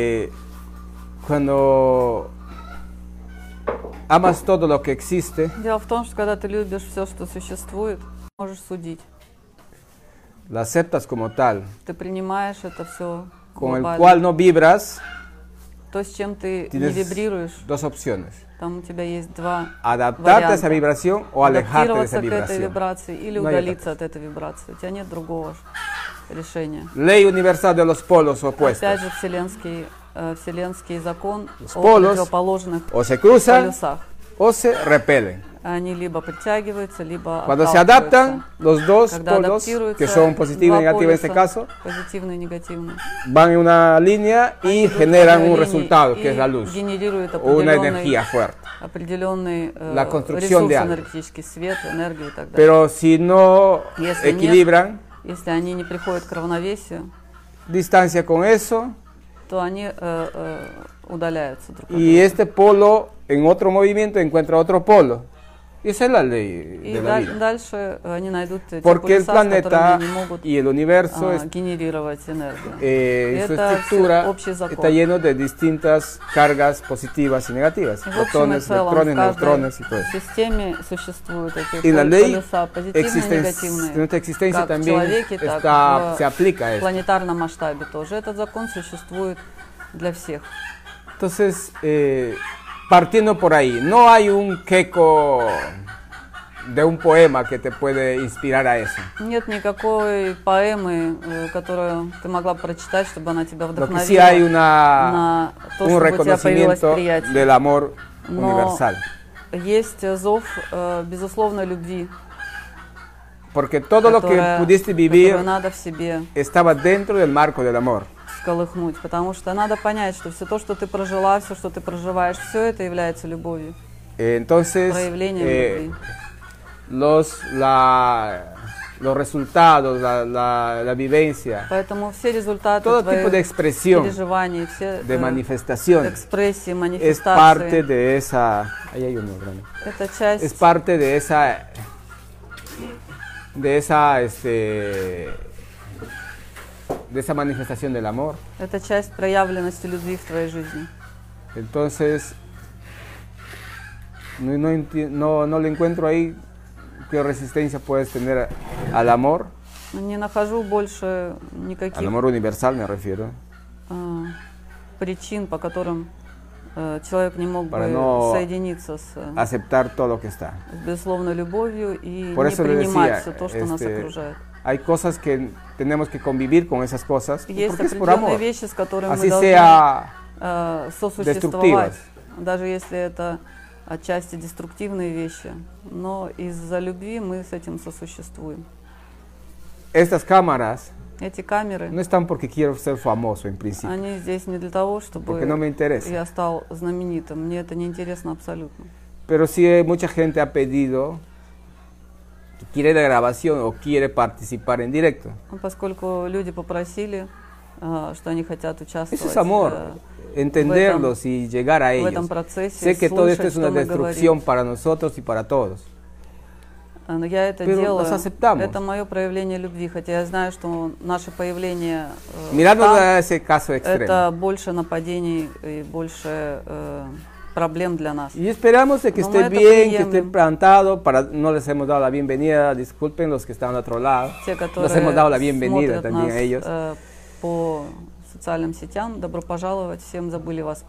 Eh, cuando amas todo lo que existe, Дело в том, что когда ты любишь все, что существует, можешь судить. lo aceptas como tal, Ты принимаешь это все con el cual no vibras, То, с чем ты не tienes вибрируешь, dos opciones. там у тебя есть два Adaptarte a esa варианта. vibración o alejarte de esa Адаптироваться к этой vibración. вибрации или No hay удалиться от этой вибрации. У тебя нет другого решения. Ley universal de los polos opuestos. Опять же, вселенский, э, вселенский закон Los о polos противоположных O se cruzan полюсах. o se repelen. Они либо притягиваются, либо Cuando se отталкиваются. adaptan los dos Когда polos, адаптируются que son positivo y два negativo en este полюса, caso, позитивный и негативный, van en una línea pues, y идут по generan одной un линии resultado, и que es la luz, Генерирует o una определенный, energía fuerte. определенный э, La construcción ресурс de algo. энергетический, свет, энергию и так далее. Pero si no Если нет- equilibran Если они не приходят к равновесию, distancia con eso, то они э, э, удаляются друг от друга. y este polo en otro movimiento encuentra otro polo. Y esa es la ley И de la даль- vida. дальше э, они найдут те Porque el полюса, с которыми planeta они могут y el universo а, es- генерировать энергию. eh, en su Это estructura всё общий закон. está lleno de distintas cargas positivas y negativas, И В общем и protones, целом, в electrones, каждой neutrones y todo eso. системе существуют эти Y la пол- ley полюса, позитивные и existen- негативные. nuestra existencia Как в también человеке, está, так se в aplica a esto. планетарном масштабе тоже. Этот закон существует для всех. Entonces, eh, partiendo por ahí, no hay un queco de un poema que te puede inspirar a eso. Нет никакой поэмы, э, которую ты могла бы прочитать, чтобы она тебя Lo que sí hay вдохновила una, на то, un чтобы у тебя появилось reconocimiento приятие. del amor Но- universal. Есть э, зов э, безусловной любви, Porque todo lo que которая- pudiste vivir которую надо в себе estaba dentro del marco del amor. всколыхнуть, потому что надо понять, что все то, что ты прожила, все, что ты проживаешь, все это является любовью, Eh, Entonces, проявлением eh, любви. los, la- los resultados, la, la- la vivencia, Поэтому все результаты todo твоих tipo de expresión, переживаний, все de э, manifestación, экспрессии, es манифестации, parte de esa... Ahí hay uno grande. это часть es parte de esa de esa este de esa manifestación del amor Это часть проявленности любви в твоей жизни. entonces no, no, enti- no, no le encuentro ahí qué resistencia puedes tener a- al amor Ну, Не нахожу больше никаких al amor universal me refiero э, причин, по которым э, человек не мог бы Para no соединиться с, э, aceptar todo lo que está с безусловной любовью и А Por не eso le decía, принимать все то, что нас este, окружает. hay cosas que tenemos que convivir con esas cosas Есть ну, porque es por amor определенные вещи, с которыми мы así должны sea э, destructivas. сосуществовать, даже если это отчасти деструктивные вещи. Но из-за любви мы с этим сосуществуем. estas cámaras Эти камеры, no están porque quiero ser famoso en principio они здесь не для того, чтобы porque no me interesa. я стал знаменитым. Мне это не интересно абсолютно. Pero sí eh, mucha gente ha pedido que quiere la grabación o quiere participar en directo. Ну, Поскольку люди попросили, э, что они хотят участвовать Eso es amor, э, entenderlos y llegar a в ellos. этом процессе, Sé que todo esto слушать, es что una мы destrucción говорим. para nosotros y para todos. Э, но Я это Pero делаю. nos aceptamos. Это мое проявление любви, хотя я знаю, что наше появление э, Mirando там a ese caso extremo. это больше нападений и больше э, проблем для нас. Y esperamos de que No, esté esto bien, que brillante. esté plantado. Para, no les hemos dado la bienvenida, disculpen los que están al otro lado. Те, которые Nos hemos dado la bienvenida смотрят también нас, a ellos. э, по социальным сетям, добро пожаловать, всем забыли вас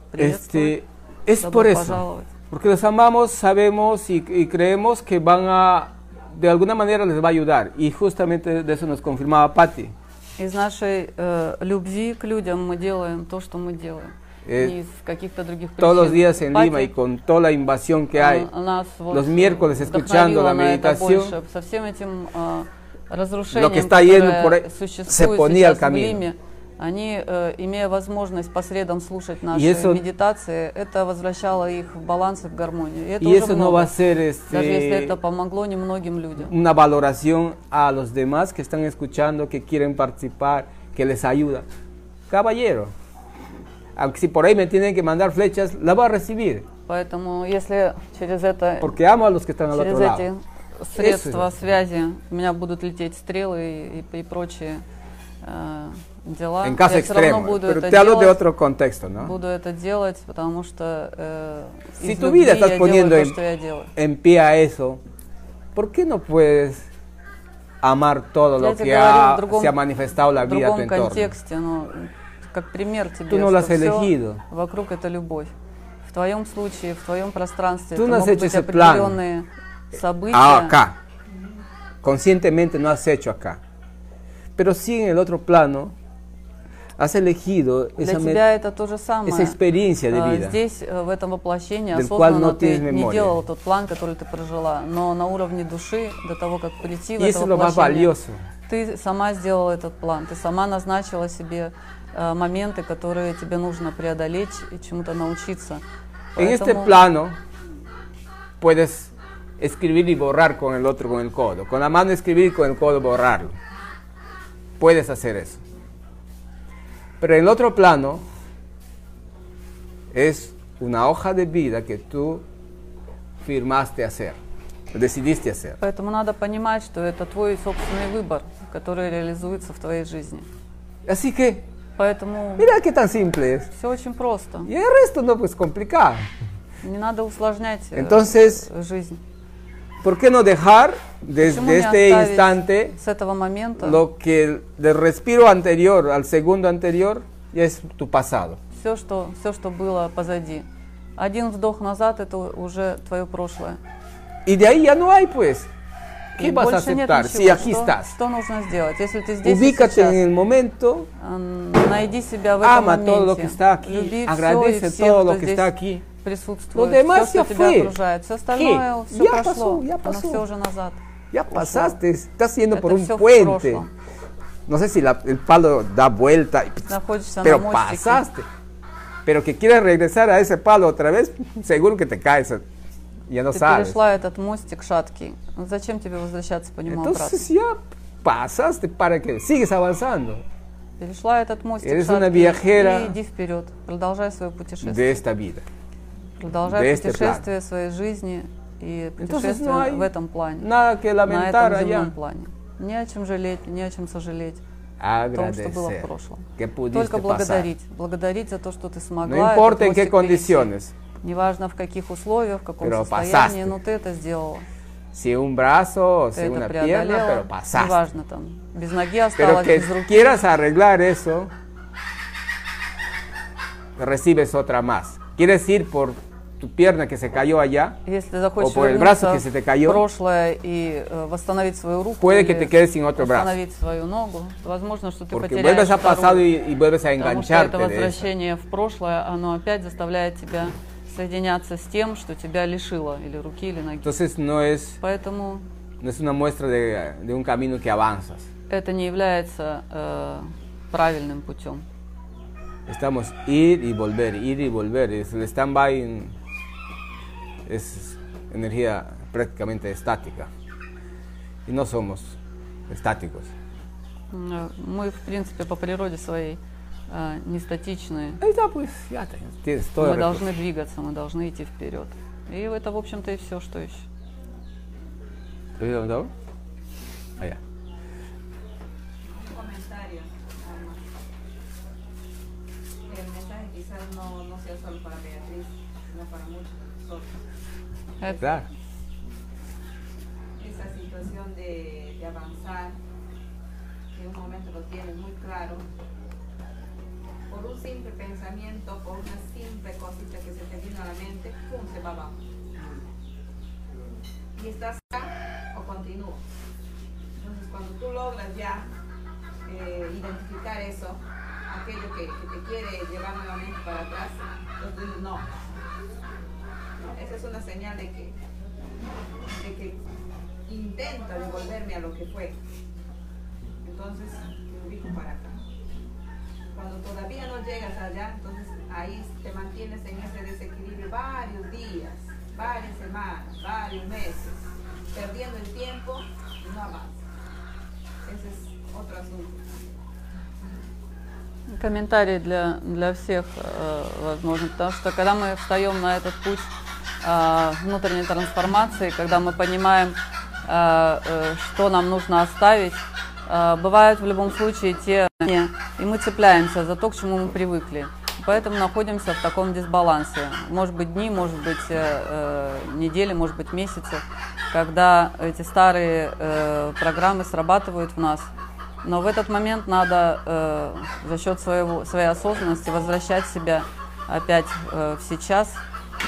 Este, приветствовать. es Добро por eso. пожаловать. Porque los amamos, sabemos y, y creemos que van a, de alguna manera les va a ayudar. Y justamente de eso nos confirmaba Patti. Из нашей э, любви к людям мы делаем то, что мы делаем. Э, Не из каких-то других Todos los причин. días en Пати, Lima y con toda la invasión que hay, э, нас вот э, los miércoles escuchando вдохновила la на это meditación, больше. Со всем этим э, lo разрушением, que está lleno por которое ahí, se существует ponía al сейчас в camino. Лиме, они, э, имея возможность по средам слушать наши eso- медитации, это возвращало их в баланс и в гармонию. И это Y уже eso no много. va a ser Даже если este, это помогло немногим людям. una valoración a los demás que están escuchando, que quieren participar, que les ayuda. Caballero, aunque si por ahí me tienen que mandar flechas, la va a recibir. Поэтому если через это Porque amo a los que están al otro Через эти lado. средства связи у меня будут лететь стрелы и, и- и прочие э, дела. En caso я все равно extremo. буду Pero это te hablo de делать. otro contexto, ¿no? Буду это делать, потому что э, Si из tu vida любви estás я poniendo делаю en- то, что я делаю. En pie a eso, ¿por qué no puedes amar todo Я lo тебе que говорю, ha- в другом- se ha manifestado la в vida a tu другом entorno? контексте, но как пример тебе, Tú no что lo has всё elegido. вокруг это любовь. В твоем случае, в твоем пространстве Tú это no has могут hecho быть ese plan. определенные события. Ah, acá. Conscientemente no has hecho acá. Pero sí en el otro plano has elegido Для esa, me- тебя это то же esa самое. experiencia de Э, vida. Здесь, э, в этом воплощении, Del cual осознанно no ты tienes не memoria. делал тот план, который ты прожила, но на уровне души, до того, как прийти в Y eso это es lo más воплощение, valioso. ты сама сделала этот план, ты сама назначила себе э, моменты, которые тебе нужно преодолеть и чему-то научиться. En este Поэтому- plano puedes escribir y borrar con el otro, con el codo. Con la mano escribir y con el codo borrarlo. Puedes hacer eso. Pero en el otro plano es una hoja de vida que tú firmaste hacer, decidiste hacer. Поэтому надо понимать, что это твой собственный выбор, который реализуется в твоей жизни. Así que, Поэтому mira qué tan simple es. все очень просто. Y el resto no pues complicado. Не надо усложнять э, Entonces, жизнь. ¿por qué no dejar Почему desde не este оставить instante с этого момента lo que el- del respiro anterior al segundo anterior ya es tu pasado. все, что, все, что было позади? Один вздох назад это уже твое прошлое. Y de ahí ya no hay, pues. ¿Qué И vas a больше нет aceptar si ничего. aquí Что- estás? Что нужно сделать, если ты здесь и Ubícate en сейчас? el momento, Э, Найди себя в этом ama todo lo que моменте. está aquí, Люби все и agradece всех, todo кто lo que здесь está aquí. присутствует, Ну, demás все, ya что fue. тебя окружает. Все остальное, все Я прошло, пошел, я оно пошел. все уже назад. Ya pasaste, estás yendo Это por un всё в puente. прошлом. No sé si la- el palo da vuelta, y- Находишься pero на мостике. pasaste. Pero que quieres regresar a ese palo otra vez, seguro que te caes. Ya no Ты sabes. перешла этот мостик шаткий. Ну, Зачем тебе возвращаться по нему обратно? Entonces ya pasaste para que sigues avanzando Перешла этот мостик Eres una шаткий viajera. и иди вперед. Продолжай свое путешествие. de esta vida. de Продолжай este путешествие своей жизни и Entonces путешествие no hay в этом плане. nada que на этом lamentar земном allá. плане. Не о чем жалеть, не о чем сожалеть. о том, что было в Agradecer прошлом. que Только pudiste pasar. благодарить. Благодарить за то, что ты смогла. No importa en этот qué мостик перейти. condiciones. Неважно в каких условиях, в каком Pero состоянии, pasaste. но ты это сделала. Si un brazo o Ты si это una pierna, преодолела. pero pasaste. Неважно там, без ноги Pero осталось, que без руки. quieras arreglar eso, recibes otra más. ¿Quieres ir por tu pierna que se cayó allá? Если ты захочешь O por el вернуться brazo que se te cayó. в прошлое и э, восстановить свою руку, Puede que или te quedes sin otro brazo. восстановить свою ногу, возможно, что ты Porque потеряешь vuelves a вторую. pasado y, y vuelves a Потому что это engancharte de eso. возвращение в прошлое, оно опять заставляет тебя соединяться с тем, что тебя лишило или руки, или ноги. Entonces no es Поэтому no es una muestra de, de un camino que avanzas. это не является э, правильным путем. Estamos ir y volver, ir y volver. Es el stand-by en- es energía prácticamente estática. Y no somos estáticos. М, э, Мы, в принципе, по природе своей э, не статичные. Ahí está, pues, ya te- tienes todo. Мы el recurso. должны двигаться, мы должны идти вперед. И это, в общем-то, и все, что еще. ¿Te doy un dado? Allá. comentario. nada más. El mensaje quizás no, no sea solo para Beatriz, sino para muchos de nosotros. Это- Claro. Esa situación de, de avanzar, que en un momento lo tienes muy claro, por un simple pensamiento, por una simple cosita que se te vino a la mente, ¡pum! se va abajo. Y estás acá o continúo. Entonces, cuando tú logras ya eh, identificar eso, aquello que, que te quiere llevar nuevamente para atrás, entonces dices, no. No, Esa es una señal de que, de que intenta devolverme a lo que fue. Entonces, me ubico para acá. Cuando todavía no llegas allá, entonces ahí te mantienes en ese desequilibrio varios días, varias semanas, varios meses, perdiendo el tiempo y no avanzas. Ese es otro asunto. Комментарий для, для всех э, возможен, потому что когда мы встаем на этот путь э, внутренней трансформации, когда мы понимаем, э, э, что нам нужно оставить, э, бывают в любом случае те внимание, и мы цепляемся за то, к чему мы привыкли. Поэтому находимся в таком дисбалансе. Может быть дни, может быть э, э, недели, может быть месяцы, когда эти старые э, программы срабатывают в нас. Но в этот момент надо э, за счет своего, своей осознанности возвращать себя опять э, в сейчас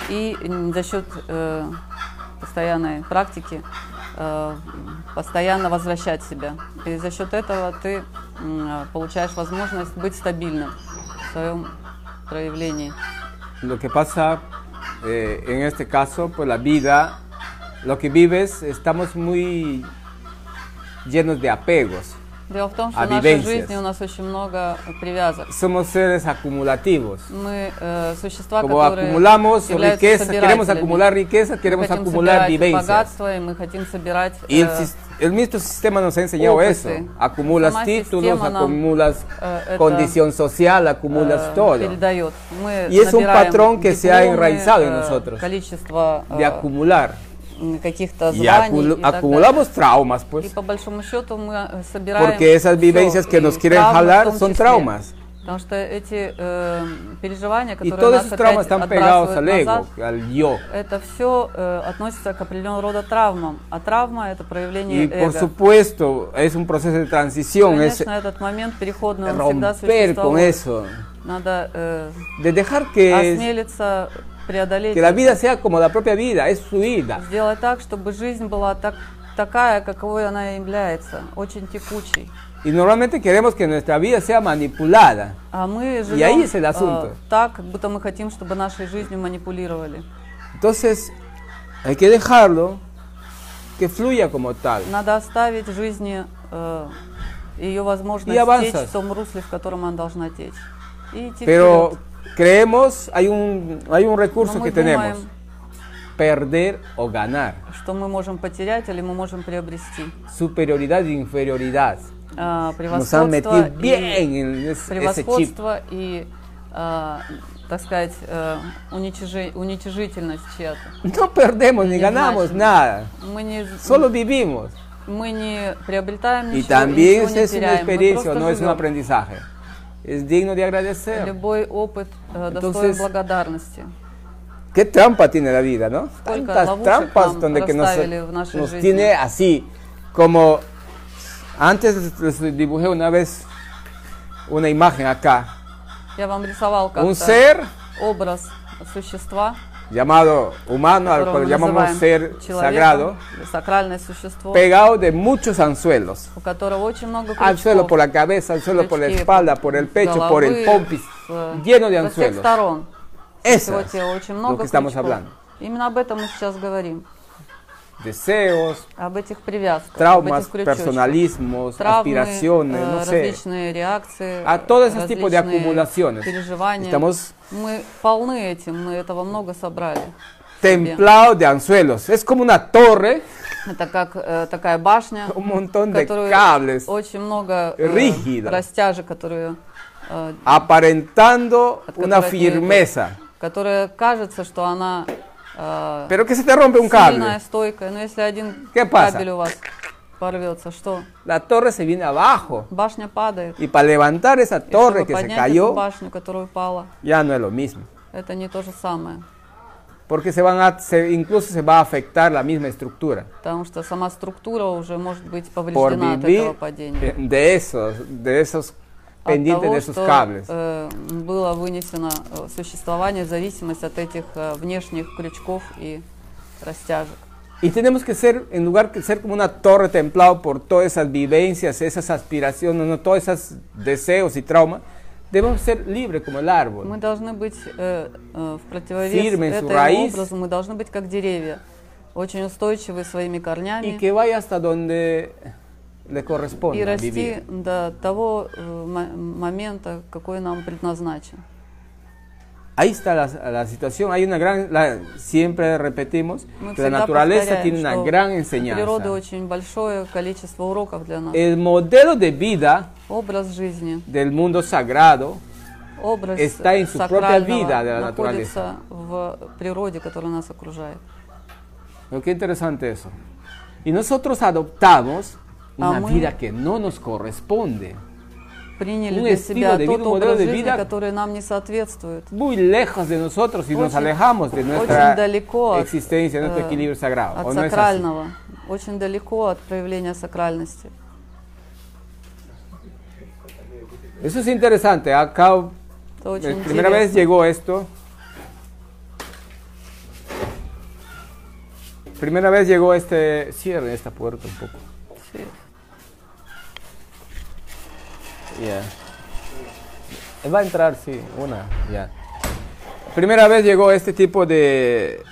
и м, за счет э, постоянной практики э, постоянно возвращать себя. И за счет этого ты м, получаешь возможность быть стабильным в своем проявлении. Lo que pasa eh, en este caso, pues la vida, lo que vives, estamos muy llenos de apegos. Дело в том, что А в нашей vivencias? жизни у нас очень много привязок. Somos seres acumulativos. Мы э, существа, Como которые acumulamos являются riqueza, queremos собирателями. acumular riqueza, мы queremos хотим acumular собирать vivencias. богатство, и мы хотим собирать Y el, э, sis- el mismo sistema nos ha enseñado eso. Опыты. Acumulas Сама títulos, система нам, acumulas э, это, condición social, acumulas э, todo. передает. Мы Y es un набираем patrón que se ha дипломы, enraizado en э, nosotros. Количество э, De acumular. м, каких-то eh, Y званий acumul- и так далее. acumulamos traumas, И pues. по большому счету мы э, собираем Porque esas всё, vivencias que и nos quieren травмы в jalar том son числе. traumas. Потому что эти э, переживания, Y которые todos нас esos traumas опять están pegados al отбрасывают ego, назад, al yo. это все относится к определенного рода травмам. А травма это проявление Y por эго. supuesto, es un proceso de transición, es Конечно, этот момент переходный он всегда romper con существует. eso, Надо э, de dejar que, осмелиться преодолеть, Э, que la vida это, sea como la propia vida, es fluida. сделать так, чтобы жизнь была так, такая, каковой она является, очень текучей. Y normalmente queremos que nuestra vida sea manipulada. А мы Y ahí es el живем asunto. э, так, как будто мы хотим, чтобы нашей жизнью манипулировали. Entonces, hay que dejarlo que fluya como tal. Надо оставить жизни э, ее возможность И avanzas. течь в том русле, в котором она должна течь. И идти Pero вперед. creemos, hay un, hay un recurso Но que мы tenemos, думаем, perder o ganar, что мы можем потерять или мы можем приобрести. superioridad e inferioridad. А, Nos han превосходство metido и, bien en es- ese chip. превосходство и а, так сказать, э, уничижи- уничижительность чья-то. No perdemos ni Однозначно. ganamos nada, Мы не, solo vivimos. мы не приобретаем Y ничего, и también ничего не es una теряем, мы experiencia, просто no es un живем. aprendizaje. Es digno de agradecer. Любой опыт э, Entonces, достоин благодарности. Qué trampa tiene la vida, ¿no? Сколько Tantas ловушек trampas нам donde que nos, расставили в нашей nos жизни. tiene así, como antes les dibujé una vez una imagen acá, Я вам рисовал un как-то ser образ существа, llamado humano, al которого cual мы llamamos называем ser sagrado, человеком, или сакральное существо, pegado de muchos anzuelos. у которого очень много Al suelo крючков. por la cabeza, al suelo por la крючки espalda, por el с pecho, por el головы, pompis, с- lleno de со всех anzuelos. сторон. Eso Всего es тела очень lo много que estamos крючков. hablando. Именно об этом мы сейчас говорим, Deseos, об этих привязках, об traumas, этих крючочках. personalismos, Травмы, aspiraciones, э, no sé. различные реакции, А todo ese tipo de различные acumulaciones. переживания. Estamos Мы полны этим, мы этого много собрали. в себе. templado de anzuelos. Es como una torre, Это как э, такая башня, un montón de которую cables, очень много э, rígida. растяжек, которые, э, aparentando от una которых не идут. firmeza. которая кажется, что она э, Pero que se te rompe un сильная, cable. стойкая. Но если один ¿Qué pasa? кабель у вас порвется, что? La torre se viene abajo. Башня падает. Y para levantar esa И torre чтобы que se поднять эту cayó, башню, которая упала, ya no es lo mismo. это не то же самое. Porque se van a, se- incluso se va a afectar la misma estructura. Потому что сама структура уже может быть Por повреждена от vivir этого падения. de esos, de esos От pendientes de того, esos что cables. э, было вынесено э, существование в зависимость от этих э, внешних крючков и растяжек. Y tenemos que ser, en lugar de ser como una torre templado por todas esas vivencias, esas aspiraciones, no, todos esos deseos y traumas, debemos ser libres como el Мы árbol. должны быть э, э, в противовес Firmes, этому raíz. образу, мы должны быть как деревья, очень устойчивы своими Y корнями que vaya hasta donde le и corresponde расти vivir. до того э, мо- момента, какой нам предназначен. Ahí está la, la situación. Hay una gran, la- siempre repetimos Мы que la всегда naturaleza повторяем, tiene una что gran у природы enseñanza. очень большое количество уроков для нас. El modelo de vida Образ жизни, del mundo sagrado образ Está en su propia сакрального vida de la находится в природе, которая нас окружает. Pero qué interesante eso. Y nosotros adoptamos una Amor. vida que no nos corresponde. приняли Un для estilo себя de тот vida, un modelo образ de жизни, vida. который нам не соответствует. muy lejos de nosotros y nos Очень- alejamos de Очень nuestra далеко от, existencia, de nuestro э, equilibrio sagrado. от ¿o no es así? сакрального. Очень далеко от проявления сакральности. Eso es interesante. Acá la Это очень primera vez интересно. llegó esto. Primera vez llegó este cierre esta puerta un poco. Ya. Eh, Va a entrar, sí, una, ya. Primera vez llegó este tipo de.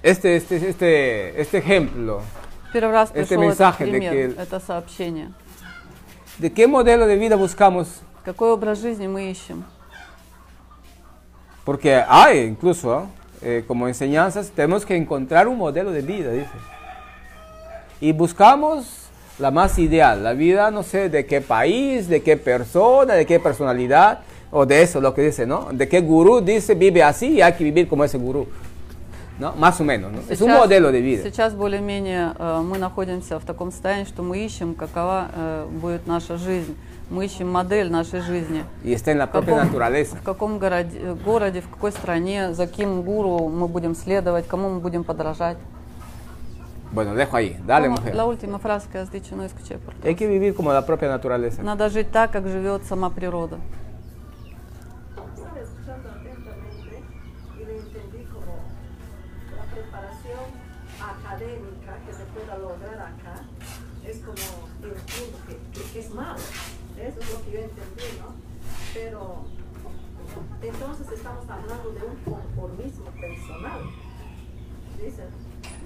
Este, este, este, este ejemplo. Первый раз este пришел этот mensaje de пример, que- это сообщение. ¿De qué modelo de vida buscamos? Какой образ жизни мы ищем? Porque hay incluso, eh, como enseñanzas, tenemos que encontrar un modelo de vida, dice. Y buscamos la más ideal, la vida, no sé, de qué país, de qué persona, de qué personalidad, o de eso, lo que dice, ¿no? De qué gurú dice, vive así y hay que vivir como ese gurú, ¿no? Más o menos, ¿no? Es un modelo de vida. Сейчас более-менее э, мы находимся в таком состоянии, что мы ищем, какова э, будет наша жизнь. Мы ищем модель нашей жизни. Y está en la В propia каком- naturaleza. В каком городе, э, городе, в какой стране, за кем гуру мы будем следовать, кому мы будем подражать. Bueno, dejo ahí, dale Como- mujer. La última frase que has dicho, no escuché, por favor. Hay que vivir como la propia naturaleza. Надо жить так, как живет сама природа. Estaba escuchando atentamente y le entendí como la preparación académica que se pueda lograr acá es como el punto que, que- que es malo. Eso es lo que yo entendí, ¿no? Pero entonces estamos hablando de un conformismo personal. Dice,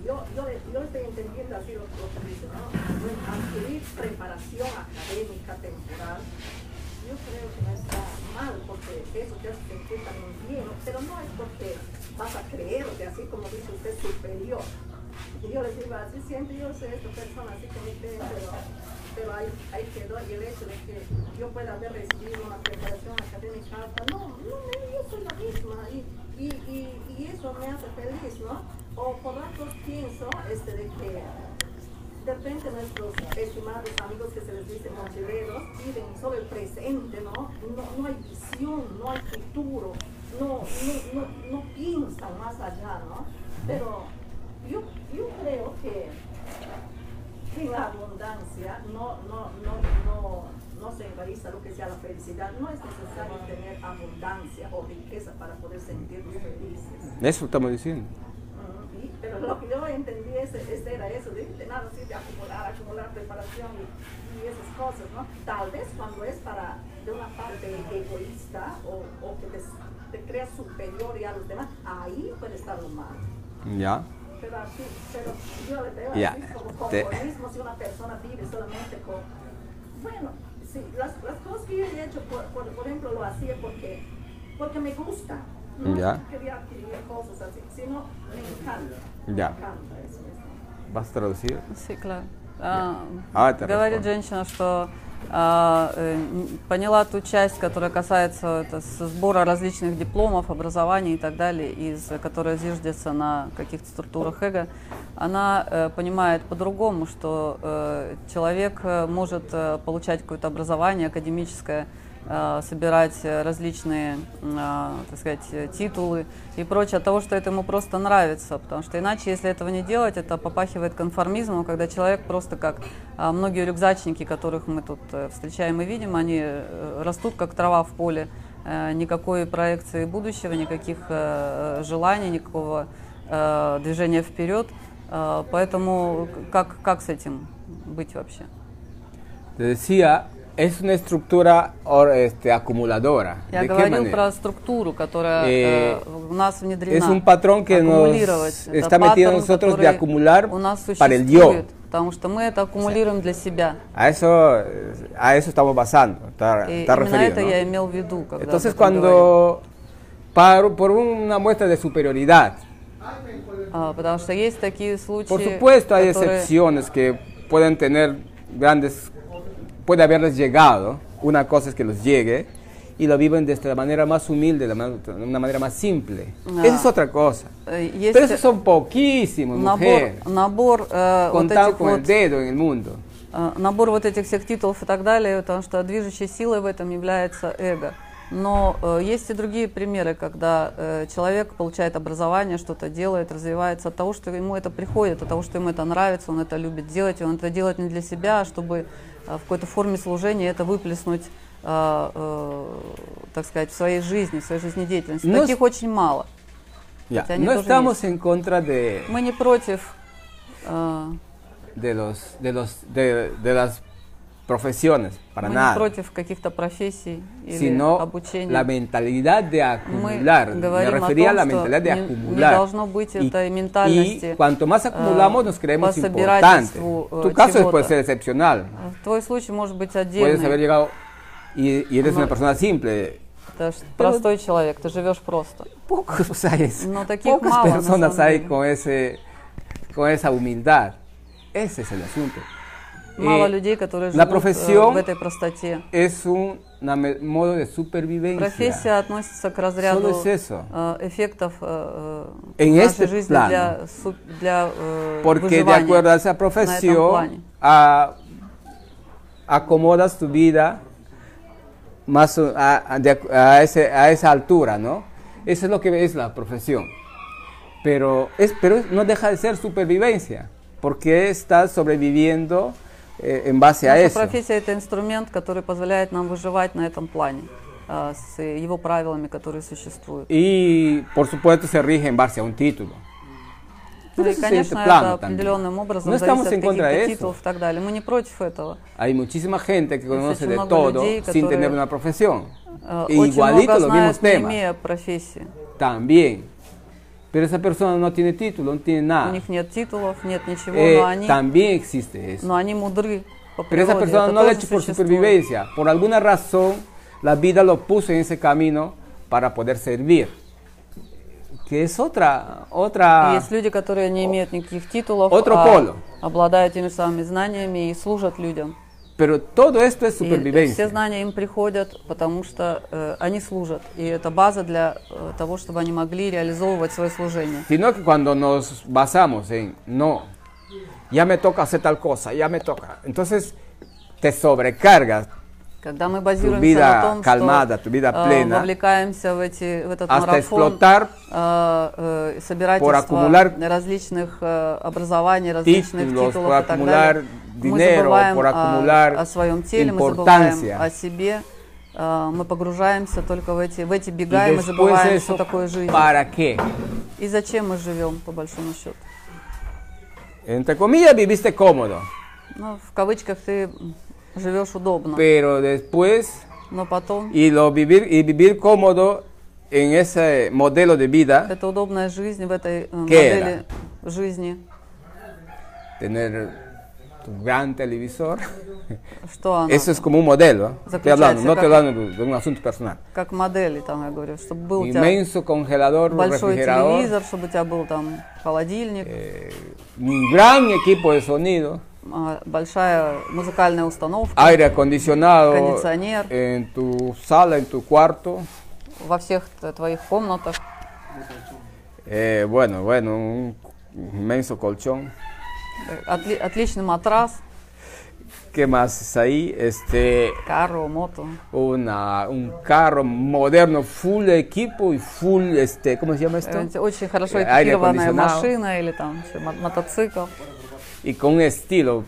yo, yo, le- yo estoy entendiendo así lo, lo que dice, ¿no? Bueno, Adquirir preparación académica temporal, yo creo que no está mal porque eso te hace sentir también bien, pero no es porque vas a creerte así como dice usted superior. Y yo les digo, así siempre yo soy esta persona, así que me creen, pero, pero ahí, ahí quedó. Y el hecho de que yo pueda haber recibido una preparación académica alta, no, no, no, yo soy la misma. Y, y, y, y eso me hace feliz, ¿no? O por ratos pienso este, de que de repente nuestros estimados amigos que se les dice mochileros viven solo el presente, ¿no? No, no hay visión, no hay futuro, no, no, no, no piensan más allá, ¿no? Pero yo, yo creo que, que la abundancia no, no, no, no, no se embariza lo que sea la felicidad. No es necesario tener abundancia o riqueza para poder sentirnos felices. Eso estamos diciendo. Ujú, y- Ah, Pero lo que yo entendí es, es- era eso, de, de nada sirve acumular, acumular preparación y, y esas cosas, ¿no? Tal vez cuando es para de una parte egoísta o, o que te, s- te creas superior y a los demás, ahí puede estar lo malo. Ya. Pero así, pero yo le veo Ya, así como te- conformismo si una persona vive solamente con... Bueno, sí, las, las cosas que yo he hecho, por, por, por ejemplo, lo hacía porque, porque me gusta. No Ya. quería adquirir cosas así, sino me encanta. Ya. Me encanta eso. eso. ¿Vas a traducir? Сикла. А, А, это говорит расклад. женщина, что а, э, н- поняла ту часть, которая касается это, с- сбора различных дипломов, образований и так далее, из которая зиждется на каких-то структурах эго. Она э, понимает по-другому, что э, человек э, может э, получать какое-то образование академическое, э, собирать э, различные, м, а, так сказать, э, титулы и прочее, от того, что это ему просто нравится, потому что иначе, если этого не делать, это попахивает конформизмом, когда человек просто как а, многие рюкзачники, которых мы тут э, встречаем и видим, они э, растут как трава в поле, э, никакой проекции будущего, никаких э, желаний, никакого э, движения вперед, Э, поэтому как, как с этим быть вообще? Te decía, es una estructura or- este, acumuladora. Я ¿De qué говорил manera? про структуру, которая Э, э, в нас внедрена. es un patrón que nos Аккумулировать. Это está metido en паттерн, nosotros de который acumular у нас para el существует, yo. Потому что мы это аккумулируем для себя. A eso, eh, a eso estamos basando, está, И está именно referido. это ¿no? я имел в виду, когда об Entonces, этом говорил. cuando paro- por una muestra de superioridad, А, потому что есть такие случаи, por supuesto hay которые- excepciones que pueden tener grandes, puede haberles llegado, una cosa es que los llegue y lo viven de la manera más humilde, de la man- de una manera más simple. Ah. Esa es otra cosa. э, есть Pero esos son poquísimos, набор, mujer. набор э, вот Contado этих con вот el dedo en el mundo. э, набор вот этих всех титулов и так далее, потому что движущей силой в этом является эго. Но э, есть и другие примеры, когда э, человек получает образование, что-то делает, развивается от того, что ему это приходит, от того, что ему это нравится, он это любит делать, и он это делает не для себя, а чтобы э, в какой-то форме служения это выплеснуть, э, э, так сказать, в своей жизни, в своей жизнедеятельности. Ну, Таких с- очень мало. Ya, Хотя они no тоже estamos en contra de, Мы не против э, de los, de, los, de, de las profesiones, para Мы не nada, против каких-то профессий или sino обучения. la mentalidad de Мы acumular. Me говорим о refería a том, la что mentalidad de не- не acumular. должно быть Y- этой y, ментальности, cuanto más acumulamos, э, nos creemos по importantes. собирательству, э, Tu caso puede чего-то. ser excepcional. В Твой случай может быть Puedes haber отдельный. llegado y, y eres No. una persona simple. Ты ж простой человек, ты живешь просто. Pocos, o sea, es- No te quiero pocas mal, no personas son- hay con, ese, con esa humildad. Ese es el asunto. Мало Eh, людей, которые la живут э, profesión в этой простоте. es un una me- modo de supervivencia. Профессия относится к разряду Solo es eso. э, эффектов э, э, En нашей este жизни plano. для, су- для э, Porque de выживания acuerdo a esa на этом плане. profesión, a- acomodas tu vida más o- a, a- de acu- a ese- a esa altura, ¿no? Eso es lo que es la profesión. Pero, es, pero es- no deja de ser supervivencia, porque estás sobreviviendo eh, en base a Наша eso. профессия это инструмент, который позволяет нам выживать на этом плане а, с его правилами, которые существуют. Y por supuesto se rige en base a un título. Ну Entonces, en и, este конечно, это plano también. определенным образом No estamos зависит en от contra de каких-то eso. титулов и так далее. Мы не против этого. Hay muchísima gente que conoce очень de много todo людей, sin которые, tener una profesión. Э, E Очень igualito много los mismos знают, не temas. имея профессии. También. Pero esa persona no tiene título, no tiene У nada. них нет титулов, нет ничего, Eh, но они, también existe eso. но они мудры по Pero esa природе. persona Это no lo ha тоже hecho por существует. supervivencia. Por alguna razón, la vida lo puso en ese camino para poder servir. Que es otra, И otra, Есть люди, которые не имеют никаких титулов, Otro а polo. обладают теми же самыми знаниями и служат людям. pero todo esto es И э, все supervivencia. знания им приходят, потому что э, они служат. И это база для э, того, чтобы они могли реализовывать свое служение. Sino que cuando nos basamos en, no, ya me toca hacer tal cosa, ya me toca. Entonces te sobrecargas, Когда мы базируемся vida на том, calmada, tu что vida э, plena, вовлекаемся в, эти, в этот hasta марафон explotar э, э, собирательства acumular различных э, образований, различных títulos, титулов por и так acumular далее. dinero, мы забываем por о- acumular о, своем теле, мы забываем importancia. о себе, э, мы погружаемся только в эти, в эти y бега, и мы después забываем, eso, что такое жизнь. ¿para qué? И зачем мы живем, по большому счету? Entre comillas viviste cómodo, Ну, в кавычках ты м, живешь удобно, pero después но потом y lo vivir y vivir cómodo en ese modelo de vida, эта удобная жизнь в этой э, Кера. модели жизни, tener tu gran televisor, что она? eso es como un modelo. ¿eh? Estoy hablando, no te hablando de de un asunto personal. Как модели, там, я говорю, чтобы был у тебя Inmenso congelador, большой refrigerador, телевизор, чтобы у тебя был там холодильник, eh, un gran equipo de sonido. а, большая музыкальная установка aire acondicionado Condicioner. en tu sala, en tu cuarto. во всех т- твоих комнатах, Eh, bueno, bueno, un inmenso colchón. э, отли- отличный матрас, ¿Qué más es ahí? Este, каро, мото, una, un carro moderno, full equipo y full, este, ¿cómo se llama Э, esto? очень хорошо Э, aire экипированная acondicionado. машина или там ещё мо- мотоцикл, Y con un estilo,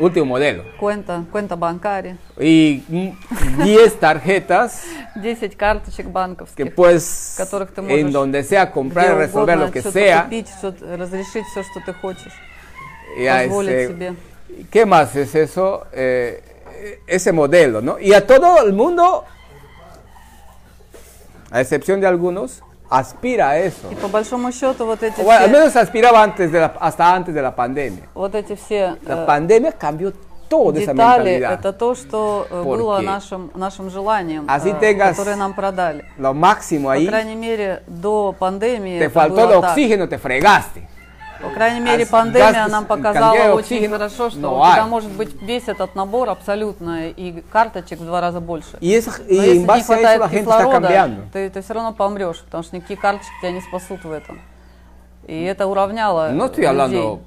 último modelo. куэнта, куэнта банкари, Y mm, 10 tarjetas 10 карточек que банковских. puedes, Которых ты en можешь donde sea, comprar, где resolver угодно lo que что-то sea. купить, что-то- разрешить все, что ты хочешь, Ya, позволить este, себе. ¿Qué más es eso? Eh, ese modelo, ¿no? Y a todo el mundo, a excepción de algunos, aspira a eso. И по большому счету вот эти O bueno, al все, menos aspiraba antes de la- hasta antes de la pandemia. вот эти все La э, pandemia cambió toda esa детали, это mentalidad. то, что э, Porque было нашим, нашим желанием, así э, tengas- которое нам продали. Lo máximo По ahí, крайней мере, до пандемии te это faltó было el так. oxígeno, te fregaste. По крайней мере, As- пандемия gastos- нам cantidad de показала очень oxígeno хорошо, что no у тебя hay. может быть весь этот набор абсолютно и карточек в два раза больше. Y, es, y Но en если не base a eso хватает la gente está cambiando. кислорода, ты, ты все равно помрешь, потому что никакие карточки тебя не спасут в этом. И это уравняло No estoy людей. hablando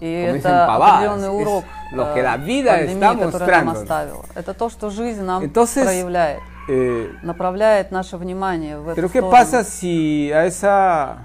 И Como dicen, это pavadas. определенный Es урок lo э, que la vida пандемии, está которую нам mostrando. оставила. Это то, что жизнь нам Entonces, проявляет, Eh, направляет наше внимание в эту Pero ¿qué сторону. pasa si a esa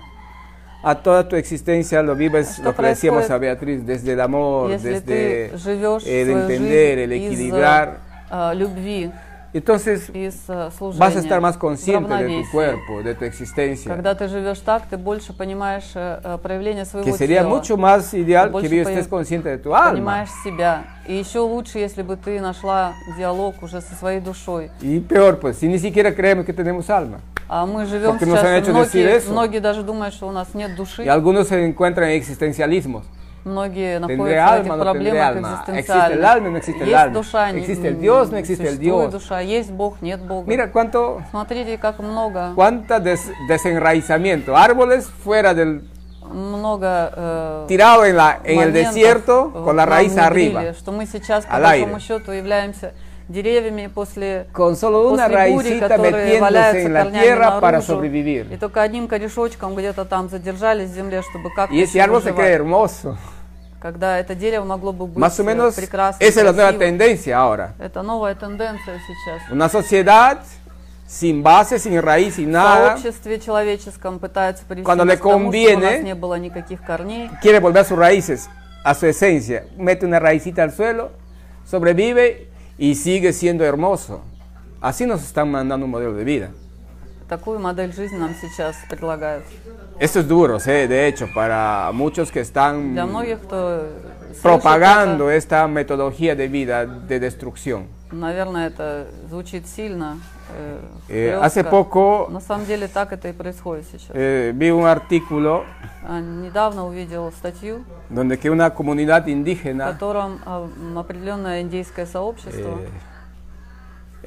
a toda tu existencia lo vives, Esto lo que le decíamos proyecta- a Beatriz, desde el amor, Если desde ты живешь el свою entender, el жизнь из, э, equilibrar, э, любви, entonces из э, служения, vas a estar más consciente de tu равновесия. cuerpo, de tu existencia, Когда ты живешь так, ты больше понимаешь э, э, проявление своего que sería тела, mucho más ideal que больше bien пони- estés consciente de tu alma. понимаешь себя. И еще лучше, если бы ты нашла диалог уже со своей душой. Y peor, pues, si ni siquiera creemos que tenemos alma. А мы живем Porque nos han сейчас, и hecho decir многие, eso. многие даже думают, что у нас нет души, Y algunos se encuentran en existencialismos. многие Tendré находятся в alma, этих no tendré проблемах alma. Existe el alma, no экзистенциальных. existe el Есть alma. душа, не- Existe el Dios, no existe el существует Dios. душа, есть Бог, нет Бога. Mira cuánto Смотрите, как много, cuánta des- desenraizamiento, árboles fuera del много э, tirado en la en el моментов, desierto э, con la нам raíz внедрили, arriba, Что мы сейчас, по Al большому aire. счету, являемся деревьями после con solo una после бури, raicita которые metiéndose валяются en la корнями tierra para наружу, и sobrevivir. только одним корешочком где-то там задержались в земле, чтобы как-то Y ese еще árbol se выживать. cree hermoso. Когда это дерево могло бы быть Más o э, menos esa прекрасно, es la nueva красиво. tendencia ahora. Это новая тенденция сейчас. Una sociedad sin base, sin raíz, sin В nada, обществе человеческом пытаются привести Cuando нас le к тому, чтобы у нас conviene. не было никаких корней. quiere volver a sus raíces, a su esencia, mete una raicita al suelo, sobrevive y sigue siendo hermoso. Así nos están mandando un modelo de vida. Такую модель жизни нам сейчас предлагают. Esto es duro, eh, de hecho, para muchos que están Для многих, кто слышит propagando esta metodología de vida de destrucción. это, наверное, это звучит сильно. э, Eh, хлёстко. hace poco На самом деле так это и происходит сейчас. eh, vi un artículo А, Недавно увидел статью, donde que una comunidad в indígena котором а, м, определенное индейское сообщество eh,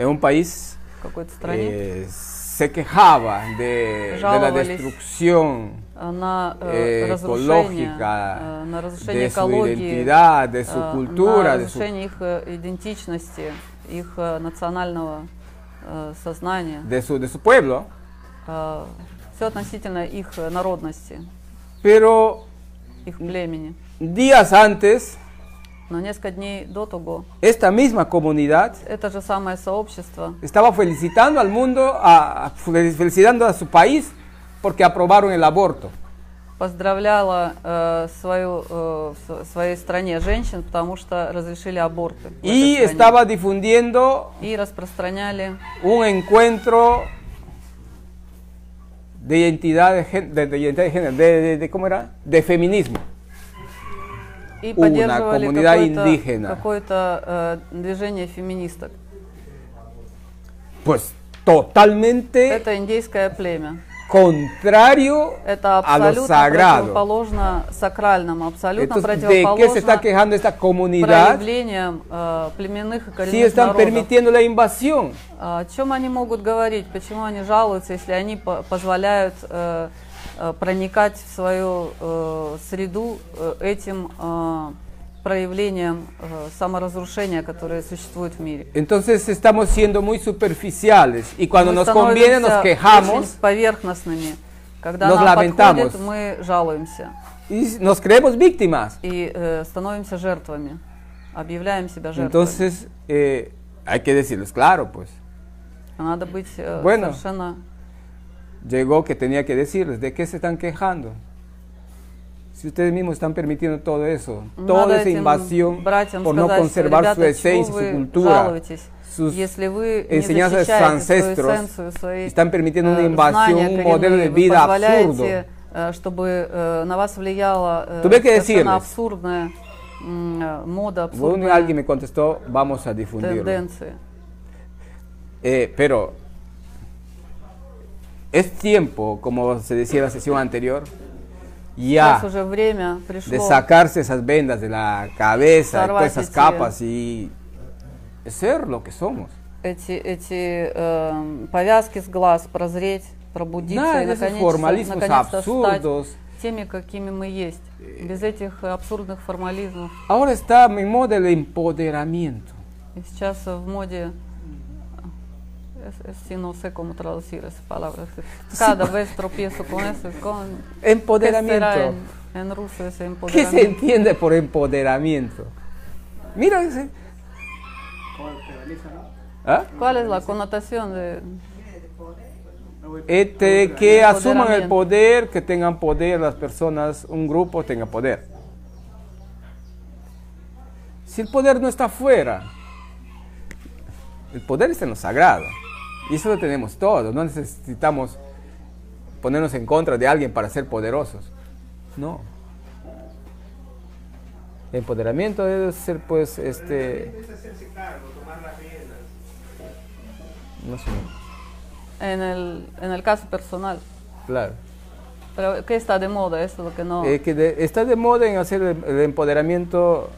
en un país в какой-то стране eh, se quejaba de, de la Жаловались. destrucción а, на э, eh, разрушение, ecológica э, на разрушение de su экологии, identidad, de su э, на cultura, de su разрушение их э, идентичности, их э, национального э, сознания. de su, de su pueblo, все относительно их э, народности, pero их племени. días antes Но несколько дней до того esta misma comunidad это же самое сообщество estaba felicitando al mundo, a- a- fel- felicitando a su país porque aprobaron el aborto. поздравляло э, свою, э, в с- своей стране женщин, потому что разрешили аборты. в Y этой стране. estaba difundiendo И распространяли un encuentro de identidad de, gen- de- de identidad de género, de, de- de- ¿cómo era? De feminismo. и Una поддерживали comunidad какое-то, indígena. какое-то, э, движение феминисток. Pues totalmente Это индейское племя. contrario a Это lo абсолютно sagrado. противоположно сакральному, абсолютно Entonces, ¿de qué se está противоположно quejando esta comunidad проявлениям э, племенных и коренных si están народов. permitiendo la invasión? А О чем они могут говорить? Почему они жалуются, если они по- позволяют э, э, проникать в свою э, среду э, этим э, проявлением э, саморазрушения, которое существует в мире? Entonces estamos siendo muy superficiales y cuando Мы nos conviene становимся nos очень quejamos поверхностными. Когда Nos нам lamentamos. подходит, мы жалуемся y nos creemos víctimas. и э, становимся жертвами, объявляем себя жертвами. Entonces eh, hay que decirles, claro, pues Надо быть э, Bueno. совершенно llegó que tenía que decirles, ¿de qué se están quejando? Si ustedes mismos están permitiendo todo eso, Надо toda esa этим invasión братьям por no сказать, conservar что, su «Ребята, чего esencia, вы su cultura, жалуетесь, sus если вы не enseñanzas de sus защищаете свою ancestros, эссенцию, свои están permitiendo una э, invasión, знания un modelo de коренные, вы vida absurdo. позволяете, э, чтобы э, на вас влияла э, Tuve que decirles. совершенно абсурдная м, э, мода, Bueno, alguien абсурдная me contestó, vamos a difundirlo. тенденции. Eh, pero es tiempo, como se decía en la sesión anterior, ya Сейчас уже время de пришло sacarse esas vendas de la cabeza, de Salvarse, todas esas sí. capas y ser lo que somos. эти, эти э, повязки с глаз прозреть, пробудиться Nada и de esos наконец-то, formalismos наконец-то стать absurdos. теми, какими мы есть. Без этих абсурдных формализмов. Ahora está mi moda el empoderamiento. И сейчас э, в моде э, si no sé cómo traducir esas palabras. Cada vez tropiezo con eso. Con... que será Empoderamiento. en- En ruso es ¿Qué se empoderamiento. entiende por empoderamiento? Mira, dice. ¿Ah? ¿Cuál es la connotación de...? Este, que asuman el Empoderamiento. poder, que tengan poder las personas, un grupo tenga poder. Si el poder no está afuera, el poder está en lo sagrado. Y eso lo tenemos todos. No necesitamos ponernos en contra de alguien para ser poderosos. No. El empoderamiento debe ser, pues, este. Es hacerse cargo, tomar las riendas. No sé, En el, en el caso personal. claro. Pero ¿qué está de moda? Eso es lo que no... Eh, que de- está de moda en hacer el, el empoderamiento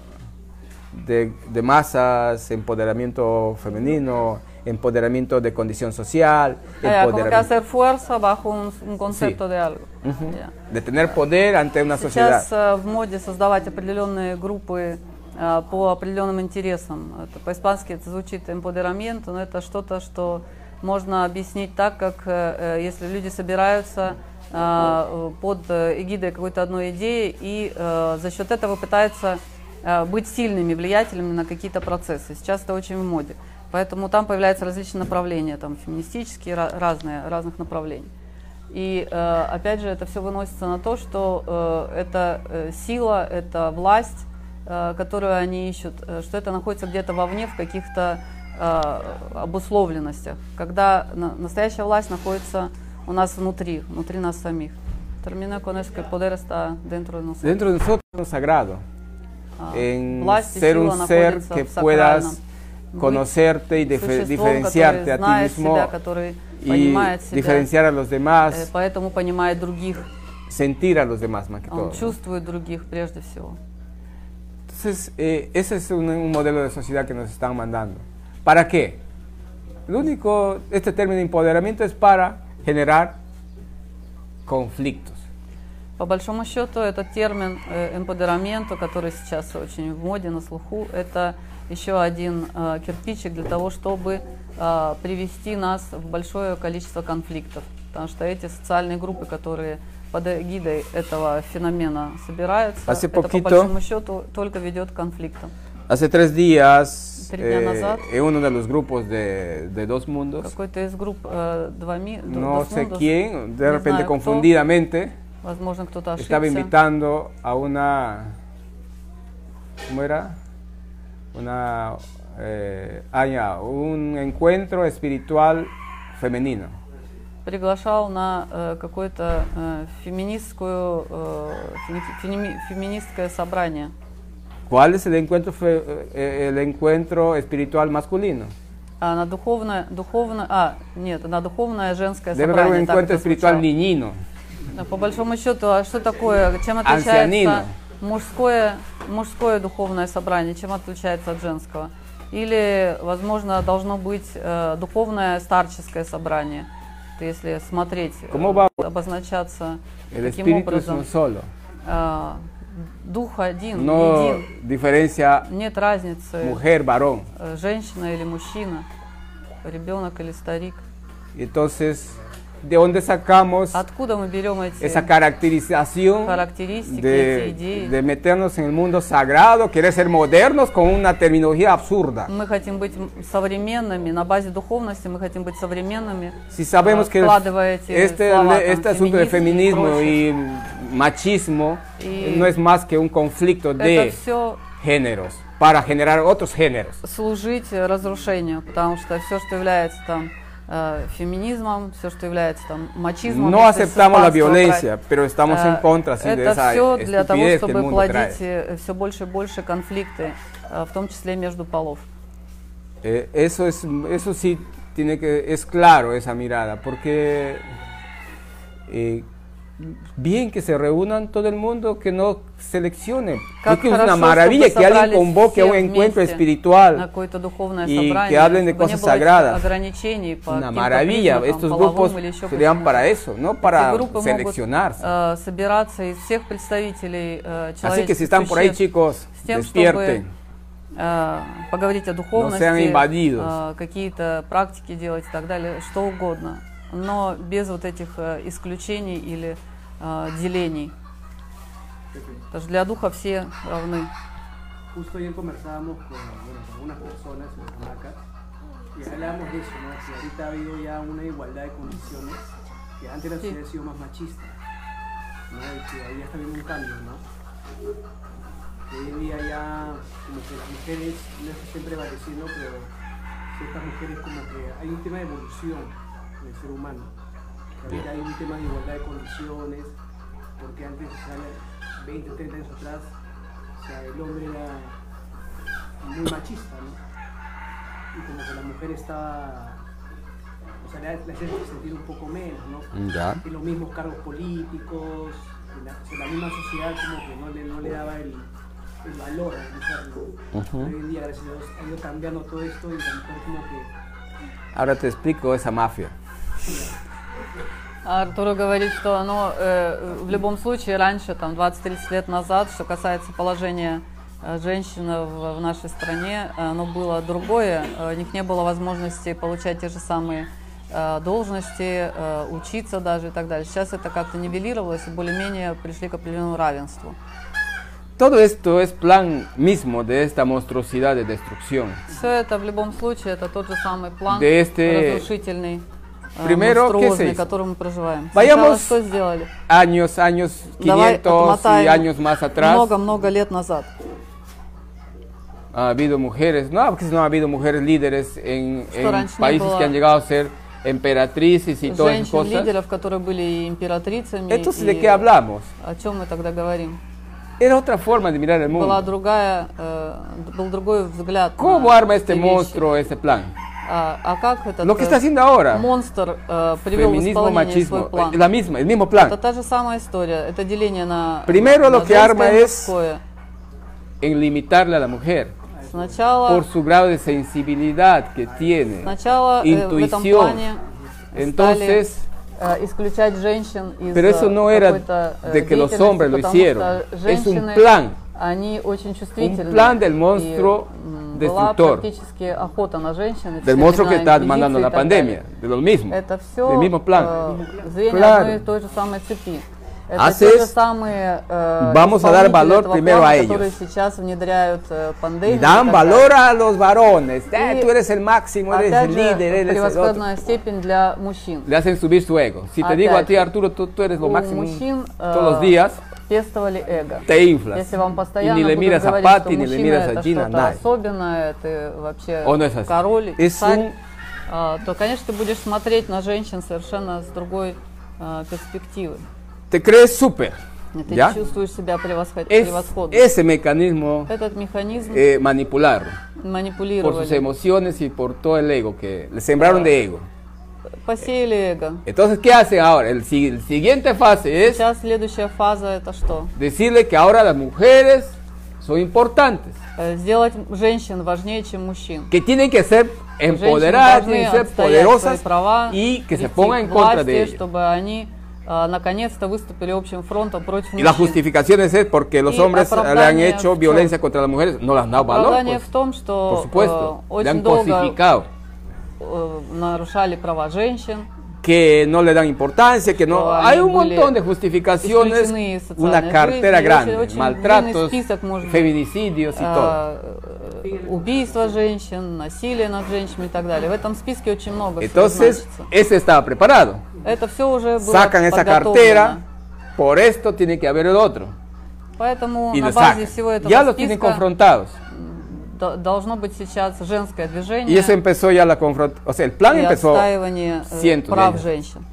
de, de masas, empoderamiento femenino, empoderamiento de condición social, Ah, ya, como que empoderamiento hacer fuerza bajo un, un concepto Sí. de algo. Ujú. Ya. de tener poder ante una Сейчас sociedad. э, в моде создавать определенные группы э, по определенным интересам. Это по-испански это звучит эмподерамент, но это что-то, что можно объяснить так, как э, э, если люди собираются э, э, под э, эгидой какой-то одной идеи и э, за счет этого пытаются э, быть сильными, влиятельными на какие-то процессы. Сейчас это очень в моде. Поэтому там появляются различные направления, там феминистические, ра- разные, разных направлений. И э, опять же, это все выносится на то, что э, это э, сила, это власть, э, которую они ищут, э, что это находится где-то вовне, в каких-то э, обусловленностях, когда на- настоящая власть находится у нас внутри, внутри нас самих. Termina con eso que el poder está dentro de nosotros. Dentro de nosotros es lo sagrado, А, en власть и ser сила un ser находятся que в сакральном. puedas Быть conocerte y dife- существом, diferenciarte которое a ti знает mismo себя, который y понимает себя, diferenciar a los э, demás, поэтому понимает других. sentir a los demás más que Он todo. ¿no? чувствует других прежде всего. Entonces, eh, ese es un, un modelo de sociedad que nos están mandando. ¿Para qué? Lo único, este término empoderamiento es para generar conflictos. По большому счету, этот термин э, эмподераменту, который сейчас очень в моде, на слуху, это еще один э, кирпичик для того, чтобы э, привести нас в большое количество конфликтов. Потому что эти социальные группы, которые под эгидой этого феномена собираются, А если это по попкито? большому счету только ведет к конфликтам. Hace tres días, eh, Tres días atrás. en uno de los grupos de, de Dos Mundos, Какой-то из групп э, два ми- д- no dos sé mundos, quién, de не repente знаю, кто, confundidamente, возможно, кто-то estaba ошибся. invitando a una, ¿cómo era? Una, eh, ah, ya, un encuentro espiritual femenino. приглашал на э, какое-то э, феминистскую э, феми- феми- феминистское собрание. ¿Cuál es el encuentro, fe- eh, el encuentro espiritual masculino? А на духовное, духовное, а нет, на духовное женское Debe haber un собрание. так encuentro это espiritual звучало. niñino. Но По большому счету, а что такое, чем отличается Ancianino. мужское, мужское духовное собрание, чем отличается от женского? Или, возможно, должно быть э, духовное старческое собрание, Это если смотреть, э, Кому ба- обозначаться El таким espíritu es образом. un solo. А, дух один, No един. diferencia Нет разницы, mujer, varón. э, женщина или мужчина, ребенок или старик. Entonces, ¿de dónde sacamos Откуда мы берем эти esa caracterización Características, de, ideas. de meternos en el mundo sagrado, querer ser modernos con una terminología absurda? Мы хотим быть м- современными, на базе духовности мы хотим быть современными. Si sabemos э, que вкладывая эти este, слова, там, este asunto de феминизм feminismo и y machismo Y- no es más que un conflicto прочее. de... Это все géneros, para generar otros géneros. служить э, разрушению, потому что все, что является там э, феминизмом, все, что является там мачизмом. No Ну, а если aceptamos la с испанского брать, violencia, pero estamos en Э, contra sí, de Это esa все для того, estupidez que el чтобы mundo trae. плодить все больше и больше конфликты, э, в том числе между полов. Eh, eso, es, eso sí tiene que, es claro esa mirada, porque eh, bien que se reúnan todo el mundo, que no seleccionen. Как Es que es хорошо, una чтобы maravilla que alguien собрались convoque a все un encuentro вместе На espiritual. какое-то духовное y собрание, que hablen de чтобы не cosas было этих sagradas. ограничений по Una каким-то maravilla, признакам, estos половым grupos или еще serían почему-то. para eso, no Эти para группы могут seleccionarse. э, собираться из всех представителей э, Así que si человеческих están por ahí, существ chicos, с тем, despierten. чтобы э, поговорить о духовности, sean invadidos. э, какие-то практики делать и так далее, что угодно, но без вот этих э, исключений или э, делений. Потому что для духа все равны. Justo ayer conversábamos con, bueno, con unas personas en Cuernavaca y hablábamos de eso, ¿no? que ahorita ha habido ya una igualdad de condiciones, que antes la Sí. sociedad ha sido más machista, ¿no? y que ahí ya está habiendo un cambio, ¿no? Que hoy en día ya como que las mujeres, no es que estén prevaleciendo, pero ciertas mujeres como que hay un tema de evolución en el ser humano, que ahorita hay un tema de igualdad de condiciones, porque antes, o sea, 20, 30 años atrás, o sea, el hombre era muy machista, ¿no? Y como que la mujer estaba, o sea, la, la hacía sentir un poco menos, ¿no? Ya. Y los mismos cargos políticos, y la, o sea, la misma sociedad como que no le, no le daba el, el valor a la mujer, ¿no? Ujú. Hoy en día, gracias a Dios, ha ido cambiando todo esto y la mujer como que, Ahora te explico esa mafia. А Артур говорит, что оно э, в любом случае раньше, там 20-30 лет назад, что касается положения э, женщины в, в нашей стране, э, оно было другое. Э, У них не было возможности получать те же самые э, должности, э, учиться даже и так далее. Сейчас это как-то нивелировалось и более-менее пришли к определенному равенству. Todo esto es plan mismo de esta monstruosidad de destrucción. Все это в любом случае это тот же самый план Да если- разрушительный, э, Примеру, монструозный, кисейс. который мы проживаем. Vayamos- Сначала что сделали? Años, años Давай 500 y отмотаем años más atrás много-много лет назад. ha habido mujeres, no, porque no ha habido mujeres líderes en, Что en раньше не países было. que han llegado a ser emperatrices y todas esas cosas. Женщин-лидеров, которые были и императрицами. Entonces, и- ¿de qué hablamos? О чем мы тогда говорим? Era otra forma de mirar el Была mundo. другая, э, д- был другой взгляд. ¿Cómo на arma эти este вещи. monstruo, este plan? А, а как этот Lo que э, está haciendo ahora, монстр э, привел в feminismo, исполнение свой machismo, план? eh, la misma, el mismo plan. Это та же самая история. Это деление на, Primero на lo que arma женское и es- мужское. En limitarle a la mujer Сначала, por su grado de sensibilidad que tiene, сначала э, в этом intuición. плане стали Entonces, э, исключать женщин из Pero eso no era какой-то, э, de que los деятельности, hombres lo потому hicieron. что Es un женщины, plan. Они очень чувствительны. Un plan del и, monstruo м, Была destructor. практически охота на женщин. и все del monstruo que времена está инквизиции demandando и la так pandemia, далее. de lo mismo, Это del все mismo plan. звенья Claro. одной и той же самой цепи. Это Haces- те же самые э, Vamos a dar исполнители valor этого primero плана, a ellos. которые сейчас внедряют э, Y пандемию. и dan так далее. valor a los varones. Eh, Y- tú eres el máximo, eres Опять el же, líder, eres el otro. превосходная степень для мужчин. Le hacen subir su ego. Si te Опять digo a ti, же, Arturo, tú, tú eres lo у máximo мужчин э, todos los días, пестовали эго. te inflas. Если вам Y постоянно ni le будут miras a говорить, что Patty, ni le мужчина miras a это Gina, что-то nada. особенное, ты вообще Он это- король, И царь, сум- а, то, конечно, ты будешь смотреть на женщин совершенно с другой а, перспективы. Te crees súper. И Ты ¿Ya? чувствуешь себя превосход- Es, превосходно. ese mecanismo Этот механизм eh, manipular por sus манипулировали, emociones y por todo el ego que le sembraron de ego. посеяли эго. Entonces, ¿qué hacen ahora? El, si- el siguiente fase es Сейчас следующая фаза это что? decirle que ahora las mujeres son importantes, Э, Сделать женщин важнее, чем мужчин. que tienen que ser empoderadas, tienen Женщины que ser должны отстоять свои poderosas права y que se прийти pongan en к contra власти, de ellos. чтобы они а, наконец-то выступили общим фронтом против Y las мужчин. justificaciones es porque los Y hombres le han оправдание hecho в violencia contra las mujeres, no las han dado valor, Оправдание pues, в том, por что supuesto, э, le очень han долго cosificado, э, нарушали права женщин, que no le dan importancia, que no... Pero Hay hay un bullying, montón de justificaciones, исключены из социальной una cartera жизни, очень- grande, очень длинный maltratos, список может быть. feminicidios y Ah, todo. а, э, убийства женщин, насилие над женщинами и так далее. В этом списке очень много всего Entonces, значится. ese estaba preparado. Это все уже было sacan esa cartera, подготовлено. por esto tiene que haber el otro. Поэтому Y на le базе sacan. всего этого Ya los tienen списка confrontados. до- должно быть сейчас женское движение. Y eso empezó ya la confrontación. O sea, el plan и empezó, отстаивание э, cientos de прав años. женщин.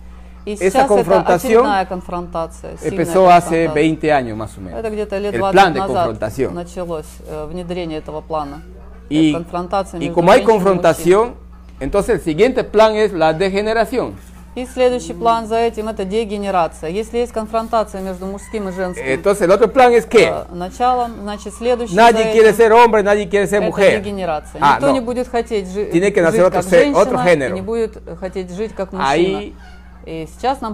И Esa сейчас это confrontación очередная конфронтация. сильная empezó hace конфронтация. 20 años más o Это menos. где-то лет El 20 plan de назад confrontación. началось э, внедрение этого плана. Y, Э, конфронтация y между como hay женщинами и confrontación, entonces el siguiente plan es la degeneración. мужчинами. И следующий план за этим это дегенерация. Если есть конфронтация между мужским и женским Entonces el otro plan es que э, началом, значит следующий за nadie этим quiere ser hombre, nadie quiere ser это mujer. Ah, дегенерация. А, Никто но не будет хотеть жи- tiene que жить nacer otro как ser- otro женщина, и género. не будет э, хотеть жить как мужчина. Ahí- И сейчас нам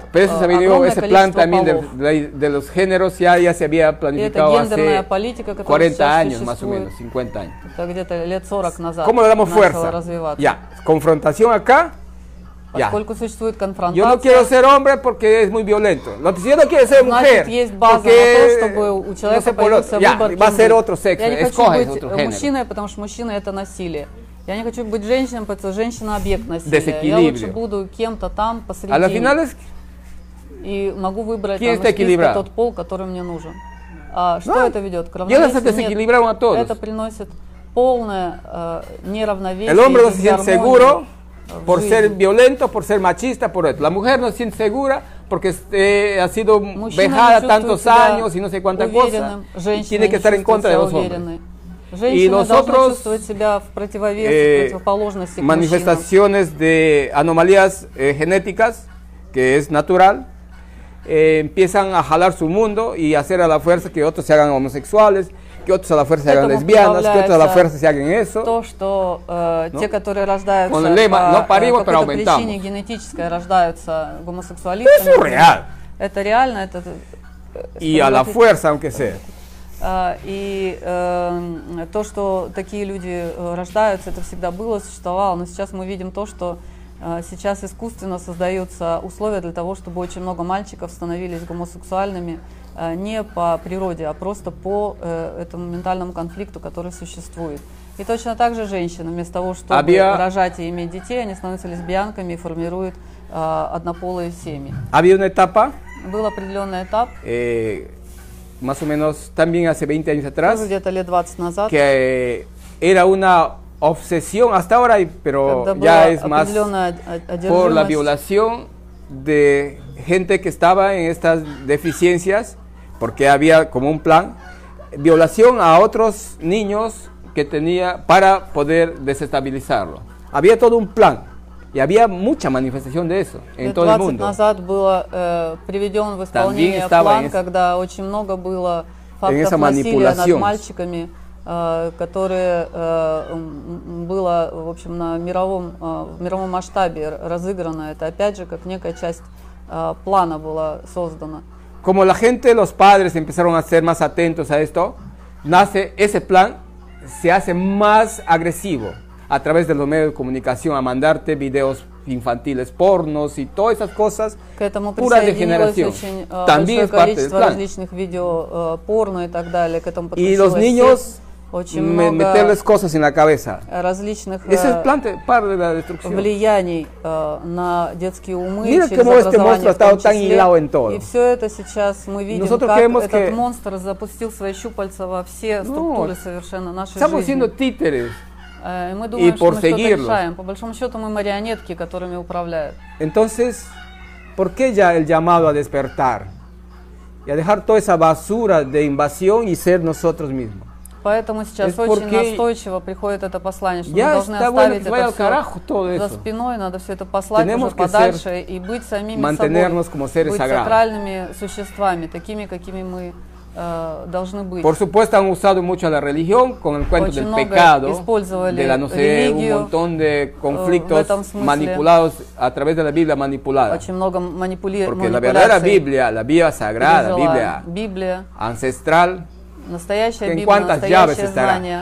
Claro, pero eso э, se ha venido- огромное ese plan количество también полов. de, de los géneros ya, ya se había И это planificado гендерная hace политика, которая 40 сейчас años más o существует. menos, 50 años. Это где-то лет 40 назад ¿Cómo le damos начало fuerza? развиваться. Ya, confrontación acá, Ya. Поскольку существует Yo no quiero конфронтация, ser hombre porque es muy violento. No, si yo no quiero ser mujer, значит, есть база на то, porque чтобы у человека no sé por появился otro. Ya, выбор. va a кем ser быть. otro sexo. Я не хочу Escoges быть otro э, género. мужчиной, потому что мужчина – это насилие. Я не хочу быть женщиной, потому что женщина – объект насилия. Я Desequilibrio. лучше буду кем-то там A la посреди. final es И могу выбрать ¿Quién там, está из списка equilibrado? тот пол, который мне нужен. А что No, это ведет к ya las равновесию? Нет. desequilibraron a todos. Это приносит полное э, неравновесие. El hombre и no se siente дисгармонию seguro в por жизни. ser violento, por ser machista, por esto. La mujer no se siente segura porque este, ha sido Мужчина vejada не чувствует tantos себя años y no sé cuánta cosa. уверенным, y женщина tiene que не estar en чувствует contra de себя los hombres. уверенной. Женщина должна nosotros, чувствовать себя в противовес, Eh, в противоположности к мужчинам. manifestaciones de anomalías eh, genéticas, que es natural, eh, empiezan a jalar su mundo y hacer a la fuerza que otros se hagan homosexuales, que otros a la fuerza se hagan Поэтому lesbianas, que otros a la добавляется fuerza se hagan eso. То, что э, Ну, те, которые рождаются con el lema, по no parimos, э, pero какой-то aumentamos. причине генетической, рождаются Es гомосексуалистами. surreal. Это реально, это... э, Y a la справедливо- fuerza, aunque sea. А, И э, то, что такие люди э, рождаются, это всегда было, существовало, но сейчас мы видим то, что э, сейчас искусственно создаются условия для того, чтобы очень много мальчиков становились гомосексуальными э, не по природе, а просто по э, этому ментальному конфликту, который существует. И точно так же женщины, вместо того, чтобы Абья- рожать и иметь детей, они становятся лесбиянками и формируют э, однополые семьи. Había una etapa, Был определенный этап, eh, más o menos también hace 20 años atrás, тоже где-то лет 20 назад, que eh, era una obsesión hasta ahora, y- когда pero была ya es más определенная о- por la одержимость. violación de gente que estaba en estas deficiencias, porque había como un plan, violación a otros niños que tenía para poder desestabilizarlo. Había todo un plan y había mucha manifestación de eso en Лет todo el 20 mundo. назад было э, приведен в исполнение estaba план, en- когда очень много было esa фактов насилия над manipulación. мальчиками, э, которые э, м, м, было, в общем, на мировом, э, в мировом масштабе р- разыграно. Это опять же как некая часть э, плана была создана. Como la gente, los padres empezaron a ser más atentos a esto, nace ese plan, se hace más agresivo a través de los medios de comunicación, a mandarte videos infantiles, pornos y todas esas cosas. К этому Pura присоединилось degeneración. очень э, También es parte большое del количество plan. различных видео, э, порно и так далее. К этому Y los подключилась niños, сеть. очень me- много meterles cosas en la cabeza. различных Ese es э, plan de- parte de la destrucción. влияний э, на детские умы Mira через cómo este monstruo образование ha в том estado tan числе. hilado en todo. И все это сейчас мы видим, Nosotros как creemos этот que- монстр запустил свои щупальца во все No. структуры совершенно нашей Estamos жизни. siendo títeres. Э, и мы думаем, что мы что-то perseguirlos. решаем. По большому счету мы марионетки, которыми управляют. Entonces, ¿por qué ya el llamado a despertar? Y a dejar toda esa basura de invasión y ser nosotros mismos. Поэтому сейчас Es очень porque- настойчиво приходит это послание, что Ya мы должны está bueno оставить que vaya al это всё carajo todo за eso. спиной, надо все это послать Tenemos уже que подальше и быть самими собой, mantenernos como seres быть sagrados. сакральными существами, такими, какими мы э, должны быть. Por supuesto han usado mucho a la religión con el cuento Очень del много pecado, использовали de la no sé, un религию, montón de в этом conflictos смысле. manipulados a través de la Biblia manipulada. Очень много манипули... Porque la verdadera манипуляций Biblia, la Biblia sagrada, пережила Biblia Библия, ancestral, настоящая En Библия, cuántas llaves настоящее estará? знание.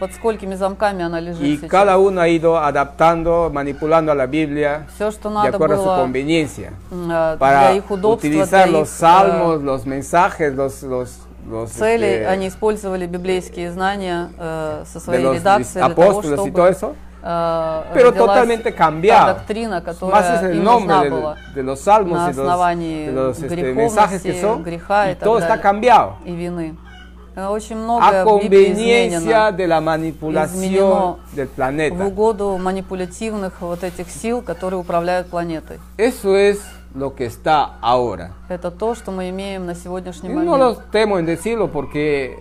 Под сколькими замками она лежит y сейчас? cada uno ha ido adaptando, manipulando a la Biblia Все, что de надо acuerdo a su было conveniencia, м, э, для para их удобства, utilizar для los их salmos, э, los mensajes, los... los, los, целей, este, они использовали библейские знания э, со de своей los редакции для того, apóstoles y todo чтобы eso, э, pero родилась totalmente та cambiado. доктрина, Más es которая el им nombre нужна del- была. de, los salmos на y los, основании de los, este, греховности, mensajes que son, греха и y так todo está далее. cambiado. и вины. Э, A Очень много в Библии conveniencia изменено de la manipulación Изменено del в planeta. угоду манипулятивных вот этих сил, которые управляют планетой. Eso es lo que está ahora. Это то, что мы имеем на сегодняшний Y no момент. los temo en decirlo porque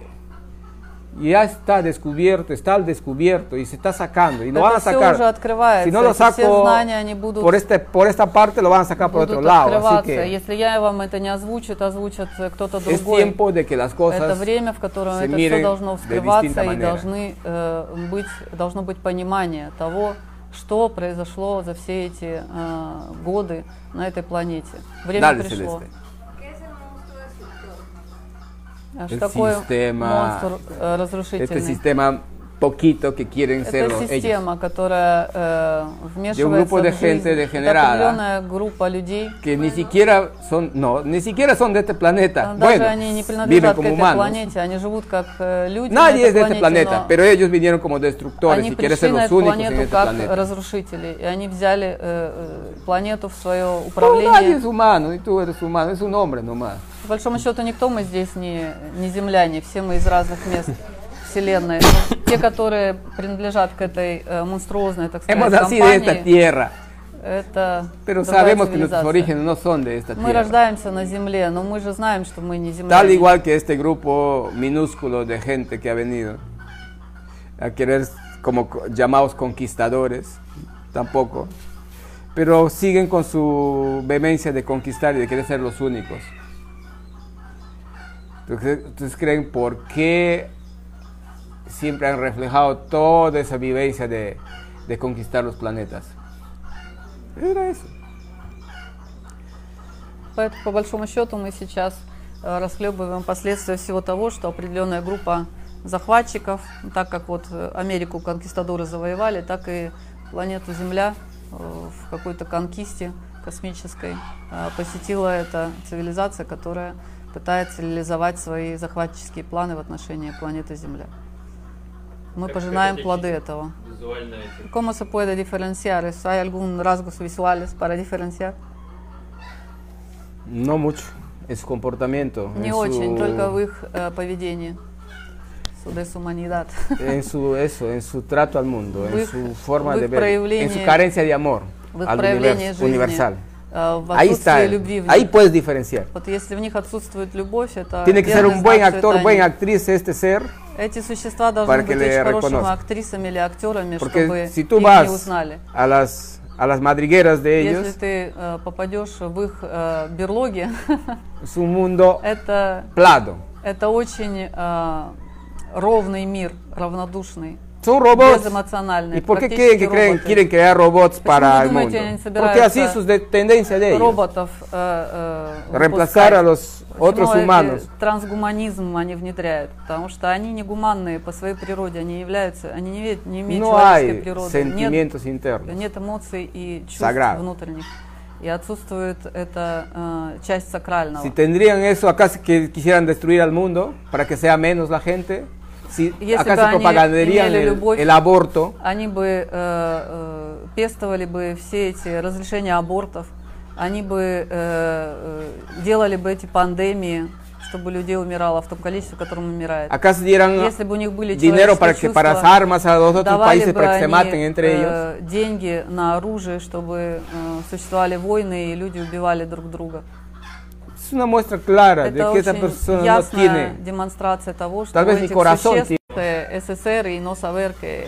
ya está descubierto, está al descubierto y se está sacando y lo Это van a всё sacar. уже открывается, Si no lo эти все saco знания, они будут- por, este, por esta parte, lo van a sacar por Будут otro lado. Así открываться. que Если я вам это не озвучу, это озвучит э, кто-то es другой. tiempo de que las Это cosas время, в котором se это miren все должно de вскрываться distinta и manera. должны э, быть, должно быть понимание того, что произошло за все эти э, годы на этой планете. Время Dale, пришло. Celeste. ¿Qué es el monstruo destructor? А El Что такое sistema- монстр э, Este разрушительный? sistema poquito que quieren ser Это los- ellos. система, которая э, вмешивается группу в de жизнь. gente Это degenerada. определенная группа людей. Que ni siquiera son, no, ni siquiera son de este planeta. Даже Bueno, они не viven принадлежат к como этой humanos. планете, они живут как э, люди на Nadie этой es de este планете, planeta, но pero ellos vinieron como destructores они y quieren пришли ser на los эту únicos en планету este как planeta. разрушители, и они взяли э, э, планету в свое No, nadie управление. es humano y tú eres humano, es un hombre nomás. По большому счету никто мы здесь не, не земляне, все мы из разных мест Вселенной. Но те, которые принадлежат к этой э, монструозной, так сказать, Hemos nacido de esta компании, tierra, это pero другая sabemos que nuestros цивилизация. orígenes no son de esta Мы tierra. рождаемся на Земле, но мы же знаем, что мы не Tal земляне. igual que este grupo minúsculo de gente que ha venido a querer como co- llamados conquistadores, tampoco. Pero siguen con su vehemencia de conquistar y de querer ser los únicos. Entonces, ¿Ustedes creen por qué siempre han reflejado toda esa vivencia de, de conquistar los planetas? Era eso. Поэтому, по большому счету, мы сейчас э, расхлебываем последствия всего того, что определенная группа захватчиков, так как вот э, Америку конкистадоры завоевали, так и планету Земля э, в какой-то конкисте космической э, посетила эта цивилизация, которая пытается реализовать свои захватческие планы в отношении планеты Земля. Мы Как- пожинаем как плоды отличить? этого. Visual Night. ¿Cómo se puede diferenciar? eso? ¿Hay algún rasgos visuales para diferenciar? No mucho. Es su comportamiento. Не es su- очень, только в их э, поведении. Su deshumanidad. en su eso, en su trato al mundo, В en их- su forma в их de ver, en su проявлении- carencia de amor в их al проявлении univers- жизни, universal. э, в Ahí está, отсутствии él. любви в ahí них. puedes diferenciar. Вот если в них отсутствует любовь, это Tiene que ser верный un buen знак, что actor, это buen они. actriz este ser, Эти существа должны para que быть le очень хорошими reconozcan. актрисами или актерами, чтобы porque si их tú не vas узнали. a las a las madrigueras de Если ellos, ты э, попадешь в их э, берлоги, es un mundo это, plado. это очень э, ровный мир, равнодушный, Son robots. безэмоциональный. ¿Y por qué creen практически que creen- роботы. quieren crear robots para вы el mundo? думаете, они Porque así собираются sus de- tendencia de ellos. роботов э, э, Reemplazar выпускать. a los Почему otros эти humanos. трансгуманизм они внедряют, потому что они негуманные по своей природе, они являются, они не, ве- не имеют No человеческой hay природы, нет, sentimientos internos. нет эмоций и чувств Sagrado. внутренних, и отсутствует эта э, часть сакрального. Si tendrían eso, ¿acaso que quisieran destruir al mundo para que sea menos la gente? Si, Если бы ¿Acaso они propagandarían имели el, любовь. el aborto? Они бы э, э, пестовали бы все эти разрешения абортов, они бы э, э, делали бы эти пандемии, чтобы людей умирало в том количестве, в котором умирает. ¿Acaso dieran Если бы у них были dinero para, que, человеческие para чувства, las armas a los otros давали países бы para que se maten они entre ellos? э, деньги на оружие, чтобы э, существовали войны и люди убивали друг друга. Es una muestra clara de Это que esa очень persona no ясная tiene. демонстрация того, что Tal у vez ni этих corazón существ э, СССР и no saber que,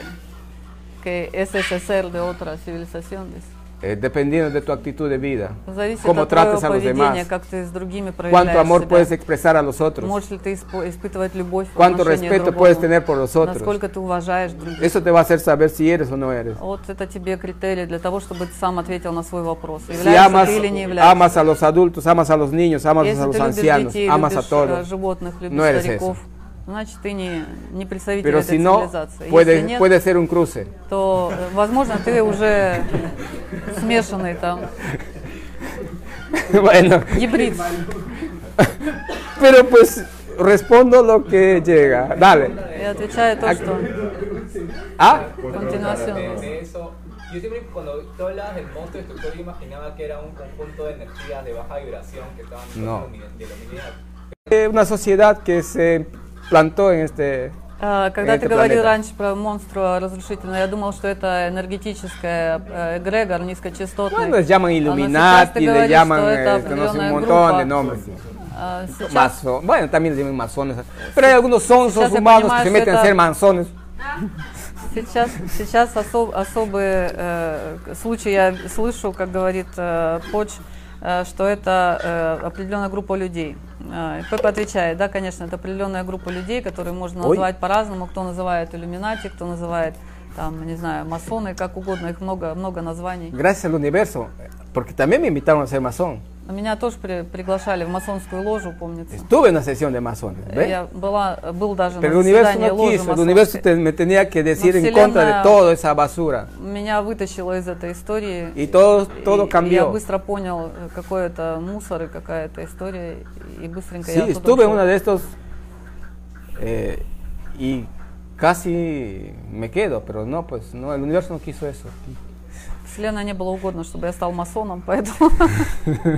que es СССР de otra civilización. то есть eh, dependiendo de tu actitud de vida, Зависит cómo от твоего tratas a los поведения, demás, как ты с другими проявляешь cuánto amor себя. puedes expresar a los otros, Можешь ли ты испо- испытывать любовь в cuánto отношении respeto другому? puedes tener por los otros. Насколько ты уважаешь других? Eso te va a hacer saber si eres o no eres. Вот это тебе критерии для того, чтобы ты сам ответил на свой вопрос. Si Являешься amas, ты или не являешься. amas a los adultos, amas a los niños, amas Если a ты los любишь ancianos, детей, amas a любишь э, todos. животных, любишь No eres стариков, значит, ты не, не представитель Pero si этой no, цивилизации. Если puede, нет, puede ser un cruce. то, э, возможно, ты уже смешанный там, bueno, гибрид. pero pues respondo lo que llega. Dale. И отвечаю А то, что ¿Ah? continuación. eso, yo siempre cuando tú hablabas del monstruo destructor, yo imaginaba que era un conjunto de energías de baja vibración que estaban en No. contra de la humi- de la humanidad. Eh, Una sociedad que se plantó en este... А, Когда Это ты говорил планета. раньше про монстра разрушительного, я думал, что это энергетическая э, эгрегор низкочастотный. Bueno, les llaman А, но сейчас ты Illuminati, les говоришь, llaman, что это eh, conocen un определенная montón группа. de nombres. А, сейчас Mazo- bueno, también les llaman masones. Pero hay algunos sonsos Сейчас я humanos que понимаю, se что meten a это- ser masones. Сейчас, сейчас осо- особые э, к- случаи я слышу, как говорит э, Поч, э, что это э, определенная группа людей. Э, и Пеппа отвечает, да, конечно, это определенная группа людей, которые можно Ой. называть по-разному. Кто называет иллюминати, кто называет, там, не знаю, масоны, как угодно, их много, много названий. Gracias al universo, porque también me invitaron a ser masón. Меня тоже при- приглашали в масонскую ложу, помнится. Estuve en la sesión de masones, ¿ve? Я была, был даже Pero el на universo заседании no ложи quiso, el universo масонской. te- me tenía que decir No, en contra de Selena- toda esa basura. Меня вытащило из этой истории. Y todo, И- todo и Я cambió. быстро понял, э, какой это мусор и какая это история. И быстренько Sí, я оттуда estuve en ушёл. uno de estos eh, y casi me quedo, pero no, pues no, el universo no quiso eso. Вселенная не было угодно, чтобы я стал масоном, поэтому... Este,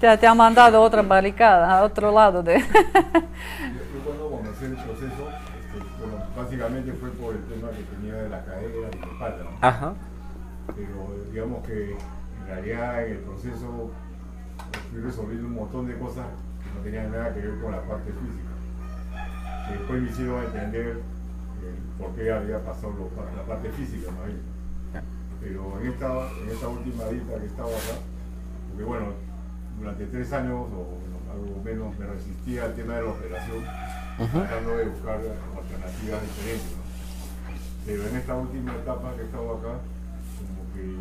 Te, te ha mandado otra barricada, a otro lado de... Yo cuando comencé el proceso, este, bueno, básicamente fue por el tema que tenía de la cadera y la espalda, ¿no? Ajá. pero digamos que en realidad en el proceso fui resolviendo un montón de cosas que no tenían nada que ver con la parte física. Que Después me hicieron entender eh, por qué había pasado lo- la parte física más bien. Pero en esta, en esta última dieta que estaba acá, porque bueno, durante tres años o bueno, algo menos me resistía al tema de la operación, tratando de buscar alternativas diferentes. ¿no? pero en esta última etapa que he estado acá, como que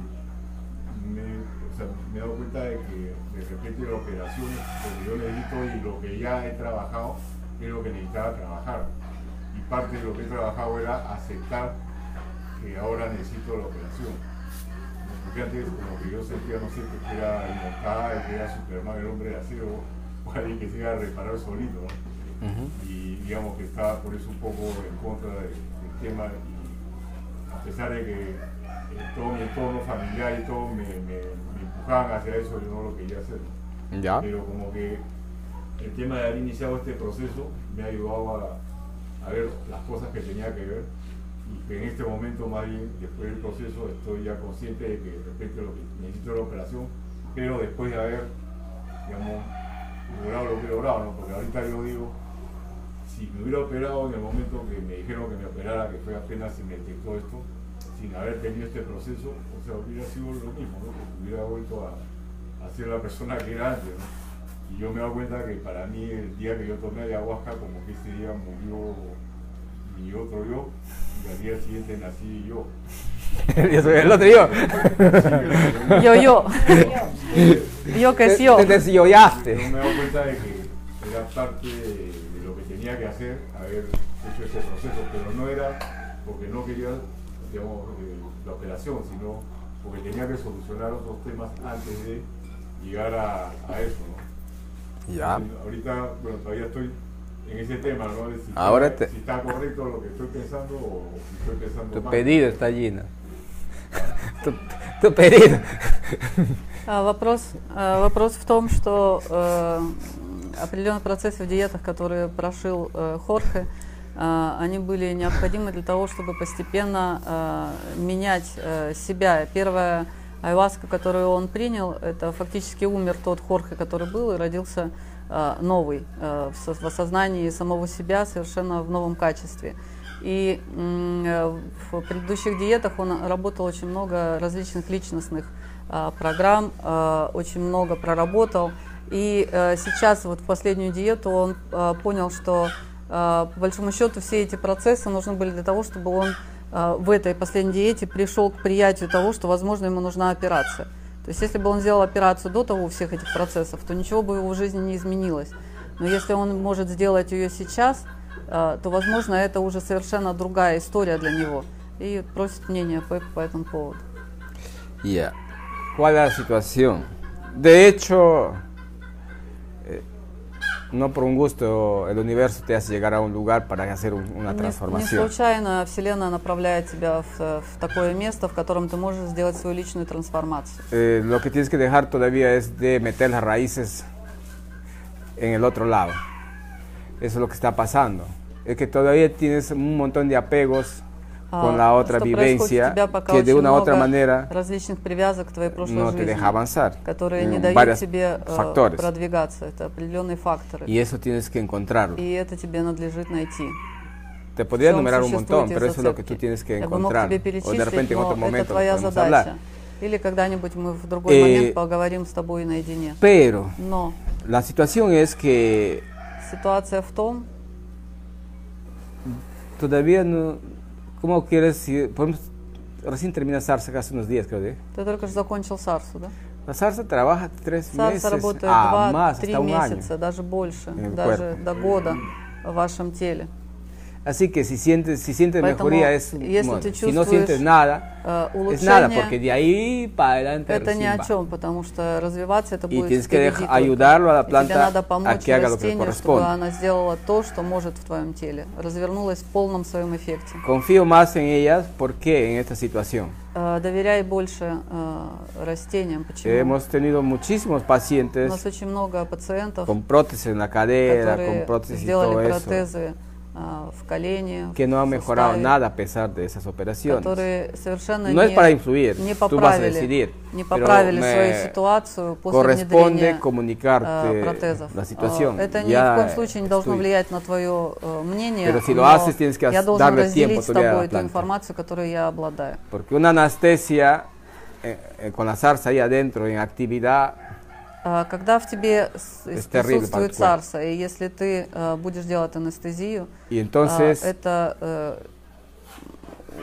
me, o sea, me he dado cuenta de que de repente la operación, lo que yo necesito y lo que ya he trabajado, es lo que necesitaba trabajar. Y parte de lo que he trabajado era aceptar que ahora necesito la operación. Porque antes, como que yo sentía, no sé, que era inmortal, que era Superman, el hombre de acero, o alguien que se iba a reparar solito, ¿no? y digamos que estaba por eso un poco en contra de- del tema, y a pesar de que eh, todo mi entorno familiar y todo me, me, me empujaban hacia eso, yo no lo quería hacer. Ya. Pero como que el tema de haber iniciado este proceso me ha ayudado a, a ver las cosas que tenía que ver y que en este momento más bien después del proceso estoy ya consciente de que de repente lo que necesito es la operación, pero después de haber, digamos, logrado lo que he logrado, ¿no? porque ahorita yo digo, si me hubiera operado en el momento que me dijeron que me operara, que fue apenas se me detectó esto, sin haber tenido este proceso, o sea, hubiera sido lo mismo, ¿no? Porque hubiera vuelto a, a ser la persona que era antes, ¿no? Y yo me doy cuenta que para mí el día que yo tomé ayahuasca, como que ese día murió mi otro yo, y al día siguiente nací yo. Yo soy el otro yo. Йо-йо. Йо Te, que yo. te Yo desiollaste. me he dado cuenta de que era parte de, de lo que tenía que hacer, haber hecho ese proceso, pero no era porque no quería digamos, eh, la operación, sino porque tenía que solucionar otros temas antes de llegar a, a eso. ¿no? Entonces, Ahorita, bueno, todavía estoy en ese tema, ¿no? De si, Ahora está, te- si está correcto lo que estoy pensando o si estoy pensando Tu mal. pedido está lleno. Tu, tu pedido. А, Вопрос, э, вопрос в том, что э, определенные процессы в диетах, которые прошил э, Хорхе, э, они были необходимы для того, чтобы постепенно э, менять э, себя. Первая айваска, которую он принял, это фактически умер тот Хорхе, который был, и родился э, новый э, в со- в осознании самого себя совершенно в новом качестве. И м, э, в предыдущих диетах он работал очень много различных личностных а, программ, а, очень много проработал. И э, сейчас, вот в последнюю диету, он а, понял, что а, по большому счету все эти процессы нужны были для того, чтобы он а, в этой последней диете пришел к приятию того, что, возможно, ему нужна операция. То есть, если бы он сделал операцию до того всех этих процессов, то ничего бы в его жизни не изменилось. Но если он может сделать ее сейчас, а, то, возможно, это уже совершенно другая история для него. И просит мнение Пеппа по этому поводу. Ya. ¿Cuál es la situación? De hecho, eh, no por un gusto el universo te hace llegar a un lugar para hacer un- una Не- Не transformación. случайно Вселенная направляет тебя в, э, в такое место, в котором ты можешь сделать свою личную трансформацию. Eh, lo que tienes que dejar todavía es de meter las raíces en el otro lado. Eso es lo que está pasando. Es que todavía tienes un montón de apegos con la А, otra что происходит у vivencia тебя пока que очень de una u otra много manera различных привязок к твоей прошлой no te жизни, deja avanzar. которые не en дают varios тебе э, factores. продвигаться. Это определенные факторы. Y eso tienes que encontrarlo. И это тебе надлежит найти. Te podría В чем enumerar un существуют montón, эти pero eso es lo que tú зацепки? tienes que Я бы мог encontrar. тебе O de перечислить, repente en но otro это momento твоя podemos hablar. задача. Или когда-нибудь мы в другой Э, момент поговорим с тобой наедине. Pero Но la situación es que ситуация в том, todavía no. ¿Cómo quieres? ir? Por ejemplo, recién terminas SARS hace unos días, creo. ¿eh? ты только что закончил Сарсу, да? La zarza trabaja tres Царство meses, работает a más, 2-3 hasta un месяца, año. даже больше, En el даже cuerpo. до года в вашем теле. Э, Así que si sientes, si sientes Поэтому, mejoría, este es, если bueno, ты si no чувствуешь, sientes nada, Э, es nada, улучшение porque de ahí para adelante это ни recién о va. чем, потому что развиваться это Y будет tienes que впереди deja- только. ayudarlo a la И planta тебе надо a помочь que haga lo que растению, чтобы corresponde. она сделала то, что может в твоем теле, развернулась в полном своем эффекте. Confío más en ellas, ¿por qué en esta situación? Э, Доверяй больше э, растениям. Почему? Hemos tenido muchísimos У нас pacientes очень много пациентов, con prótesis en la э, cadera, con которые prótesis y todo сделали eso, протезы э, в колене, que no ha в mejorado суставе. nada a pesar de esas operaciones. которые совершенно No es не, para influir, не tú vas a поправили, decidir, не pero поправили me свою ситуацию после Corresponde внедрения э, comunicarte протезов. la Э, situación. Это ни Ya в коем случае не должно estoy- влиять на твое э, мнение, Pero si lo но haces, tienes que я as- должен darle tiempo разделить с todavía a la тобой ту planta. информацию, которую я обладаю. Porque una anestesia eh, eh, con la zarza ahí adentro en actividad, А, Когда в тебе Es с- terrible para присутствует tu cuerpo. царство, и если ты э, будешь делать анестезию, y а, entonces это э,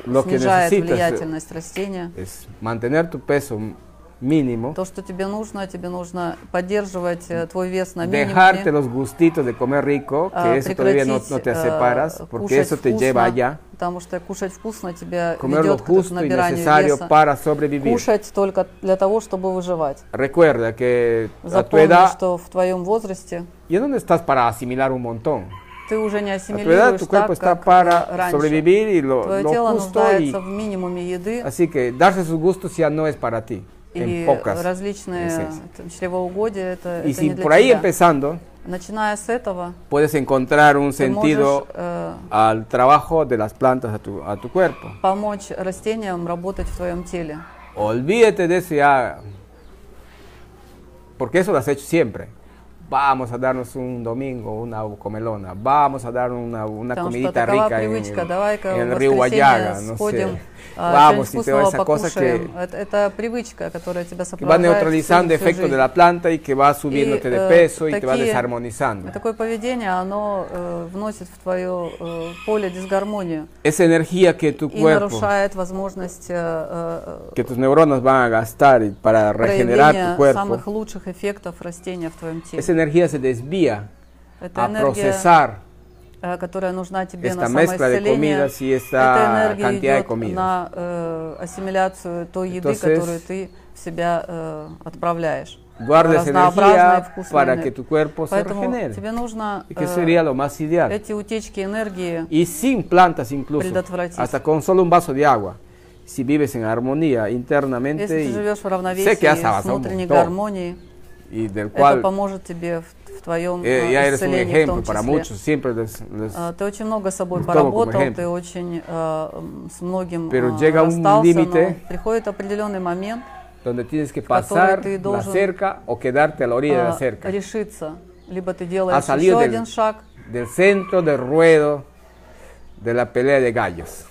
lo que снижает necesitas eh, влиятельность растения. es mantener tu peso m- mínimo, То, что тебе нужно, тебе нужно поддерживать э, твой вес на минимуме. dejarte los gustitos de comer rico, а, que eso todavía no, no прекратить, te э, separas, porque кушать eso te вкусно, lleva allá. Потому что кушать вкусно тебя Comer lo ведет к этому justo y набиранию necesario веса. para sobrevivir. Кушать только для того, чтобы выживать. Recuerda que a tu Запомни, edad что в твоем возрasте ¿Y en dónde estás para asimilar un montón? ты уже не A tu edad ассимилируешь tu cuerpo так, está как э, para раньше. sobrevivir y lo, Твое lo тело justo. Y, нуждается в минимуме еды así que darse sus gustos ya no es para ti, en и pocas различные esencias. там, чревоугодия. Это, Y это si не для por ahí тебя. empezando, Начиная с этого, puedes encontrar un ты можешь sentido э, al trabajo de las plantas a tu, a tu cuerpo. помочь растениям работать в твоем теле. Olvídate de eso ya, porque eso lo has hecho siempre. Vamos a darnos un domingo, una comelona. Vamos a dar una, una Потому что comidita такова rica en, привычка. Давай-ка en в el Ah, río Guayaga, воскресенье no сходим, sé. а, что-нибудь Vamos y toda вкусного esa cosa que, покушаем. Это, это привычка, которая тебя que va сопровождает neutralizando всю, всю efectos жизнь. de la planta y que va И, subiéndote de э, peso y te va такие- desarmonizando. Такое поведение, оно э, вносит в твое э, поле дисгармонию Esa energía que tu и cuerpo, нарушает возможность э, э, que tus neuronas van a gastar y para regenerar tu проявления cuerpo, самых лучших эффектов растения в твоем теле. esa energía se desvía Это a энергия, procesar э, которая нужна тебе а esta на mezcla de самоисцеление. comidas y Эта esta энергия cantidad de идет comidas. на э, ассимиляцию той еды, Entonces, которую ты в себя э, отправляешь. Guarda esa Разнообразная, energía вкусная para энергия. que tu cuerpo se Поэтому regenere. тебе нужно Y que э, sería lo más ideal. эти утечки энергии Y sin plantas incluso, Предотвратить. hasta con solo un vaso de agua. Si vives en armonía internamente Если ты y- живешь в sé que has равновесии, с avanzado un внутренней montón. гармонии, y del это cual поможет тебе в, в твоем Eh, ya э, eres un исцелении в ejemplo том para числе. muchos, siempre les- les- Э, Ты очень много с собой Tomo como поработал, ejemplo. ты очень э, м, с многим Pero э, llega un расстался, límite. но приходит определенный момент, donde tienes que которой pasar ты la должен, cerca o quedarte a la orilla de la э, cerca, решиться. Либо ты делаешь salido еще del- один шаг, del centro del ruedo de la pelea de gallos.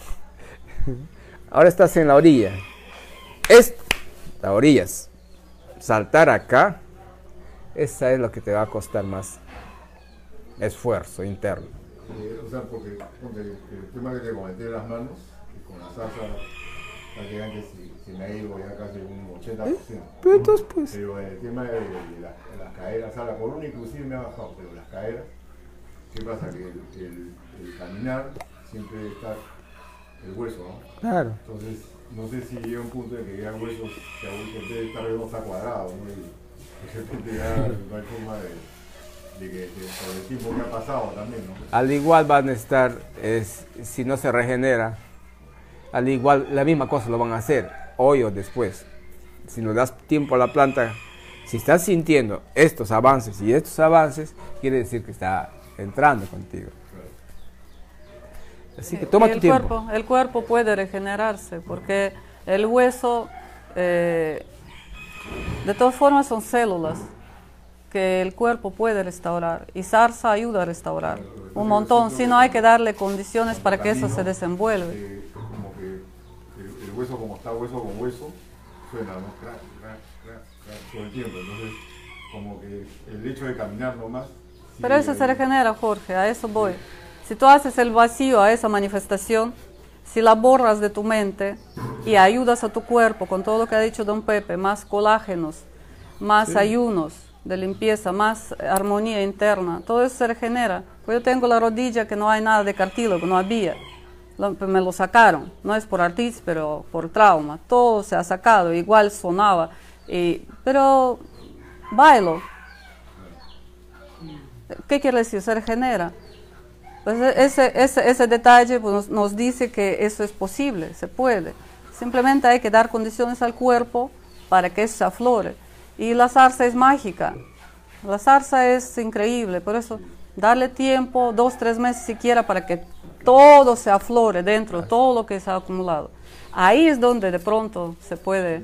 Ahora estás en la orilla. Es la orilla. es Saltar acá, esa es lo que te va a costar más esfuerzo interno. Eh, o sea, porque, porque el tema que te comenté de las manos, que con la salsa prácticamente se, se me ha ido ya casi un 80%. Pero entonces, pues, Pero el tema de, de la- de las caderas, o sea, la columna inclusive me ha bajado, pero las caderas, ¿qué pasa? Que el, el- el caminar siempre está el hueso, ¿no? claro. Entonces, no sé si llega un punto de que ya el hueso, que aún que esté está redondo, está cuadrado, ¿no? Y de repente ya no hay forma de, de que de- por el tiempo que ha pasado también, ¿no? Al igual van a estar, es, si no se regenera, al igual la misma cosa lo van a hacer, hoy o después. Si no das tiempo a la planta, si estás sintiendo estos avances y estos avances, quiere decir que está entrando contigo. Así que toma tu el tiempo. cuerpo, el cuerpo puede regenerarse porque el hueso, eh, de todas formas, son células que el cuerpo puede restaurar y SARSA ayuda a restaurar un montón, si no hay que darle condiciones para que eso se desenvuelva. Eh, como que el, el hueso como está hueso con hueso, suena, ¿no? Crac, crac, crac, crac, todo el tiempo. Entonces, como que el hecho de caminar nomás. sí, Pero eso eh, se regenera, Jorge, a eso voy. Si tú haces el vacío a esa manifestación, si la borras de tu mente y ayudas a tu cuerpo con todo lo que ha dicho Don Pepe, más colágenos, más ayunos de limpieza, más armonía interna. Todo eso se regenera. Pues yo tengo la rodilla que no hay nada de cartílago, no había. Lo- pues me lo sacaron. No es por artritis, pero por trauma. Todo se ha sacado. Igual sonaba. Y- pero bailo. ¿Qué quiere decir? Se regenera. Pues e- ese, ese, ese detalle pues, nos, nos dice que eso es posible, se puede. Simplemente hay que dar condiciones al cuerpo para que eso se aflore. Y la zarza es mágica. La zarza es increíble, por eso darle tiempo, dos, tres meses siquiera, para que todo se aflore dentro, todo lo que se ha acumulado. Ahí es donde de pronto se puede.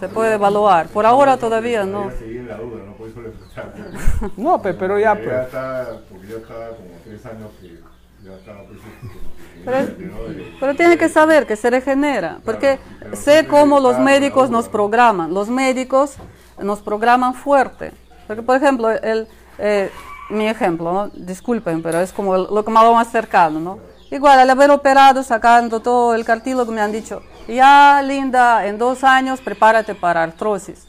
Se puede evaluar. Por ahora todavía no. Seguir en la duda, ¿no? Por eso le preguntaba. No, pe- pero ya, Ya pues. está, porque ya está como tres años que ya estaba pues. Pero es- ¿no? De- Pero tiene que saber que se regenera, porque pero sé siempre cómo los está médicos una nos duda. programan, los médicos nos programan fuerte. Porque, por ejemplo, el, eh, mi ejemplo, ¿no? disculpen, pero es como el- lo que más- lo más cercano, ¿no? Igual, al haber operado, sacando todo el cartílago, me han dicho, ya, linda, en dos años prepárate para artrosis.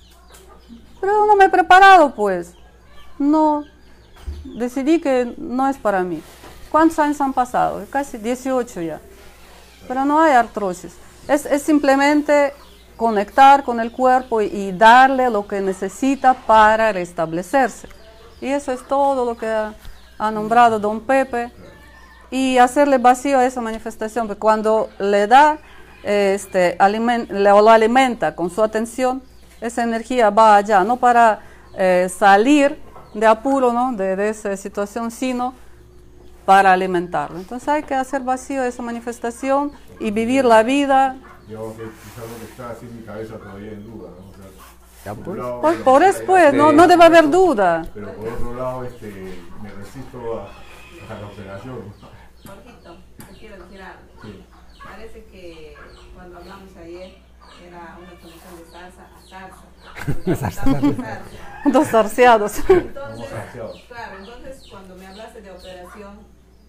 Pero no me he preparado, pues. No, decidí que no es para mí. ¿Cuántos años han pasado? Casi 18 ya. Pero no hay artrosis. Es, es simplemente conectar con el cuerpo y, y darle lo que necesita para restablecerse. Y eso es todo lo que ha, ha nombrado don Pepe. Y hacerle vacío a esa manifestación, porque cuando le da, eh, este, alimen- le- lo alimenta con su atención, esa energía va allá, no para eh, salir de apuro, ¿no? de, de esa situación, sino para alimentarlo. Entonces hay que hacer vacío esa manifestación y vivir la vida. Yo que quizás lo que está así en mi cabeza todavía en duda, ¿no? O sea, Ya, por un pues. Por, lado, bueno, por eso, ya- pues, no, no debe haber duda. Pero por otro lado, este, me resisto a, a la operación. Jorgito, te quiero decir algo. Sí. Parece que cuando hablamos ayer era una conexión de salsa a salsa. salsa. Dos torciados. Entonces, Demasiado. claro, entonces cuando me hablaste de operación,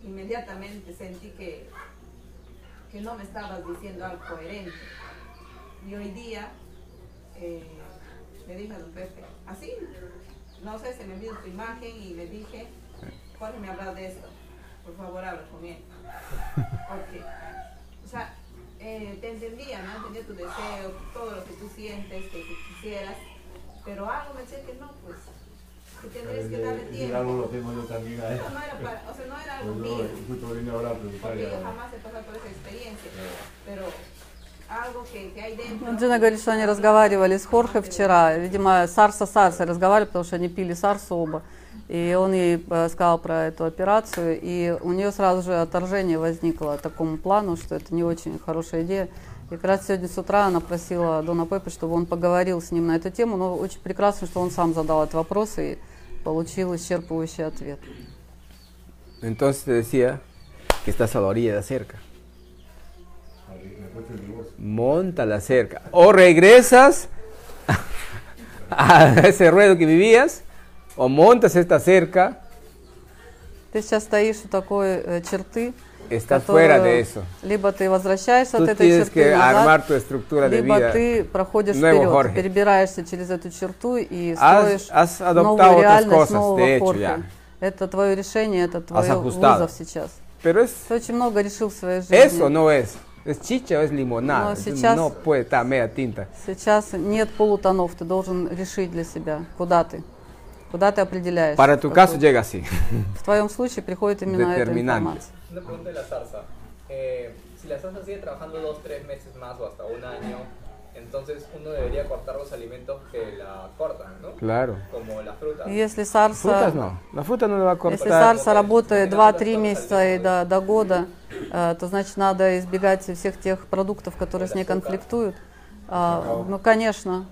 inmediatamente sentí que, que no me estabas diciendo algo coherente. Y hoy día eh, le dije a don Pepe, así, no sé, se me vino tu imagen y le dije, Jorge me hablas de esto, por favor habla con él. Porque, o sea, eh, te entendía, ¿no? Entendía tu deseo, todo lo que tú sientes, que, que quisieras, pero algo me decía que no, pues, que tendrías que darle Ese tiempo. algo lo tengo yo también a él. No era para, o sea, no era algo Pues mío, yo justo vine ahora a preguntarle porque yo a jamás he pasado por esa experiencia, pero algo que, que hay dentro. Джина говорит, что они разговаривали с Хорхе вчера. Видимо, Сарса Сарса разговаривали, потому что они пили Сарсу оба. И он ей э, сказал про эту операцию, и у нее сразу же отторжение возникло такому плану, что это не очень хорошая идея. И как раз сегодня с утра она просила Дона Пеппа, чтобы он поговорил с ним на эту тему, но очень прекрасно, что он сам задал этот вопрос и получил исчерпывающий ответ. Entonces te decía que estás a la orilla de la cerca. puesto el divorcio. Monta la cerca. O regresas a ese ruedo que vivías, o montas esta cerca. Ты сейчас стоишь у такой э, черты, Estás fuera de которую- eso. либо ты возвращаешься Tú от этой tienes черты que назад, armar tu estructura de Либо vida. ты проходишь Nuevo вперед, Jorge. перебираешься через эту черту и Has- строишь has adoptado otras новую реальность cosas, нового de hecho, Хорхе. ya. Это твое решение, это твой ajustado. вызов сейчас. Pero es Ты очень много решил в своей жизни. eso no es. Es chicha o es limonada. No, Entonces, сейчас- No puede estar media tinta. Сейчас нет полутонов, ты должен решить для себя, куда ты, куда ты определяешься. Para tu Какой- caso llega así. В твоем случае приходит именно эта Determinante. информация. Una pregunta de la zarza. Eh, si la zarza sigue trabajando dos, tres meses más o hasta un año, entonces uno debería cortar los alimentos que la cortan, ¿no? Claro. Como las frutas. Если сарса... Frutas no. La fruta no la va a Если cortar. SARS работает 2-3 месяца и до, до года, э, то значит надо избегать всех тех продуктов, которые с ней конфликтуют. А, ну, конечно,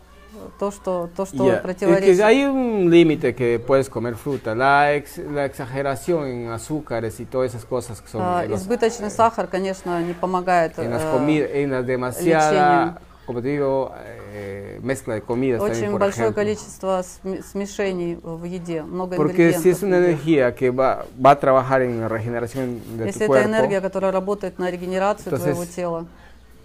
то, что, то, что Ya, es que противоречит. hay un límite que puedes comer fruta. La, ex- la exageración en azúcares y todas esas cosas que son А, en, los- избыточный сахар, конечно, не помогает. en las э, comidas, en las demasiada, como te digo, eh, mezcla de comidas también, очень por большое ejemplo. количество см- смешений в еде, много Porque si es ингредиентов. una energía que va, va a trabajar en la regeneración de Если tu это cuerpo, энергия, которая работает на регенерацию Entonces, твоего тела,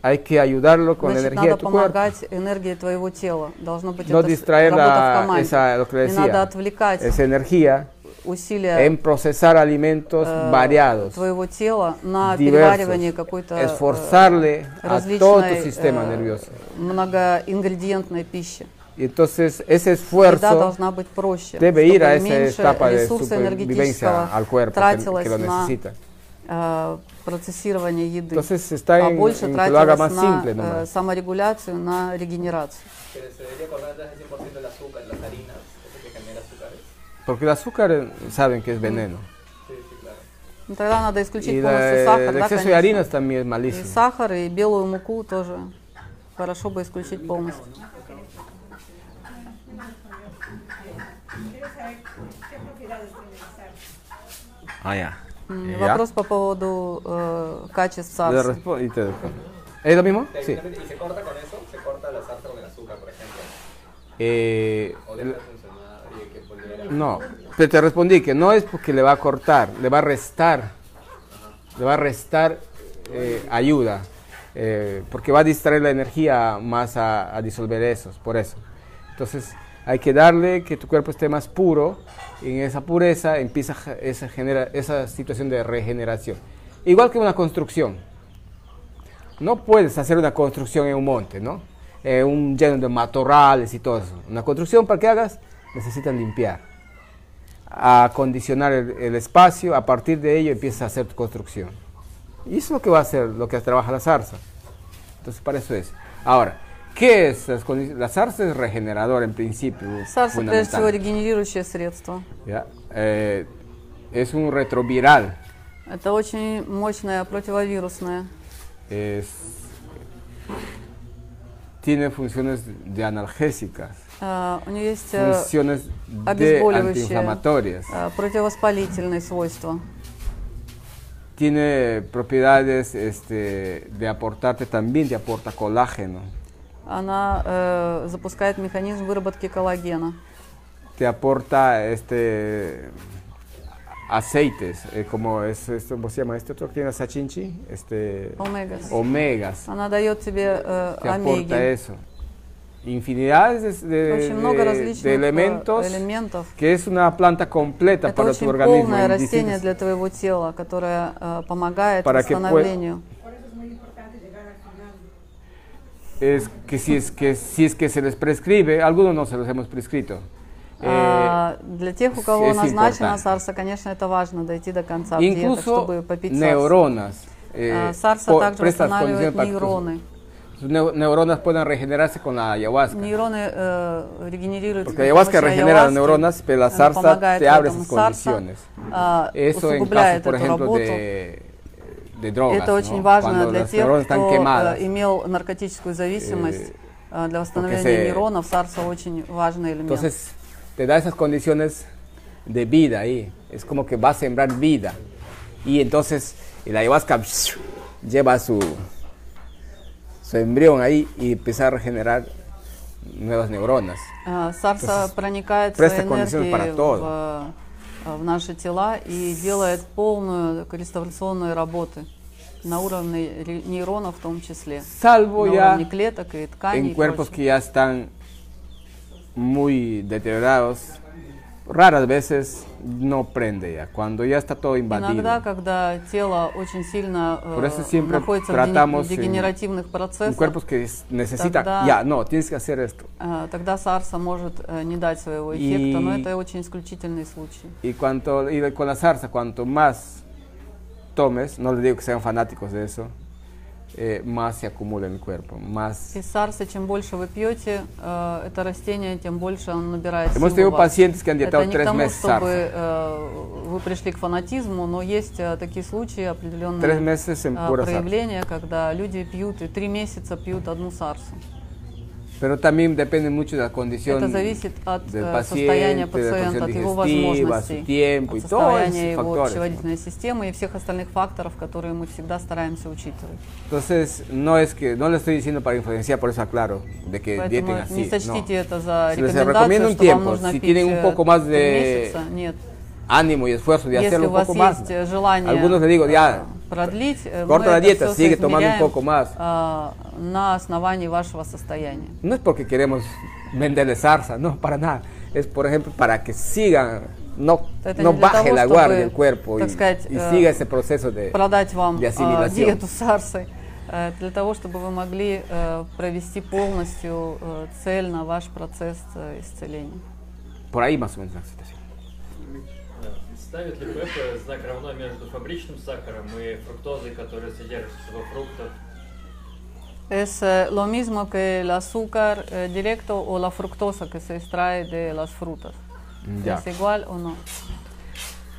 Hay que ayudarlo con Значит, la energía надо de tu cuerpo. помогать энергии твоего тела. Должно быть No это с- distraer работа la- в команде. esa, lo que Не надо decía, отвлекать esa energía усилия en procesar alimentos э, variados, твоего тела на переваривание diversos, какой-то э, esforzarle a todo tu различной sistema э, nervioso. многоингредиентной пищи. Y entonces ese Всегда esfuerzo должна быть проще, debe ir a чтобы esa меньше etapa de ресурса supervivencia энергетического al cuerpo que, тратилось que lo на necesita. э, процессирование еды, Entonces está а en, больше en que lo haga тратилось más на simple. э, nomás. саморегуляцию, на регенерацию. Pero se debería cortar atrás el 100% del azúcar, las harinas, eso que genera azúcares. Porque el azúcar eh, saben que es veneno. Sí, sí, claro. Ну, Тогда надо исключить Y полностью la- сахар, el да, exceso de конечно. harinas también es И malísimo. сахар, и белую муку тоже хорошо бы исключить полностью. Ah, ya. М, Ya. Вопрос по поводу э, качеств Le сахара. respo- y te dejo. ¿Es lo mismo? Sí. Técnicamente, Y se corta con eso, se corta la sarta con el azúcar, por ejemplo. Eh, O deja el- de funcionar y hay que volver a... no, pero te respondí que no es porque le va a cortar, le va a restar, le va a restar eh, ayuda, eh, porque va a distraer la energía más a, a disolver esos, por eso. Entonces hay que darle que tu cuerpo esté más puro, y en esa pureza empieza a ge- esa, genera, esa situación de regeneración. Igual que una construcción, No puedes hacer una construcción en un monte, ¿no? Eh, un lleno de matorrales y todo eso. Una construcción para que hagas necesitas limpiar, acondicionar el, el espacio, a partir de ello empiezas a hacer tu construcción. Y eso es lo que va a hacer, lo que trabaja la zarza. Entonces para eso es. Ahora, ¿qué es? las condi- La zarza es regenerador en principio. Сарса, прежде fundamental, всего, регенерирующее средство. ¿ya? Eh, es un retroviral. Это очень мощное противовирусное. es- tiene funciones de analgésicas, Э, у нее есть э, funciones de обезболивающее. antiinflamatorias, э, противовоспалительные свойства. tiene propiedades este, de aportarte también, te aporta colágeno, Она э, запускает механизм выработки коллагена. te aporta este, aceites, eh, como es, esto, ¿cómo se llama este otro que tiene sachinchi? Este, Омегас. Omegas, Ah, Она дает тебе э, te омеги. aporta eso. Infinidades de, de- Очень много de- de различных э, elementos элементов. que es una planta completa Это para tu очень organismo полное en растение distintas- для твоего тела, которое э, помогает Para que восстановлению. es que si es que si es que se les prescribe algunos no se los hemos prescrito eh, А, для тех, у кого es назначена importante. сарса, конечно, это важно дойти до конца в диетах, incluso чтобы попить сарсу. neuronas eh, А, Сарса po- также presta las восстанавливает condiciones para que нейроны. tus- tus neu- neuronas puedan regenerarse con la ayahuasca Нейроны э, регенерируют. Porque ayahuasca regenera neuronas, pero la сарса te abre esas condiciones. eso en casos а, усугубляет por эту ejemplo работу. de, de drogas Это очень ¿no? важно cuando для las тех, neuronas están кто quemadas э, имел наркотическую зависимость. Э, Э, Для восстановления se- нейронов сарса очень важный элемент. Entonces, te da esas condiciones de vida ahí. Es como que va a sembrar vida. Y entonces, el ayahuasca lleva su, su embrión ahí y empieza a regenerar nuevas neuronas. Э, Сарса проникает presta своей condiciones para энергией todo. в, э, в наши тела и делает полную реставрационную работы на уровне ре- нейронов в том числе, Salvo на ya уровне клеток и тканей. en и cuerpos que прочего. ya están muy deteriorados. Raras veces no prende ya, cuando ya está todo Иногда, invadido. когда тело очень сильно э, Por eso siempre находится в дени- tratamos в en- дегенеративных En процессах, cuerpos que es- necesitan, Тогда- ya, no, tienes que hacer esto. э, тогда сарса может э, не дать своего эффекта, но И- это очень исключительный случай. Y, cuanto, y de- con la zarza, cuanto más tomes, no les digo que sean fanáticos de eso, eh, más se acumula en el cuerpo. Más. Из сарсы, чем больше вы пьете э, это растение, тем больше оно набирает силу Hemos у tenido вас. pacientes que han dietado Это не к tres тому, meses zarza. чтобы э, вы пришли к фанатизму, но есть э, такие случаи Tres определенные meses en э, pura zarza. проявления, когда люди пьют и три месяца пьют одну сарсу. Pero también depende mucho de la condición Это зависит от del э, paciente, de la состояния пациента, condición от digestiva, его su возможностей, tiempo y от todos состояния esos его factores. пищеварительной системы и всех остальных факторов, которые мы всегда стараемся учитывать. Entonces, no es que, no le estoy diciendo para influenciar, por eso aclaro, de que dieten Поэтому не así. no. сочтите это за Se les recomienda рекомендацию, un что вам tiempo. нужно Si пить tienen un э, poco más три de- месяца. Нет. Ánimo y esfuerzo de Если hacerlo у un вас poco más. есть э, желание Algunos le digo, ya, э, продлить. э, мы Corta la это dieta, всё sigue tomando un соизмеряем, poco más. а, на основании вашего состояния. No es porque queremos venderle zarza, no, para nada. Es, por ejemplo, para que sigan, no, Это no не для baje того, la чтобы, guardia el cuerpo y, так сказать, y э, siga ese proceso de, продать вам de э, asimilación. диету сарсы э, для того, чтобы вы могли э, провести полностью э, цельно ваш процесс э, исцеления. Por ahí más o menos la situación. Ставит ли ПЭП знак равно между фабричным сахаром и фруктозой, которая содержится во фруктах? Es eh, lo mismo que el azúcar eh, directo o la fructosa que se extrae de las frutas. Ya. ¿Es igual ну. o no?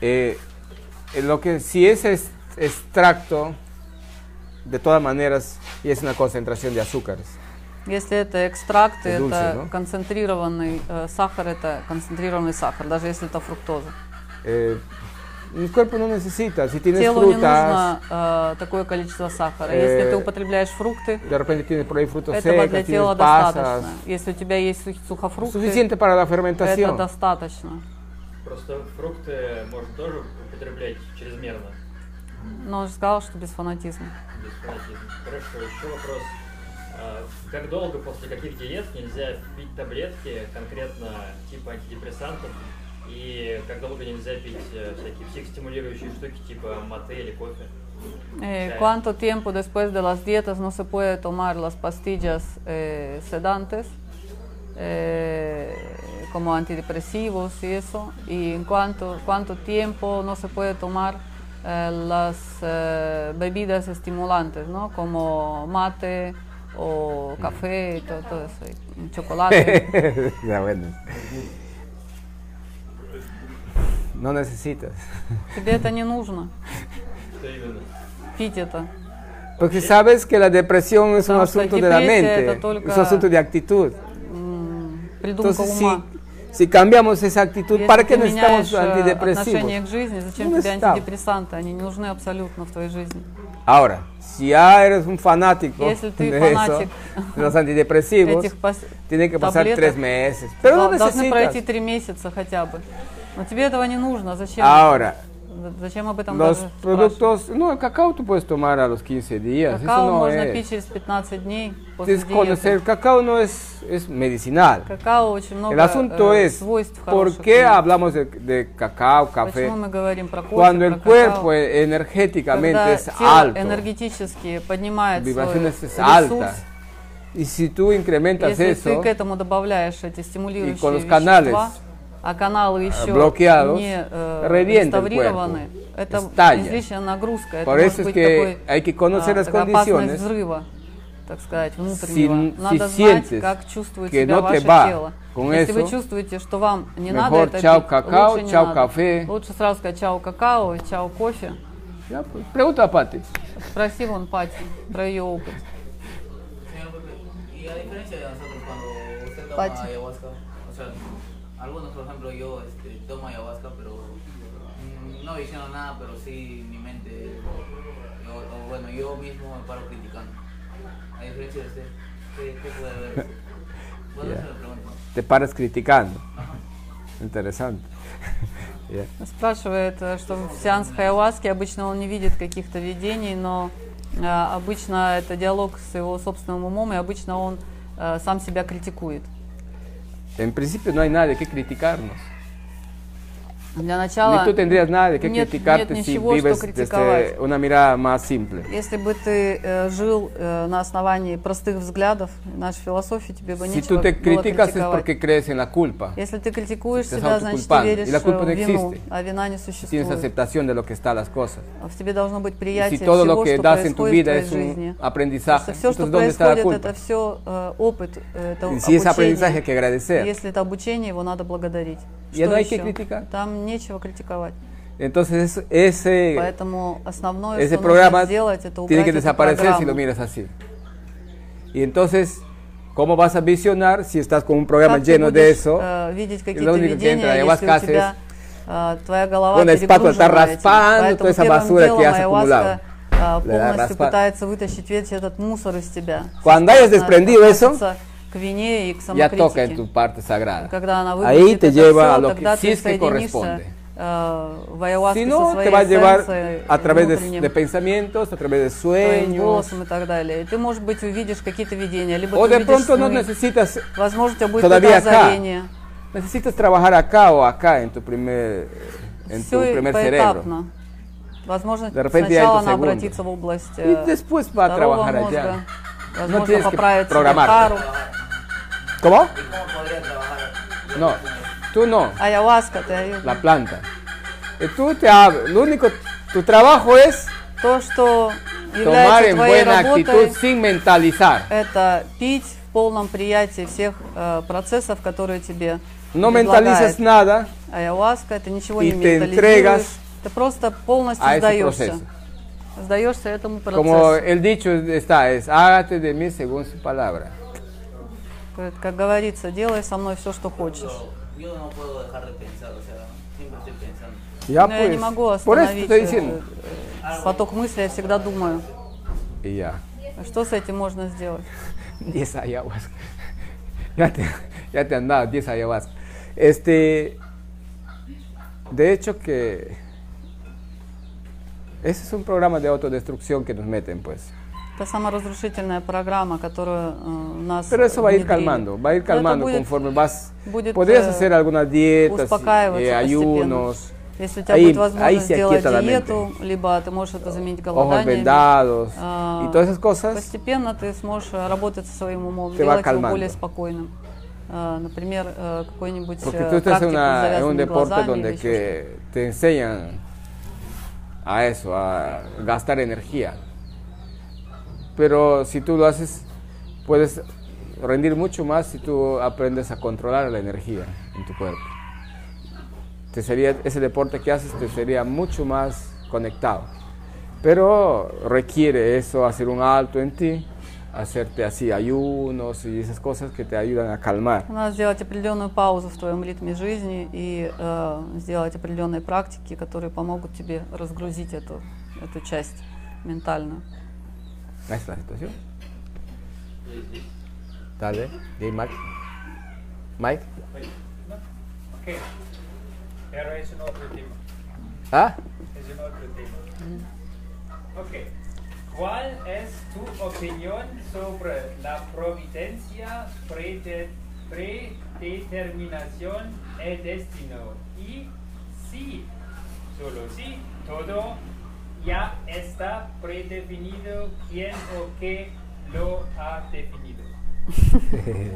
Eh, en lo que si es ex- extracto, de todas maneras, y es una concentración de azúcares. Если это экстракт, Es это dulce, ¿no? концентрированный э, сахар, это концентрированный сахар, даже если это фруктоза. Eh, el cuerpo no necesita, si tienes Телу не frutas, нужно э, такое количество сахара. Э, Если ты употребляешь фрукты, de repente tienes por ahí frutas Этого для secas, тела tienes pasas, достаточно. Если у тебя есть су- сухофрукты, suficiente para la это fermentación. достаточно. Просто фрукты можно тоже употреблять чрезмерно, Но он же сказал, что без фанатизма. без фанатизма. Хорошо, еще вопрос. А, Как долго после каких диет нельзя пить таблетки, конкретно типа антидепрессантов, и как долго нельзя пить э, всякие психостимулирующие штуки типа мате или кофе? Eh, Sí. ¿Cuánto tiempo después de las dietas no se puede tomar las pastillas eh, sedantes eh, como antidepresivos y eso? ¿Y en cuánto, cuánto tiempo no se puede tomar eh, las eh, bebidas estimulantes, ¿no? como mate o café, y todo, todo eso, y chocolate? Ya, bueno. No necesitas. Тебе это не нужно, Что именно? пить это. Porque sabes que la depresión es un Потому что asunto de la depresión mente, это только- es un asunto de actitud. М, Придумка Entonces, si, ума. si cambiamos esa actitud, Если ¿para qué ты necesitamos меняешь э, antidepresivos? отношение к жизни, зачем Ну, тебе да. антидепрессанты? Они не нужны абсолютно в твоей жизни. Ahora, si ya eres un fanático Если ты de eso, фанатик de los antidepresivos, Этих пос- tiene que pasar таблеток tres meses. Pero no дол- должны пройти necesitas. три месяца хотя бы. Но тебе этого не нужно. Зачем? Ahora, З- Зачем об этом los даже спрашивать? productos, no, el cacao tú puedes tomar a los 15 días. Какао eso no можно es. пить через 15 днés после Tienes que conocer, диеты. el cacao no es, es medicinal. Какао очень много El asunto э, es, свойств ¿por хороших. qué имеет. hablamos de, de cacao, café? Почему мы говорим про кофе, э, Cuando про el какао? cuerpo eh, energéticamente Когда es тело alto, энергетически поднимает свой vibraciones es ресурс, alta, y si tú incrementas Если ты eso, к этому добавляешь эти стимулирующие Y con los вещества, canales а каналы еще bloqueados, не э, revienta el реставрированы, cuerpo, это estalla. излишняя нагрузка, это Por может eso es быть que такой, hay que conocer а, las такая опасность condiciones. взрыва, так сказать, Si, внутреннего. si Надо знать, sientes как чувствует que себя no te ваше va тело. con Если вы eso, чувствуете, что вам не надо mejor это chao пить, cacao, лучше не chao надо. café. Лучше сразу сказать чао какао, чао кофе. Ya, pues, pregunta a Pati. Спроси вон Пати про ее опыт. Y a diferencia de nosotros cuando usted toma Pachi. ayahuasca, o sea, algunos, por ejemplo, yo este, tomo ayahuasca, pero mm, no diciendo nada, pero sí mi mente, yo- o bueno, yo mismo me paro criticando. A diferencia de usted, ¿qué, qué puede haber? Bueno, Ya. se lo pregunto. Te paras criticando. Interesante. Ya. Спрашивает, э, что в сеанс хайваски обычно он не видит каких-то видений, но э, обычно это диалог с его собственным умом, и обычно он э, сам себя критикует. En principio no hay nadie que criticarnos. Для Ni начала, tú tendrías nadie que нет, criticarte нет si ничего, vives что критиковать. desde una mirada más simple. Если бы ты э, жил э, на основании простых взглядов, нашей философии, тебе бы Si нечего tú te было criticas es критиковать. porque crees en la culpa. Если ты критикуешь Te себя, estás значит, ты autoculpando. веришь Y э, la culpa в no вину, existe. а вина не Tienes существует. aceptación de lo que están las cosas. В тебе должно быть Y приятие si pues todo lo всего, que что das en tu происходит в vida твоей es un жизни. aprendizaje, все, entonces что ¿dónde está la происходит, это culpa? все опыт, э, это Y si es aprendizaje, обучение. que agradecer. Если это обучение, его надо благодарить. Y no hay que ещё? criticar. Там нечего критиковать. Entonces es- ese, Поэтому основное, ese что нужно programa сделать, это tiene убрать que эту desaparecer si lo программу. miras así. Y entonces, ¿cómo vas a visionar si estás con un programa Как ты lleno de будешь eso? э, видеть какие-то único que entra, видения, если ayahuasca у тебя э, твоя голова con la espátula, está перегружена этим. raspando toda Поэтому esa первым basura que делом has acumulado. ayahuasca э, Le da полностью raspa- пытается вытащить весь этот мусор из тебя. Cuando hayas desprendido eso, Относится К вине и к ya toca en самокритике. tu parte sagrada. Когда она Ahí выпустит te это lleva всё, a lo que тогда sí ты es que соединишься corresponde. э, в ayahuasca Si со no, своей te va a llevar эссенцией a través de, внутренним, de pensamientos, a través de своим sueños. голосом и так далее. И ты, может быть, увидишь какие-то видения, либо O ты de увидишь pronto no сны. necesitas Возможно, у тебя будет todavía какое-то acá. озарение. Necesitas trabajar acá o acá en tu primer, en tu Всё и primer cerebro. поэтапно. Возможно, De repente ya en сначала tu она segundo. обратится в область Y э, después va a второго trabajar мозга. allá. No Возможно, tienes que поправить себе programarte. хару. ¿Cómo? No, tú no, Ayahuasca te ayuda. la planta. Y tú te ab- lo único, tu trabajo es То, что tomar является en твоей buena actitud работой, sin mentalizar. это пить в полном приятии всех э, процессов, которые тебе No mentalizas предлагает А nada Ayahuasca, это ничего y не te ментализируешь. entregas Ты просто полностью a ese сдаешься. proceso. Сдаешься этому процессу. Como el dicho está, es hágate de mí según su palabra. Говорит, Как говорится, делай со мной все, что хочешь. Yo no puedo dejar de pensar, o sea, siempre estoy pensando. Ya Но я не pues, могу por eso te остановить estoy diciendo. э, э, поток мысли, я всегда думаю, Y ya, что с этим можно сделать. 10 ayahuasca. Ya te, ya te han dado 10 ayahuasca. Este, de hecho que ese es un programa de autodestrucción que nos meten pues. Это саморазрушительная программа, которую э, у нас Pero eso va a ir внедрили. calmando, va a ir Но это calmando будет conforme vas. будет, Podrías э, hacer algunas dietas, успокаиваться eh, ayunos. постепенно. Если у тебя Ahí, будет ahí возможность se сделать aquieta la mente. диету, либо ты можешь это заменить Ojos голоданием, vendados э, y todas esas cosas. постепенно ты сможешь э, работать со своим умом, Te va делать его calmando. более спокойным. Э, Например, э, какой-нибудь э, Porque tú estás en, практику с una- en un завязанными deporte глазами donde или ещё что-то. que te enseñan a eso, a gastar energía. Pero si tú lo haces, puedes rendir mucho más si tú aprendes a controlar la energía en tu cuerpo. Te sería, ese deporte que haces te sería mucho más conectado. Pero requiere eso, hacer un alto en ti, hacerte así ayunos y esas cosas que te ayudan a calmar. Надо сделать определенную паузу в твоем ритме жизни и э, сделать определенные практики, которые помогут тебе разгрузить эту, эту часть ментальную. Ahí está la situación. Dale, di Mike. Mike. Ok. Pero es un otro tema. ¿Ah? Es un otro tema. Ok. ¿Cuál es tu opinión sobre la providencia, prede- predeterminación y destino? Y si, solo si, todo ya está predefinido, quién o qué lo ha definido.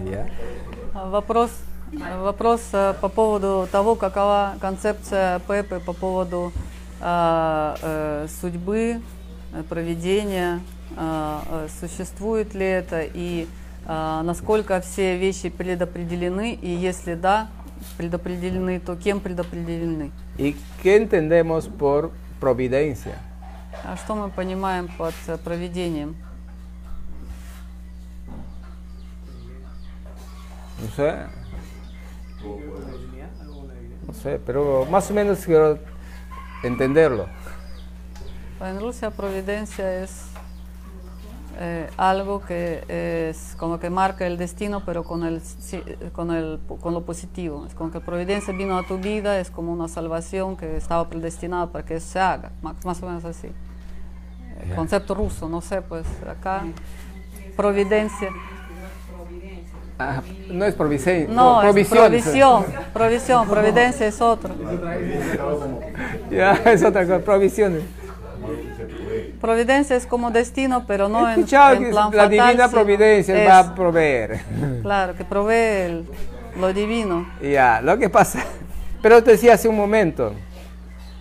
ya. Вопрос, вопрос э, по поводу того, какова концепция Пепы по поводу э, э, судьбы, э, проведения, э, э, существует ли это и э, насколько все вещи предопределены, и если да, предопределены, то кем предопределены? ¿Y qué entendemos por providencia? А что мы понимаем под э, проведением? No sé, no sé, pero más o menos quiero entenderlo. Pues En Rusia providencia es eh, algo que es como que marca el destino, pero con el si- con el con lo positivo. Es como que providencia vino a tu vida, es como una salvación que estaba predestinada para que eso se haga, más, más o menos así. El Ya. Concepto ruso, no sé, pues acá providencia. Ah, no es provisión. No, es provisión. provisión, provisión, providencia es otro. Ya, es otra cosa, provisiones. Providencia es como destino, pero no He en, escuchado en que plan la fatal, divina sino providencia es- va a proveer. Claro, que provee el- lo divino. ya, lo que pasa. Pero te decía hace un momento,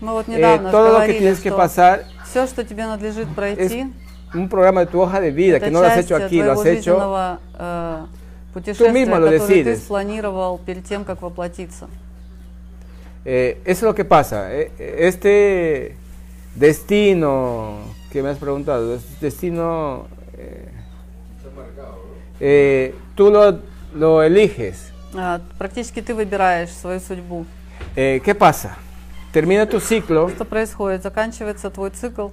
Мы вот Eh, недавно todo lo que говорили, tienes que что pasar все, что тебе надлежит es пройти, un programa de tu hoja de vida, это que no lo has часть hecho э, aquí, lo твоего has hecho. жизненного э, путешествия, mismo lo которое ты decides. спланировал перед тем, как воплотиться. Eh, eso es lo que pasa. eh, eh, este destino que me has preguntado, es destino, eh, eh, tú lo, lo eliges. А, практически ты выбираешь свою судьбу. Eh, ¿Qué pasa? Termina tu ciclo Что происходит? Заканчивается твой цикл,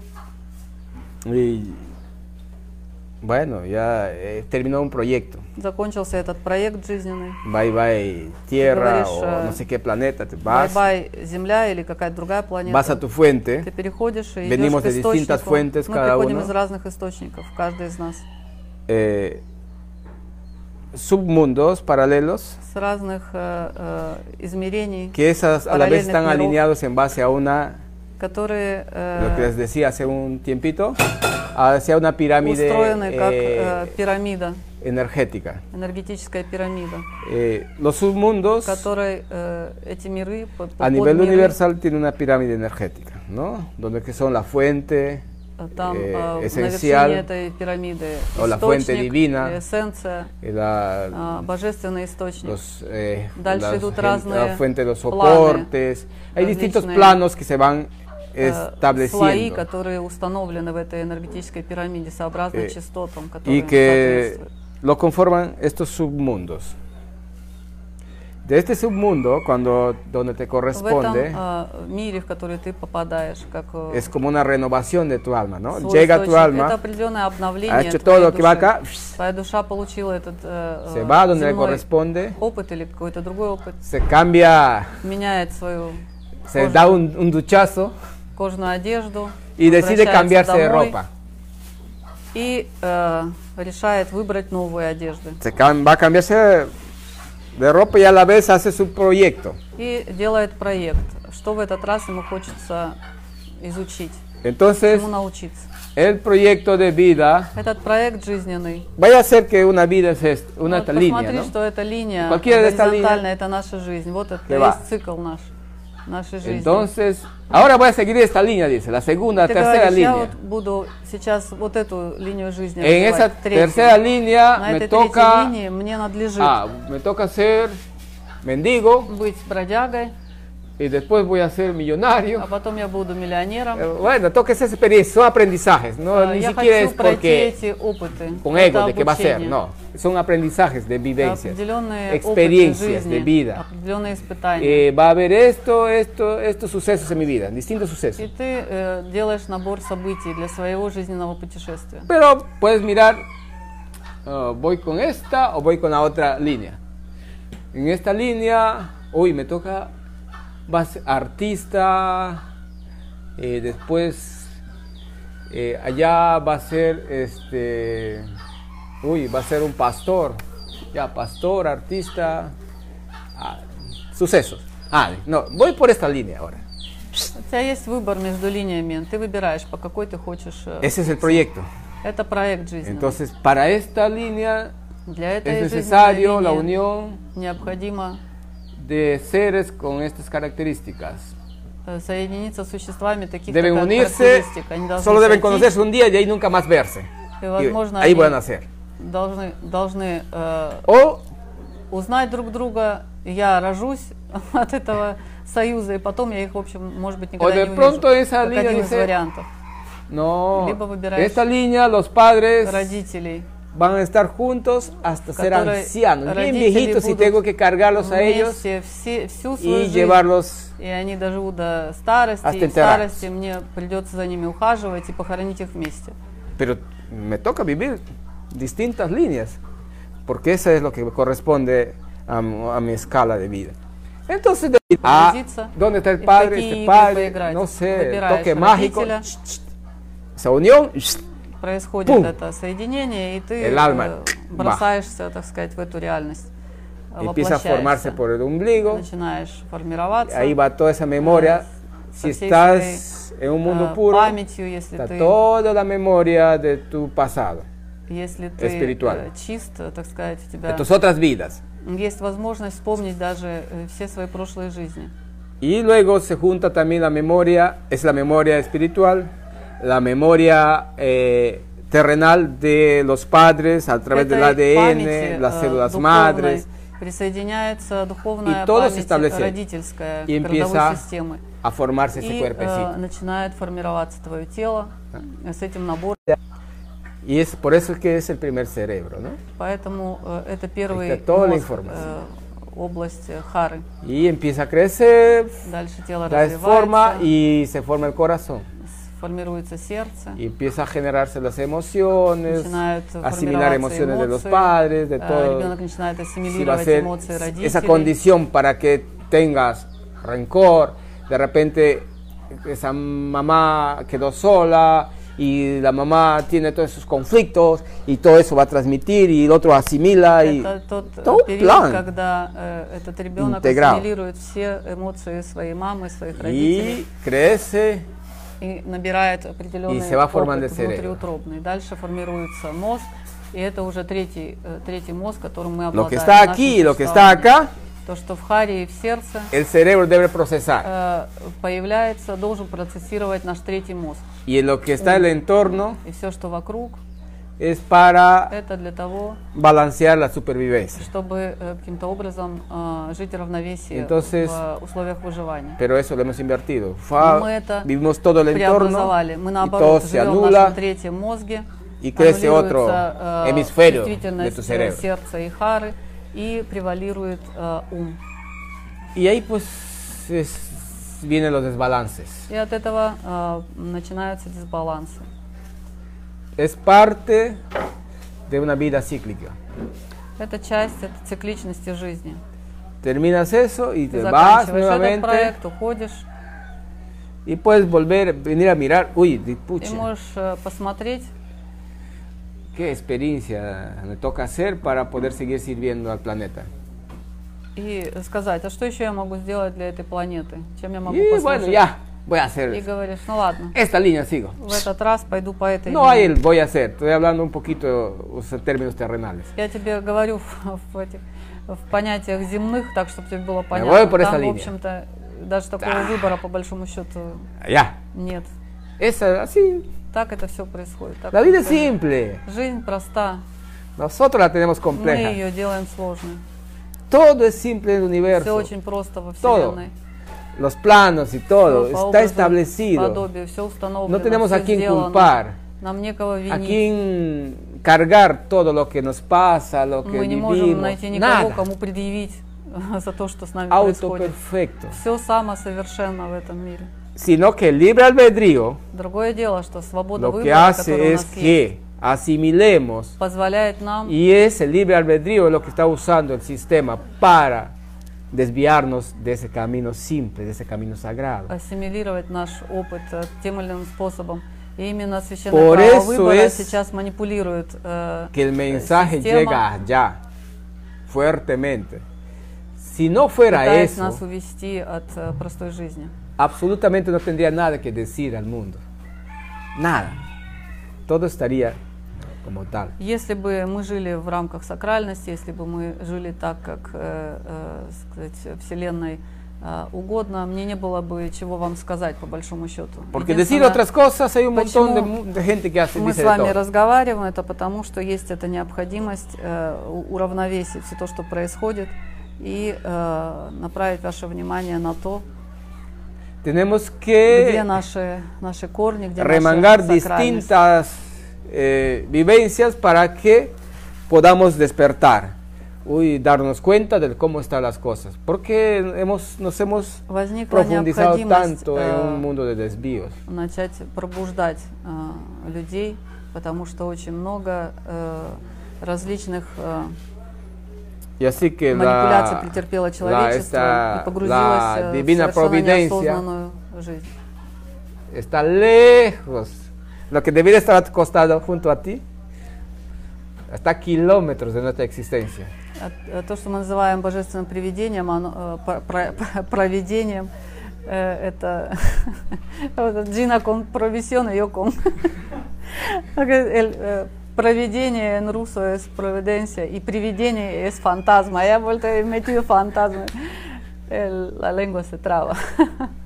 y Bueno, ya eh, terminó un proyecto. Закончился этот проект жизненный. Bye bye tierra Ты говоришь, o э, no sé qué planeta, te vas, Бай-бай, Земля или какая-то другая планета. vas a tu fuente. Ты переходишь и Venimos идешь к de distintas источнику. fuentes Мы cada приходим uno. из разных источников, каждый из нас. eh, submundos paralelos С разных э, э, измерений, que esas a la vez Paralelos, están ¿no? alineados en base a una, которые э, lo que les decía hace un tiempito, hacia una pirámide устроены как eh, э, пирамида, energética. энергетическая пирамида, Eh, los submundos которой э, эти миры по- по- a nivel подмиры, universal tienen una pirámide energética, ¿no? Donde que son la fuente, э, там eh, э, на вершине esencial, этой пирамиды o la fuente источник, divina, эссенция, eh, la- э, божественный источник. los, eh, Дальше las идут gen- разные la fuente de los планы, soportes. Hay distintos различные, planos que se van э, слои, estableciendo. которые установлены в этой энергетической пирамиде сообразно Э, частотам, которые y им que соответствуют. lo conforman estos submundos. De este submundo, cuando donde te В этом corresponde, э, мире, в который ты попадаешь, как э, es como una renovación de tu alma, ¿no? свой Llega tu источник, это alma, определенное обновление ha hecho todo твоей lo que va души. acá, Твоя душа получила этот э, se э, va donde le земной corresponde, опыт или какой-то другой опыт, se cambia, меняет свою se кожу- da un, un duchazo кожную одежду y decide возвращается cambiarse de домой ropa. и э, решает выбрать новые одежды Se cam- va a cambiarse de- de ropa y a la vez hace su proyecto. и делает проект, что в этот раз ему хочется изучить, Entonces, ему научиться. el proyecto de vida, Этот проект жизненный. vaya a ser que una vida es esto, una Вот línea, посмотри, ¿no? что это линия Cualquiera de estas горизонтальная, это наша жизнь. Вот это Te и va. есть цикл наш, нашей Э, жизни. Entonces, ahora voy a seguir esta línea, dice, la segunda, Ты tercera говоришь, я línea. вот буду сейчас вот эту линию жизни En esa развивать, третью. tercera línea На me этой toca, третьей линии мне надлежит ah, me toca ser mendigo быть бродягой, y después voy a ser а millonario. потом я буду миллионером. Eh, Bueno, toca esa experiencia, son aprendizajes, no А, ni я siquiera es хочу пройти porque эти опыты. con это ego de que va a ser, обучение. no, son aprendizajes de vivencias. Определенные опыты experiencias жизни, de vida. определенные испытания. Eh, va a haber esto, esto, estos sucesos en mi vida, distintos И sucesos. ты э, делаешь набор событий для своего жизненного путешествия. Pero puedes mirar, ah, voy con esta o voy con la otra línea. En esta línea, uy, me toca más artista, eh, después eh, allá va a ser, este, uy, va a ser un pastor, ya, pastor, artista, ah, sucesos. Ah, no, voy por esta línea ahora. У тебя есть выбор между линиями. Ты выбираешь, по какой ты хочешь. э, Ese es el proyecto. Это проект жизни. Entonces, para esta línea Для этой es жизненной necesario la линии unión необходимо de seres con estas características. э, соединиться с существами таких Deben как unirse, характеристик. Они должны solo deben сойтись, conocerse un día y ahí nunca más verse. и, Y возможно, ahí они van a ser. должны, должны э, O узнать друг друга. Я рожусь от этого союза, и потом я их, в общем, может быть, никогда de не pronto увижу. esa Как línea один из dice- вариантов no, Libo Vibration. esta línea los padres родителей. van a estar juntos hasta ser Которые ancianos, bien родители viejitos y будут tengo que cargarlos a ellos Вместе все, всю свою y жизнь. llevarlos И они доживут до старости, Hasta и в enterrarlos. старости мне придется за ними ухаживать и похоронить их вместе. pero me toca vivir distintas líneas, porque eso es lo que corresponde a, m- a mi escala de vida. Entonces, de- ah, Dice, ¿dónde está el es padre? pequeño, Este padre, pequeño, no sé, pequeño, toque pequeño, ну mágico. pequeño. Ch, ch, Esa unión, ch, Происходит Пум! это соединение, и ты El alma. э, бросаешься, так сказать, в эту реальность. э, empieza a formarse воплощаешься. por el ombligo, Начинаешь формироваться. Э, ahí va toda esa memoria. Si со всей estás en un э, mundo puro, памятью, если está ты, toda la memoria de tu pasado, если ты espiritual. э, чист, э, так сказать, у тебя de tus otras vidas. есть возможность вспомнить даже э, все свои прошлые жизни. Y luego se junta también la memoria, es la memoria espiritual, la memoria eh, terrenal de los padres a través del ADN, этой памяти, las э, células духовной madres, Присоединяется духовная И todo se память establece. родительская Y родовой empieza системы. a formarse ese И э, cuerpecito. начинает формироваться твое тело э, с этим набором. Y es por eso que es el primer cerebro, ¿no? Поэтому э, это первый Это toda la мозг, información. э, область э, хары. Y empieza a crecer, Дальше тело da развивается, forma y se forma el corazón. формируется сердце. Y empieza a generarse las emociones, Начинают asimilar формироваться emociones de los эмоции, padres, de э, todo. ребенок начинает si va a ассимилировать ser эмоции родителей. esa condición para que tengas rencor, de repente esa mamá quedó sola y la mamá tiene todos esos conflictos y todo eso va a transmitir y el otro asimila y Это тот э, todo un период, plan. когда э, этот ребенок Интеграл. ассимилирует все эмоции своей мамы, своих Y родителей crece и набирает определенный se va formando опыт el cerebro. внутриутробный. Дальше формируется мозг, и это уже третий, э, третий мозг, которым мы обладаем. lo que está в нашем aquí y lo que está существовании. acá, То, что в харе и в сердце el cerebro debe procesar. э, появляется, должен процессировать наш третий мозг. Y en lo que está el entorno И все, что вокруг, es para это для того, balancear la supervivencia. чтобы э, каким-то образом э, жить в равновесии Entonces- в э, условиях выживания. Pero eso lo hemos invertido. Fa- Мы это vivimos todo el entorno преобразовали. Мы y todo наоборот se живем в нашем anula третьем мозге, y crece otro аннулируется, э, hemisferio de чувствительность, tu э, cerebro. сердца и хары, и превалирует э, ум. Y ahí pues es- vienen los desbalances. И от этого э, начинаются дисбалансы. Es parte de una vida cíclica. Это часть это цикличности жизни. Terminas eso y Ты te vas заканчиваешь этот nuevamente проект, уходишь, y puedes volver, venir a mirar, uy, di- и puche, можешь э, посмотреть, qué experiencia me toca hacer para poder seguir sirviendo al planeta. и сказать, а что еще я могу сделать для этой планеты? Чем я могу Y bueno, послужить? ya, voy a И hacer говоришь, ну ладно, esta línea, sigo. в этот раз пойду по этой. No линии. hay el voy a hacer, estoy hablando un poquito en términos terrenales. Я тебе говорю в, в этих в понятиях земных, так чтобы тебе было понятно. Давай по этой Там, в линии. общем-то, даже такого выбора по большому счету Ya, нет. esa, así, Так это все происходит. так la vida es это происходит. simple, Жизнь проста, nosotros la tenemos мы compleja. ее делаем сложной. Todo es simple en el Все universo, очень просто во Todo. вселенной. los planos y todo Всё по está образу, establecido. подобию, всё установлено, No tenemos всё a quién сделано. culpar, Нам некого a винить. quién cargar todo lo que nos pasa, lo que Мы не можем vivimos, найти никого, nada. кому предъявить за то, что с нами Auto происходит. perfecto, Все само совершенно в этом мире. sino que el libre albedrío Другое дело, что свобода lo que выбора, которая hace у es нас есть, que asimilemos позволяет нам Y ese libre albedrío es lo que está usando el sistema para desviarnos de ese camino simple, de ese camino sagrado. ассимилировать наш опыт э, тем или иным способом. И именно священное Por право eso выбора es сейчас манипулирует э, Que el mensaje sistema, llega allá fuertemente. Si no fuera пытаясь нас eso, увести от э, простой жизни. absolutamente no tendría nada que decir al mundo. Nada. Todo estaría como tal. Если бы мы жили в рамках сакральности, если бы мы жили так, как э, э, сказать, Вселенной э, угодно, мне не было бы чего вам сказать, по большому счету. Porque decir Единственное, otras cosas hay un montón de, почему mu- de gente que hace Мы с dice de вами todo. разговариваем, это потому, что есть эта необходимость э, у- уравновесить все то, что происходит, и э, направить ваше внимание на то, Tenemos где que наши, наши корни, где remangar наша сакральность. distintas eh, vivencias para que podamos despertar y darnos cuenta de cómo están las cosas. Porque hemos, nos hemos Возникла profundizado необходимость tanto en э, un mundo de desvíos. начать пробуждать э, людей, потому что очень много э, различных э, Y así que манипуляций la, претерпело la- человечество esta- и погрузилось la э, в divina совершенно providencia неосознанную жизнь. está lejos. Lo que debería estar a tu costado junto a ti está a kilómetros de nuestra existencia. А- а То, что мы называем божественным привидением, оно, э, про- про- про- провидением, э, это вот это Джина кон провисион и э, кон. Проведение en ruso es providencia y привидение es fantasma. Я vuelto a metido fantasma. El- La lengua se traba.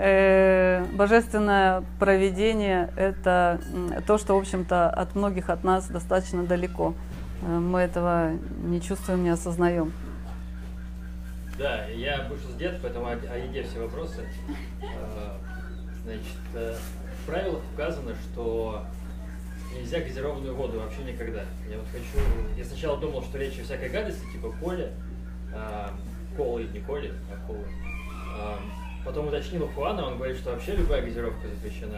Э, Божественное проведение – это м, то, что, в общем-то, от многих от нас достаточно далеко. Э, Мы этого не чувствуем, не осознаем. Да, я вышел с дед, поэтому о, о еде все вопросы. Э, Значит, э, в правилах указано, что нельзя газированную воду вообще никогда. Я вот хочу... Я сначала думал, что речь о всякой гадости, типа коле, э, колы, не коле, а колы. Э, Потом уточнил у Хуана, он говорит, что вообще любая газировка запрещена.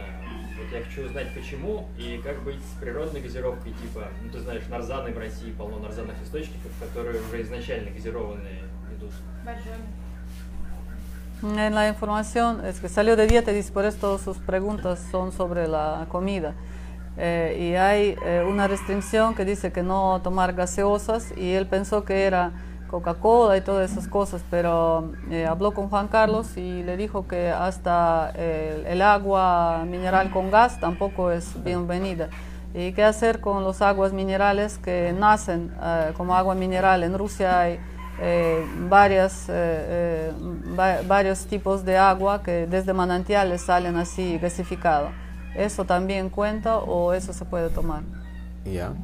Вот я хочу узнать почему и как быть с природной газировкой, типа, ну ты знаешь, нарзаны в России полно нарзанных источников, которые уже изначально газированные идут. En Э, la información es que salió de dieta y por esto sus preguntas son sobre la comida. Eh, y hay eh, una restricción que dice que no tomar gaseosas y él pensó que era Coca-Cola y todas esas cosas, pero eh, habló con Juan Carlos y le dijo que hasta el, el agua mineral con gas tampoco es bienvenida. ¿Y qué hacer con los aguas minerales que nacen eh, como agua mineral? En Rusia hay eh, varias, eh, eh, va- varios tipos de agua que desde manantiales salen así gasificado. ¿Eso también cuenta o eso se puede tomar? Ya.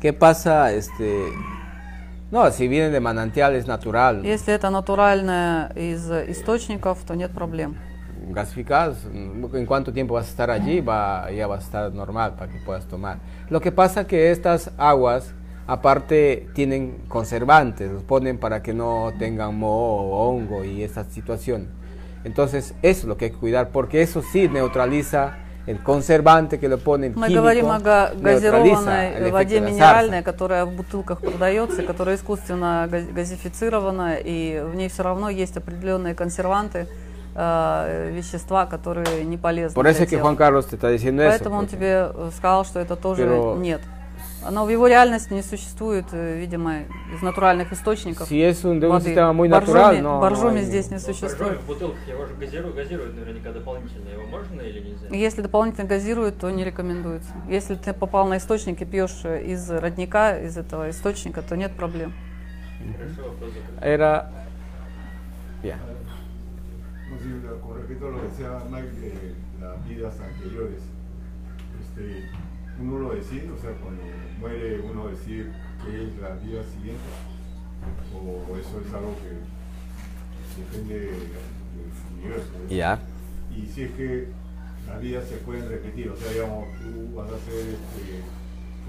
¿Qué pasa? Este. No, si viene de manantial es natural. Если это натуральное из источников, то нет проблем. Gasificadas, mm, en cuánto tiempo vas a estar allí, va, ya va a estar normal para que puedas tomar. Lo que pasa que estas aguas, aparte, tienen conservantes, los ponen para que no tengan moho o hongo y esta situación. Entonces, eso es lo que hay que cuidar, porque eso sí neutraliza el conservante que le ponen. Мы químico, говорим о га- neutraliza el газированной воде efecto de la zarza. минеральной, которая в бутылках продается, которая искусственно га- газифицирована, и в ней все равно есть определенные консерванты, э, вещества, которые не полезны. Por для eso es que тела. Juan Carlos te está diciendo eso. Поэтому он porque- тебе э, сказал, что это тоже Pero- нет. Но в его реальности не существует, э, видимо, из натуральных источников. Si es un- de un воды. sistema muy Боржоми- natural, no- боржоми no hay- здесь не существует. Существует. в бутылках его же газируют, газируют наверняка дополнительно. Его можно или нельзя? Если дополнительно газируют, то не рекомендуется. Если ты попал на источник и пьешь э, из родника, из этого источника, то нет проблем. Хорошо, вопрос закрыт. Era. Ya. No sé, la- con respecto a lo que decía Mike de las vidas anteriores, este, uno lo decide, o sea, cuando muere uno decide qué es la vida siguiente, o eso es algo que depende del universo. ¿no? Ya. Y si es que las vidas se pueden repetir, o sea, digamos, tú vas a ser este,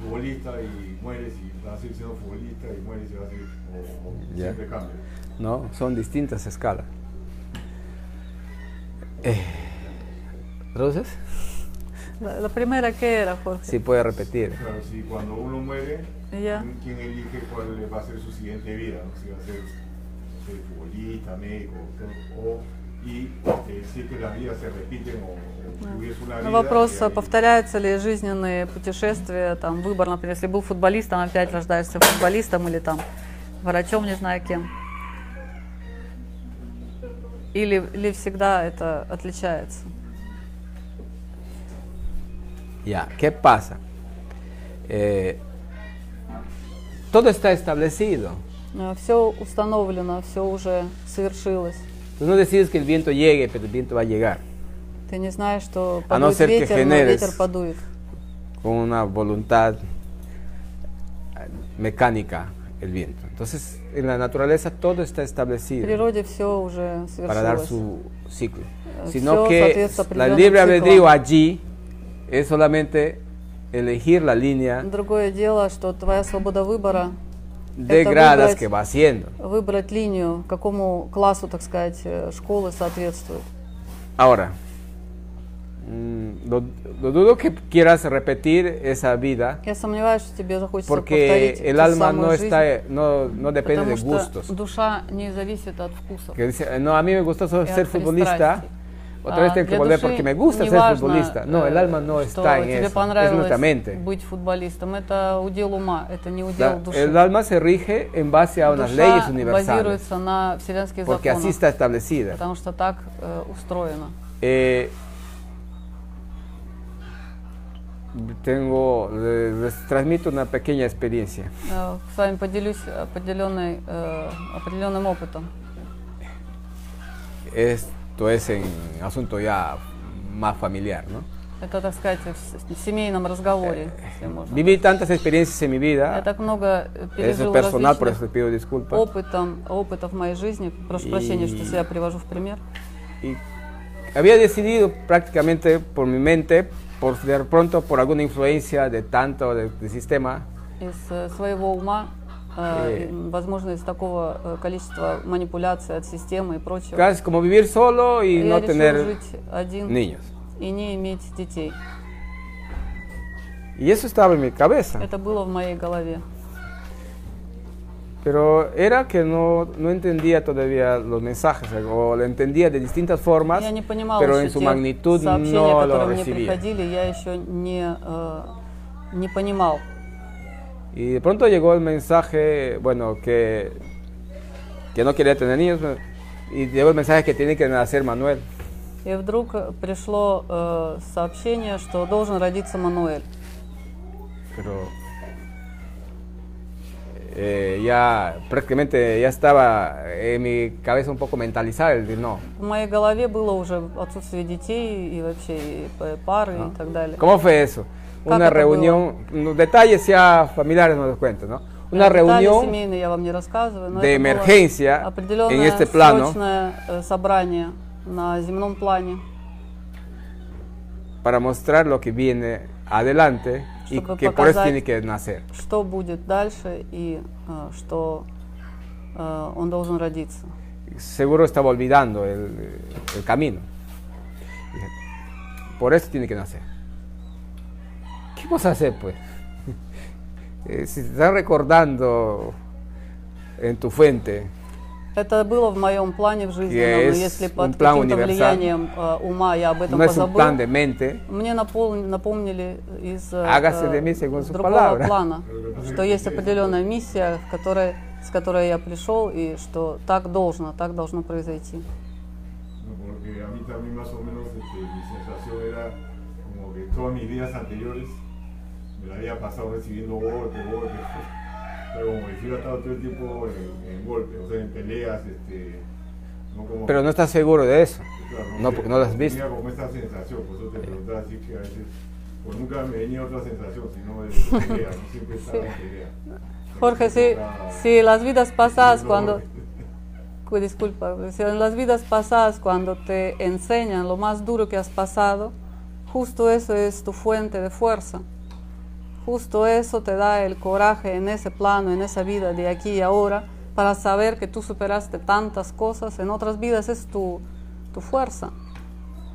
futbolista y mueres y vas a seguir siendo futbolista y mueres y vas a seguir, o, o Ya. siempre cambia. No, son distintas escalas. Eh, ¿Roses? La, la primera que era, Jorge. Sí, puede repetir. Claro, si cuando uno muere, Ya. ¿quién elige cuál va a ser su siguiente vida? ¿no? Si va a ser no sé, futbolista, médico, o- o, y eh, si es que las vidas se repiten o, o hubiese una Ну, vida. eh, Вопрос, y э, ahí- повторяются ли жизненные путешествия, там, выбор, например, если был футболистом, опять рождаешься футболистом или там врачом, не знаю кем. Или, или всегда это отличается. Ya. ¿Qué pasa? Eh, todo está establecido. Все Ну, установлено, все уже совершилось. Tú no decides que el viento llegue, pero el viento va a llegar. Ты не знаешь, что А ну, подует Сергей ветер, но Хенерес. ветер подует. con una voluntad eh, mecánica el viento. Entonces, en la naturaleza todo está В establecido природе все уже para dar совершилось. su ciclo, Eh, sino всё que соответствует la определённым libre albedrío циклам. allí es solamente elegir la línea Другое дело, что твоя свобода выбора de Это gradas выбрать- que va haciendo. выбрать линию, какому классу, так сказать, э, школы соответствует. Ahora, mm, lo, lo dudo que quieras repetir esa vida Я сомневаюсь, что тебе захочется porque повторить el ту alma самую no жизнь, está, no, no depende потому de что gustos. душа не зависит от вкусов. que dice, no, a mí me gusta so- Era ser feliz futbolista. traste. Otra vez А tengo que для volver души porque me gusta ser неважно, futbolista. No, el э, alma no что está en тебе eso. Es понравилось nuestra mente. быть футболистом. Это удел ума, это не удел La- души. el alma se rige en base a unas Душа leyes universales. базируется на вселенских Porque законах, así está establecida. потому что так э, устроено. Eh, tengo, le- les transmito una pequeña experiencia. Э, С вами поделюсь определенной, э, определенным опытом. Esto es en asunto ya más familiar, ¿no? Это, так сказать, в с- семейном разговоре, если можно. Э, Viví tantas experiencias en mi Я vida. так много э, Es пережил personal, por eso les различных pido disculpas. опытом, опытов в моей жизни. Прошу И- прощения, что себя привожу в пример. y había decidido prácticamente por mi mente, por de pronto por alguna influencia de tanto de- del sistema, Из э, своего ума э, Э. возможно, из такого э, количества манипуляций от системы и прочего. Casi como vivir solo y я no решил tener жить один niños. и не иметь детей. Y eso estaba en mi cabeza, Это было в моей голове. pero era que no, no entendía todavía los mensajes, eh, o lo entendía de distintas formas, Я не понимала pero еще en su те magnitud сообщения, no lo которые мне recibía. приходили, я еще не, э, не понимал. Y de pronto llegó el mensaje, bueno, que, que no quería tener niños, eh, y llegó el mensaje que tiene que nacer Manuel. И вдруг э, пришло э, сообщение, что должен родиться Мануэль. pero eh, ya prácticamente ya estaba en mi cabeza un poco mentalizada el de no. В моей голове было уже отсутствие детей и вообще и п- пары ¿no? и так далее. ¿Cómo fue eso? Caca Una con reunión, no, detalles ya familiares no los cuento, ¿no? Una Детали reunión семейные я вам не рассказываю. но de это было emergencia en определенное este plano. срочное, э, собрание на земном плане, para mostrar lo que viene adelante y Чтобы que por eso показать. tiene que nacer. что будет дальше и э, что э, он должен родиться. Seguro estaba olvidando el, el camino. Dije, Por eso tiene que nacer. ¿Qué vamos a hacer, pues? Eh, si te estás recordando en tu fuente, Это было в моем плане в жизни, но Yes, если un под plan каким-то universal. влиянием э, ума я об этом no es un позабыл, plan de mente, мне напол- напомнили из э, Hágase de mí э, según su другого palabra. плана, что есть определенная миссия, в которой, с которой я пришел, и что так должно, так должно произойти. No, Porque a mí también más o menos este, mi sensación era como que todas mis vidas anteriores me la había pasado recibiendo golpes, golpes. Pero como que si hubiera estado todo el tiempo en, en golpes, o sea, en peleas, este, no como... pero no estás seguro de eso. Claro, No, sé, porque no las has tenía visto. como esa sensación, por eso te preguntaba así que a veces, pues nunca me venía otra sensación, sino de de pelea, no siempre estaba en pelea. Jorge, si, Estaba- si las vidas pasadas cuando... Dolores. cu- Disculpa, si en las vidas pasadas cuando te enseñan lo más duro que has pasado, justo eso es tu fuente de fuerza. Justo eso te da el coraje en ese plano, en esa vida de aquí y ahora, para saber que tú superaste tantas cosas. En otras vidas es tu, tu fuerza.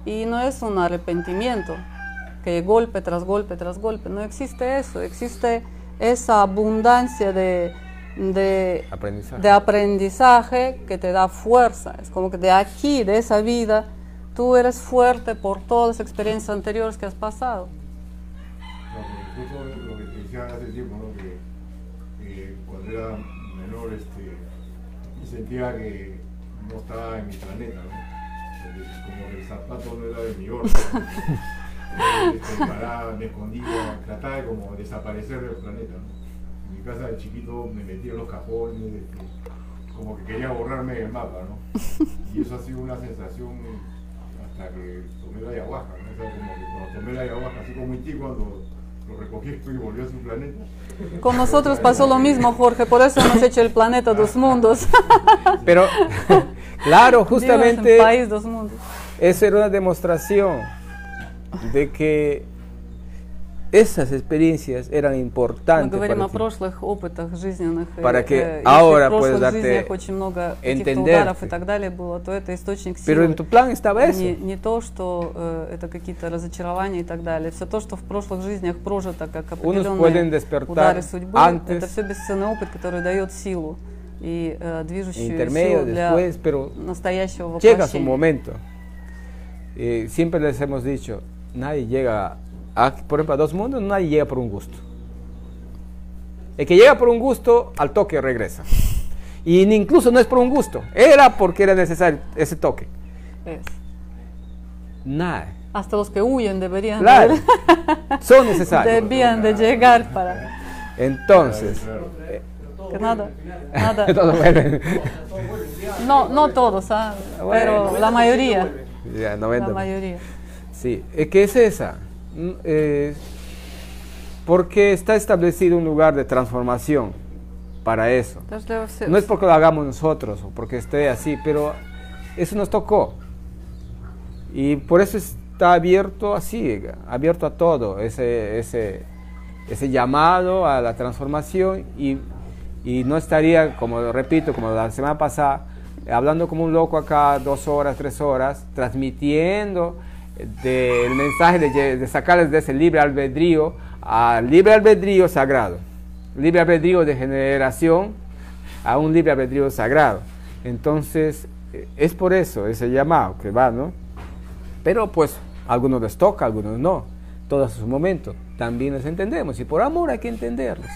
Y no es un arrepentimiento, que golpe tras golpe tras golpe. No existe eso, existe esa abundancia de, de, Aprendizaje. de aprendizaje que te da fuerza. Es como que de aquí, de esa vida, tú eres fuerte por todas las experiencias anteriores que has pasado. No, porque justo lo que te decía hace tiempo, ¿no? Que, que cuando era menor, este, me sentía que no estaba en mi planeta, ¿no? Porque Como que el zapato no era de mi orden. Entonces, este, paraba, me escondía, trataba de como desaparecer del planeta, ¿no? En mi casa de chiquito me metía en los cajones, este, como que quería borrarme del mapa, ¿no? Y eso ha sido una sensación hasta que tomé la ayahuasca, ¿no? O sea, como que cuando tomé la ayahuasca, así como Iti cuando lo recogí y volvió a su planeta. Con nosotros pasó lo mismo, Jorge, por eso hemos hecho el planeta dos mundos. Pero, claro, Digo, justamente... es un país dos mundos. Esa era una demostración de que esas experiencias eran Мы importantes говорим para о ti. прошлых опытах жизненных. и, Para que э, если ahora в прошлых puedas darte жизнях очень много каких-то entenderte. ударов и так далее было, то это источник силы. Pero en tu plan estaba eso. Не, не то, что э, это какие-то разочарования и так далее. Все то, что в прошлых жизнях прожито, как pueden определенные despertar удары судьбы, antes. это все бесценный опыт, который дает силу и э, движущую Intermedio, силу для después, pero настоящего llega su воплощения. momento. Eh, siempre les hemos dicho, nadie llega, a, por ejemplo, a dos mundos, nadie llega por un gusto. El que llega por un gusto, al toque regresa. Y ni- incluso no es por un gusto, era porque era necesario ese toque. Es. Nada. Hasta los que huyen deberían Claro, de- son necesarios. debían de llegar para... Entonces, eh, Que nada, nada. todo vuelve. No, no todos, ah, pero la mayoría. Ya, no La vendo. mayoría. Sí, eh, ¿qué es esa? Mm, eh, porque está establecido un lugar de transformación para eso. Тож для всех- No es porque lo hagamos nosotros o porque esté así, pero eso nos tocó. Y por eso está abierto así, abierto a todo, ese, ese, ese llamado a la transformación y Y no estaría, como repito, como la semana pasada, hablando como un loco acá dos horas, tres horas, transmitiendo de- el mensaje de, lle- de sacarles de ese libre albedrío al libre albedrío sagrado, libre albedrío de generación a un libre albedrío sagrado. Entonces, eh, es por eso ese llamado que va, ¿no? Pero pues a algunos les toca, a algunos no. Todo a su momento. También les entendemos y por amor hay que entenderlos.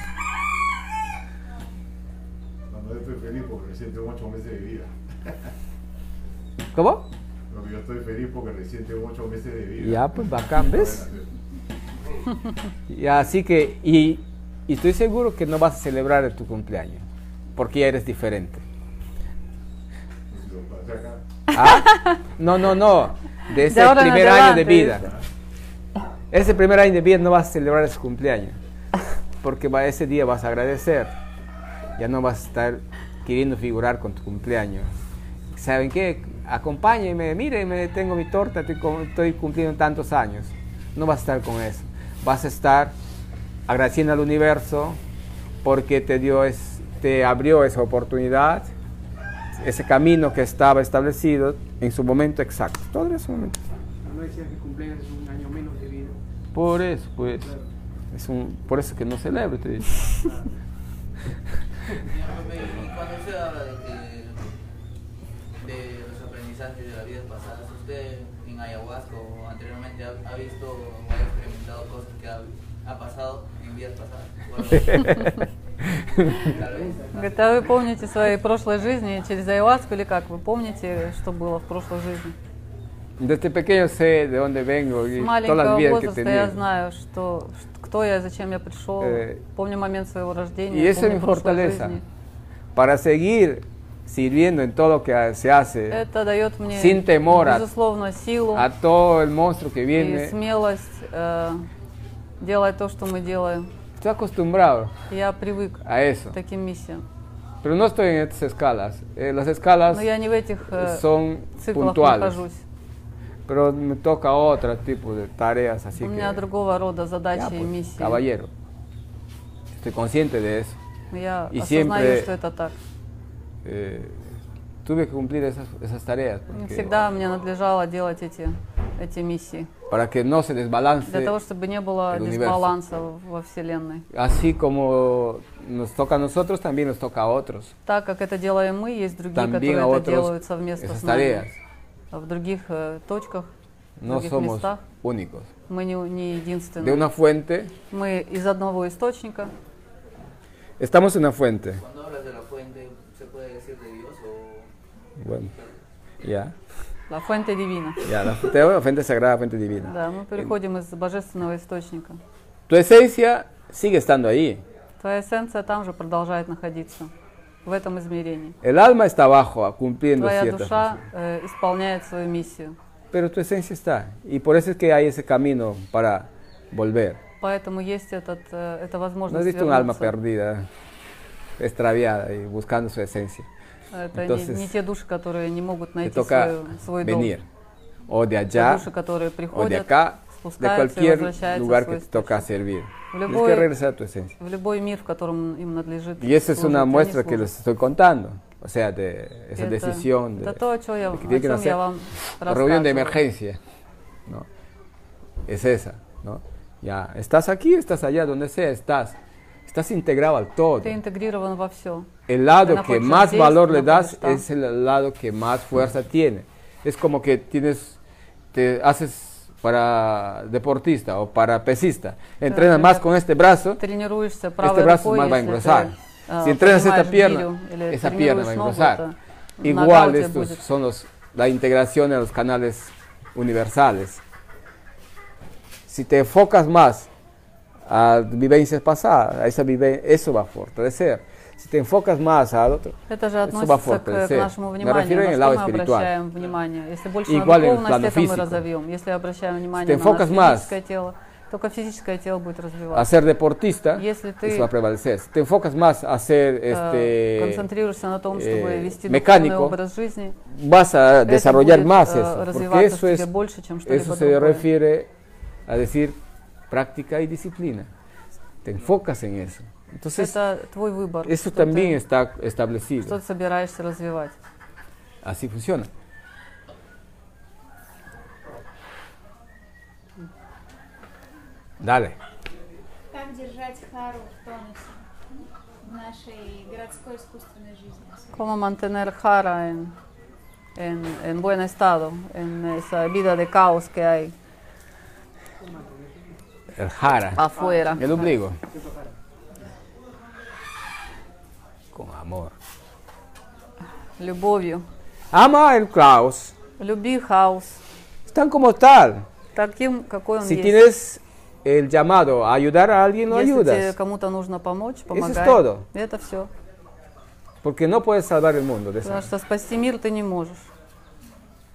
Cuando yo estoy feliz porque recién tengo ocho meses de vida. ¿Cómo? Pero yo estoy feliz porque recién tengo ocho meses de vida. Ya, pues bacán, ¿ves? Y así que, y, y estoy seguro que no vas a celebrar tu cumpleaños, porque ya eres diferente. ¿Ah? No, no, no, de ese De ahora en primer año de adelante, vida. Ese primer año de vida no vas a celebrar ese cumpleaños, porque va- ese día vas a agradecer. Ya no vas a estar queriendo figurar con tu cumpleaños. ¿Saben qué? Acompáñenme, mírenme, tengo mi torta, estoy cum- estoy cumpliendo tantos años. No vas a estar con eso. Vas a estar agradeciendo al universo porque te dio es- te abrió esa oportunidad, ese camino que estaba establecido en su momento exacto. Todo en su momento. No decía que cumpleaños es un año menos de vida. Por eso, pues. Es un, por eso que no celebro, te digo. Señor Pepe, y cuando usted habla de, que- de los aprendizajes de las vidas pasadas, usted en ayahuasca o anteriormente ha, ha visto o ha experimentado cosas que ha, ha pasado en vidas pasadas. o algo así? Tal vez. Говорит, а вы помните свои прошлые жизни через ayahuasca или как? Вы помните, что было в прошлой жизни? Desde pequeño sé de dónde vengo С y todas las маленького vidas que возраста tenía. я знаю, что, что- кто я, зачем я пришел, Э, помню момент своего рождения, Y esa es помню mi прошлой fortaleza. жизни. Para seguir sirviendo en todo lo que se hace, Это дает мне, Sin temor a- безусловно, силу a todo el monstruo que и viene, смелость э, делать то, что мы делаем. estoy acostumbrado Я привык a eso. к таким миссиям. Pero no estoy en estas escalas. Eh, las escalas Но я не в этих э, son циклах puntuales. нахожусь. Pero me toca otro tipo de tareas, así У que... меня другого рода ya, задачи и pues, миссии. caballero. Estoy consciente de eso. Я И э, осознаю, siempre- что это так. Eh, tuve que cumplir esas, esas tareas. Не porque- всегда мне надлежало делать эти, эти миссии. Para que no se Для desbalance. того, чтобы не было El universo. дисбаланса во Вселенной. Así como nos toca a nosotros, también nos toca a otros. Так как это делаем мы, есть другие, También a которые это otros делают совместно esas с нами. tareas. В других э, точках, в No других somos местах únicos. мы не, не единственные. De una fuente, Мы из одного источника. estamos en una fuente. Cuando hablas de la fuente, ¿se puede decir de Dios o...? Bueno, ya. La fuente divina. Ya, la fuente, la fuente sagrada, fuente divina. Да, мы переходим из божественного источника. Tu esencia sigue estando ahí. Твоя эссенция там же продолжает находиться, в этом измерении. El alma está abajo, ah, cumpliendo Твоя ciertas душа funciones. э, исполняет свою миссию. Pero tu esencia está. Y por eso es que hay ese camino para volver. Поэтому есть этот, э, эта No has возможность visto un alma вернуться. perdida, extraviada y buscando su esencia. Это не, Entonces, не те души, которые не могут Te найти toca свою- свой дом. venir. O de Те allá, души, которые o de приходят, acá, de спускаются и cualquier возвращаются в lugar que свой te toca servir. В Tienes любой- que regresar a tu esencia. в любой мир, в котором им надлежит. Y esa es служить, una они muestra que служат. les estoy contando. O sea, de esa Это- decisión de это то, о чем я, de о tiene чем nacer. я вам reunión de рассказывала. emergencia. ¿no? Es esa. ¿no? Ya, estás aquí, estás allá, donde sea, estás. Estás integrado al todo. Ты интегрирован во все. El lado que находишься más здесь, valor ты le das находишься es el lado que más fuerza tiene. Es como que tienes, te haces para deportista o para pesista. Entrenas más например, con este brazo, Тренируешься правой este brazo рукой, más va a если engrosar. ты, э, Si entrenas esta поднимаешь pierna, гирю или esa pierna тренируешь va a ногу, engrosar. это нога у Igual тебя estos будет. son los, la integración de los canales universales. Si te enfocas más a vivencias pasadas, a esa vive- eso va a fortalecer. Si te enfocas más al otro, Это же eso va a относится к, к fortalecer. нашему Me вниманию, refiero en на el что lado мы espiritual. обращаем внимание. Если больше Igual en el на духовность, plano это мы físico. разовьем. Если обращаем te внимание на enfocas наше más физическое тело, только физическое тело будет A развиваться. ser deportista, Если ты, eso va a prevalecer. Si te enfocas más a ser Э, este, концентрируешься на том, чтобы э, вести механику, духовный образ жизни, vas a это desarrollar будет, más э, eso. Porque развиваться в eso тебе es больше, чем что-либо Eso se другое. refiere a decir práctica y disciplina. Te enfocas en eso. Entonces, это твой выбор. eso что ты- también está establecido. Что ты собираешься развивать? Así funciona. Dale. Как держать Хару в тонусе в нашей городской искусственной жизни? ¿Cómo mantener Jara en, en, en buen estado, en esa vida de caos que hay El jara. Ah. afuera? El ombligo. Con amor. Любовью. Ama el caos. Люби хаос Están como tal. таким, какой он Si есть. tienes el llamado a ayudar a alguien, lo Если тебе ayudas. кому-то нужно помочь, помогай. todo. Это все. Porque no puedes salvar el mundo de esa Потому что спасти мир ты не можешь.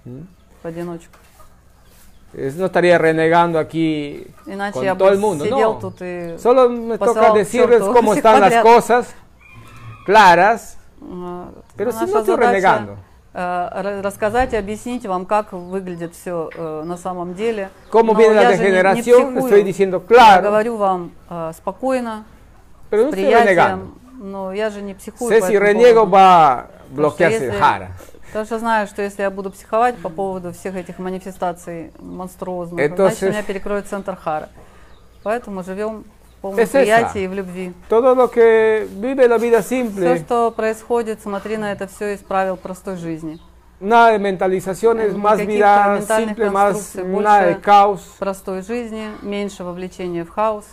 В одиночку. Es- no estaría renegando aquí Иначе con я todo бы el mundo. siguiel No. тут и Solo me toca посылал к decirles черту cómo всех están las подряд. cosas claras. А, Pero si наша no estoy задача, renegando. э, ра- рассказать и объяснить вам, как выглядит все на самом деле. Cómo Но viene la я же не- не degeneración, психую. estoy diciendo Я claro, говорю вам э, спокойно, pero no с estoy renegando. приятием, но я же не психую. Sé по si этому reniego поводу. va a Потому что bloquearse el если- jara. Потому что знаю, что если я буду психовать по поводу всех этих манифестаций монструозных, Это значит, же- меня перекроет центр Хара. Поэтому живем в полном Это приятии это. и в любви. Todo lo que vive la vida Все, simple, что происходит, смотри на это все из правил простой жизни. nada de mentalizaciones, М, más каких-то vida ментальных simple, más конструкций nada de больше. caos, Простой жизни, меньше вовлечения в хаос.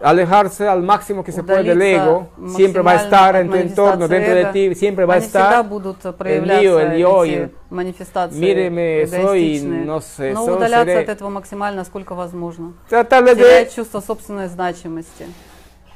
alejarse al máximo que se puede del удалиться ego, siempre va a максимально estar от en tu entorno, манифестации dentro de эго. ti, siempre va a Они всегда estar. будут lío, проявляться el yo y эти el манифестации míreme, soy, эгоистичные. no sé, Но soy, удаляться seré. от этого максимально, сколько возможно. Tratar de Терять чувство собственной значимости.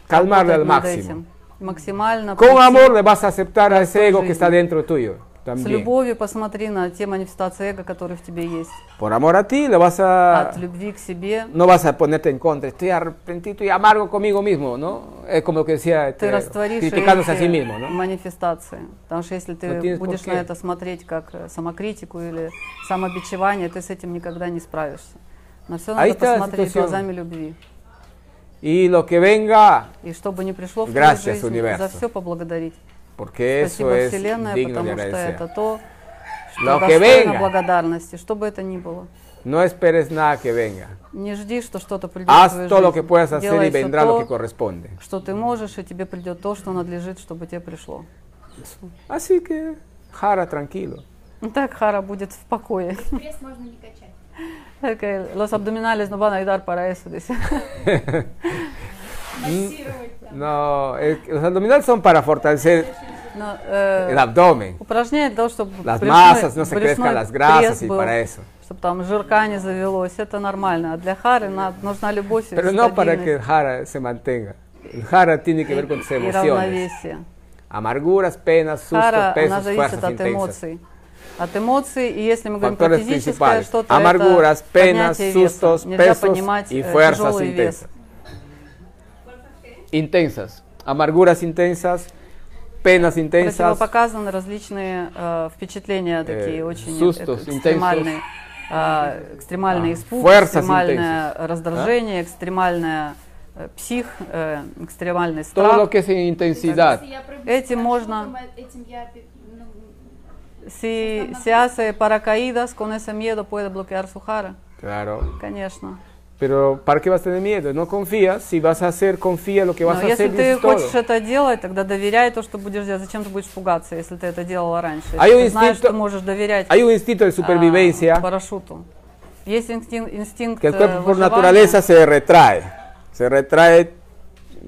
calmarle al работать над máximo. этим. Максимально. Con прийти amor le vas a aceptar a ese ego que жизни. está dentro tuyo. С También. любовью посмотри на те манифестации эго, которые в тебе есть. Por amor a ti le vas a... От любви к себе. No vas a ponerte en contra. Estoy arrepentido y amargo conmigo mismo, ¿no? Es como lo que decía, Ты este, растворишь criticándose a sí эти mismo, ¿no? манифестации. Потому что если Но Ну, ты ты будешь на окей. это смотреть как э, самокритику или самобичевание, ты с этим никогда не справишься. На все А надо это посмотреть ситуация. глазами любви. Y lo que venga, И чтобы не пришло в твою Gracias, жизнь, universo. за все поблагодарить. porque eso Спасибо es Вселенная, digno de потому что это agradecer. то, что Lo que достойно venga, благодарности, что бы это ни было. no esperes nada que venga. Не жди, что что-то придет в Haz твою todo lo жизнь. que puedas hacer Делай y всё vendrá lo то, que corresponde. что ты можешь, и тебе придет то, что надлежит, чтобы тебе пришло. Así que, Jara, tranquilo. Ну, Так Хара будет в покое. э, Пресс можно не качать. Los abdominales no van a ayudar para eso. dice. Массировать там. No, el- los abdominales son para fortalecer Но, э, el abdomen. Упражнение для того, чтобы Las брюшной- masas, no se брюшной crezcan las grasas пресс y был, para eso. чтобы там жирка не завелось. Это нормально. А для Хары на- нужна любовь и Pero no para que el стабильность. jara se mantenga. El jara tiene que ver con tus И emociones. равновесие. Amarguras, penas, Хара, sustos, она pesos, зависит fuerzas от intensas. эмоций. От эмоций, и если мы говорим про Factores физическое principales. что-то, Amarguras, это А penas, поднятие веса. sustos, Нельзя pesos понимать y э, fuerzas тяжелый вес. intensas. Intensas. Amarguras intensas, penas intensas, Противопоказаны различные э, впечатления такие очень сустос, э, интенсус. экстремальные. э, экстремальный А, испуг, fuerzas экстремальное intensos, раздражение, экстремальное э, псих, э, экстремальный todo lo страх. que es intensidad. Если я прыгну Этим с можно- парашютом, э- Этим я пи- ну, Si se hace paracaídas, con ese miedo puede bloquear su jara. Claro. Конечно. Pero ¿para qué vas a tener miedo? No confías. Si vas a hacer, confía en lo que vas Но a Ну, если hacer. ты dices хочешь todo. это делать, тогда доверяй то, что будешь делать. Зачем ты будешь пугаться, если ты это делала раньше? А Если я ты знаешь, инстинкт- что можешь доверять Hay un instinto de а, Ah, supervivencia парашюту. Есть инстинкт, инстинкт que el э, cuerpo por выживания. naturaleza se retrae. Se retrae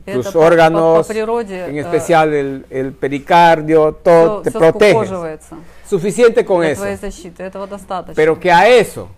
Это tus по- órganos, по- по природе, en э, especial el, el pericardio, Все, todo te protege. скукоживается Suficiente con для eso. твоей защиты. Этого достаточно. Pero que a eso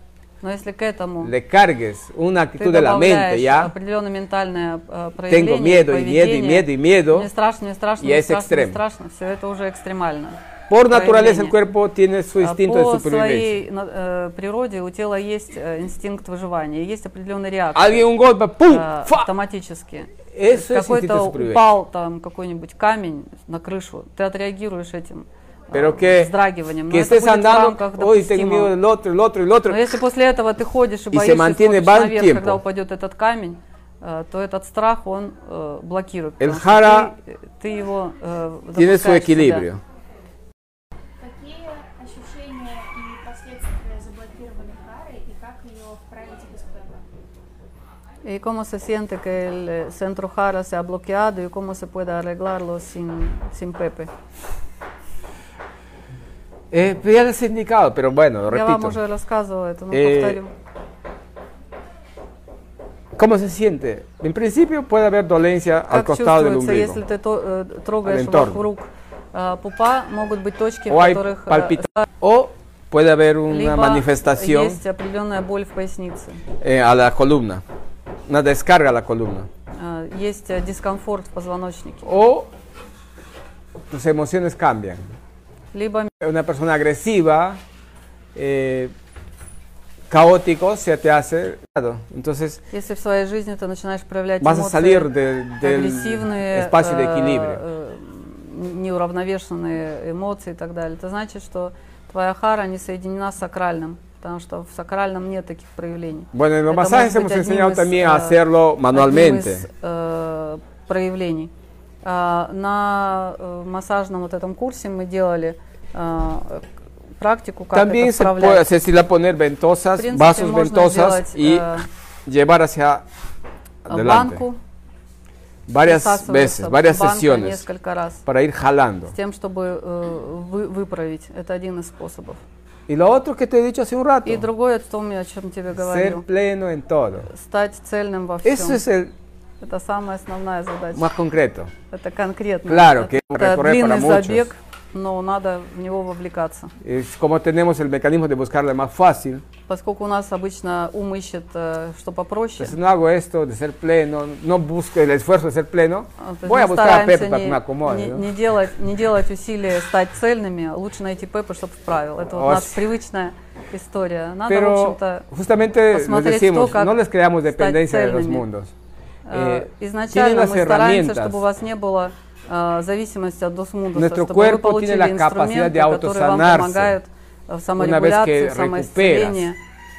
Но если к этому le cargues una ты actitud de la mente, добавляешь ¿ya? определенное ментальное э, Tengo проявление, miedo y miedo y поведение, miedo y miedo. Мне страшно, мне страшно, Y мне es страшно, мне extremo. страшно. Все это уже экстремально. Por naturaleza el проявление. cuerpo tiene su А instinto de По supervivencia. своей на- э, природе у тела есть э, инстинкт выживания, есть определенная Alguien реакция un golpe, ¡pum! э, ¡Fa! Э, автоматически. Eso es instinto de Какой-то supervivencia. упал там какой-нибудь камень на крышу, ты отреагируешь этим э, Pero que, вздрагиванием. que Но это estés будет в andando, рамках hoy tengo miedo допустимого. del otro, el otro, el otro. Но если после этого ты ходишь и Y se боишься, mantiene смотришь va el наверх, tiempo. когда упадет этот камень, э, то этот страх, он э, блокирует. El потому что jara ты, ты его э, Tiene su запускаешь в себя. equilibrio. Какие ощущения и последствия заблокировали Хары и как ее вправить из ПМ? ¿Y cómo se siente que el eh, centro Jara se ha bloqueado y cómo se puede arreglarlo sin, sin Pepe? Eh, ya les he indicado, pero bueno, Я вам repito. уже рассказывала это, но Э, повторю. ¿Cómo se siente? En principio puede haber dolencia al Как costado del чувствуется, ombligo. если ты то- э, трогаешь entorno. вокруг э, пупа, могут быть точки, в O hay которых э, palpitación. O puede haber una либо manifestación есть определенная боль в пояснице. eh, a la columna. Una descarga a la columna. Э, Есть э, дискомфорт в позвоночнике. O tus emociones cambian. Либо Una persona agresiva, eh, caótico, se te hace. Entonces, Если в своей жизни ты начинаешь проявлять Vas a эмоции salir de- del агрессивные, espacio de э, equilibrio. э, неуравновешенные эмоции и так далее, это значит, что твоя хара не соединена с сакральным, потому что в сакральном нет таких проявлений. Bueno, en los Это masajes может быть hemos одним enseñado из, también a э, hacerlo одним manualmente. из, э, проявлений. А, на э, массажном вот этом курсе мы делали э, практику, как también это se вправлять. puede se si la poner ventosas, В принципе, vasos можно ventosas сделать, y э, llevar hacia adelante. банку varias присасываться veces, в varias банку sesiones несколько раз. para ir jalando. с тем, чтобы э, вы- выправить. Это один из способов. Y lo otro que te he dicho hace un rato, И другое, о том, я о чем тебе ser говорил. pleno en todo. Стать цельным во всем. Eso es el Это самая основная задача. más concreto. Это конкретно. Claro, это, que это recorrer para длинный muchos. забег, но надо в него вовлекаться. Es como tenemos el mecanismo de buscarle más fácil. Поскольку у нас обычно ум ищет, э, что попроще, Entonces Pues, no hago esto de ser pleno, no busco el esfuerzo de ser pleno. а, то есть Voy a мы buscar a Pepe стараемся para que me не, acomode. не- ¿no? не делать, не делать усилия стать цельными, а лучше найти Пеппа, чтобы вправил. Это вот Ось. наша привычная история. Надо, в Pero общем-то, justamente les посмотреть decimos, то, как no les creamos стать dependencia de los цельными. mundos. Э, Eh, tienen Изначально las мы стараемся, herramientas. чтобы у вас не было э, зависимости от досмундуса, Nuestro чтобы вы cuerpo получили tiene la capacidad инструменты, de которые autosanarse. вам помогают э, в Una vez саморегуляции, que в самоисцелении.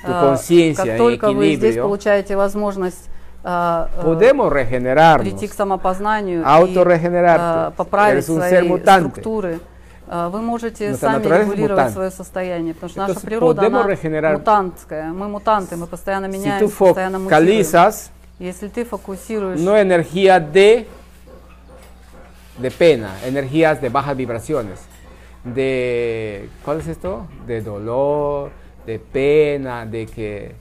recuperas tu conciencia как y только вы здесь equilibrio, получаете возможность э, э, Podemos прийти regenerarnos. к самопознанию Autorregenerarte. и э, поправить Eres un ser свои mutante. структуры, э, вы можете Nuestra сами naturaleza es регулировать mutante. свое состояние, потому что наша Entonces, природа, podemos она regenerar- мутантская. Мы мутанты, мы постоянно Si tú меняемся, постоянно мутируем. focalizas, Если ты фокусируешь no energía de, de pena, energías de bajas vibraciones, de, ¿cuál es esto? De dolor, de pena, de que...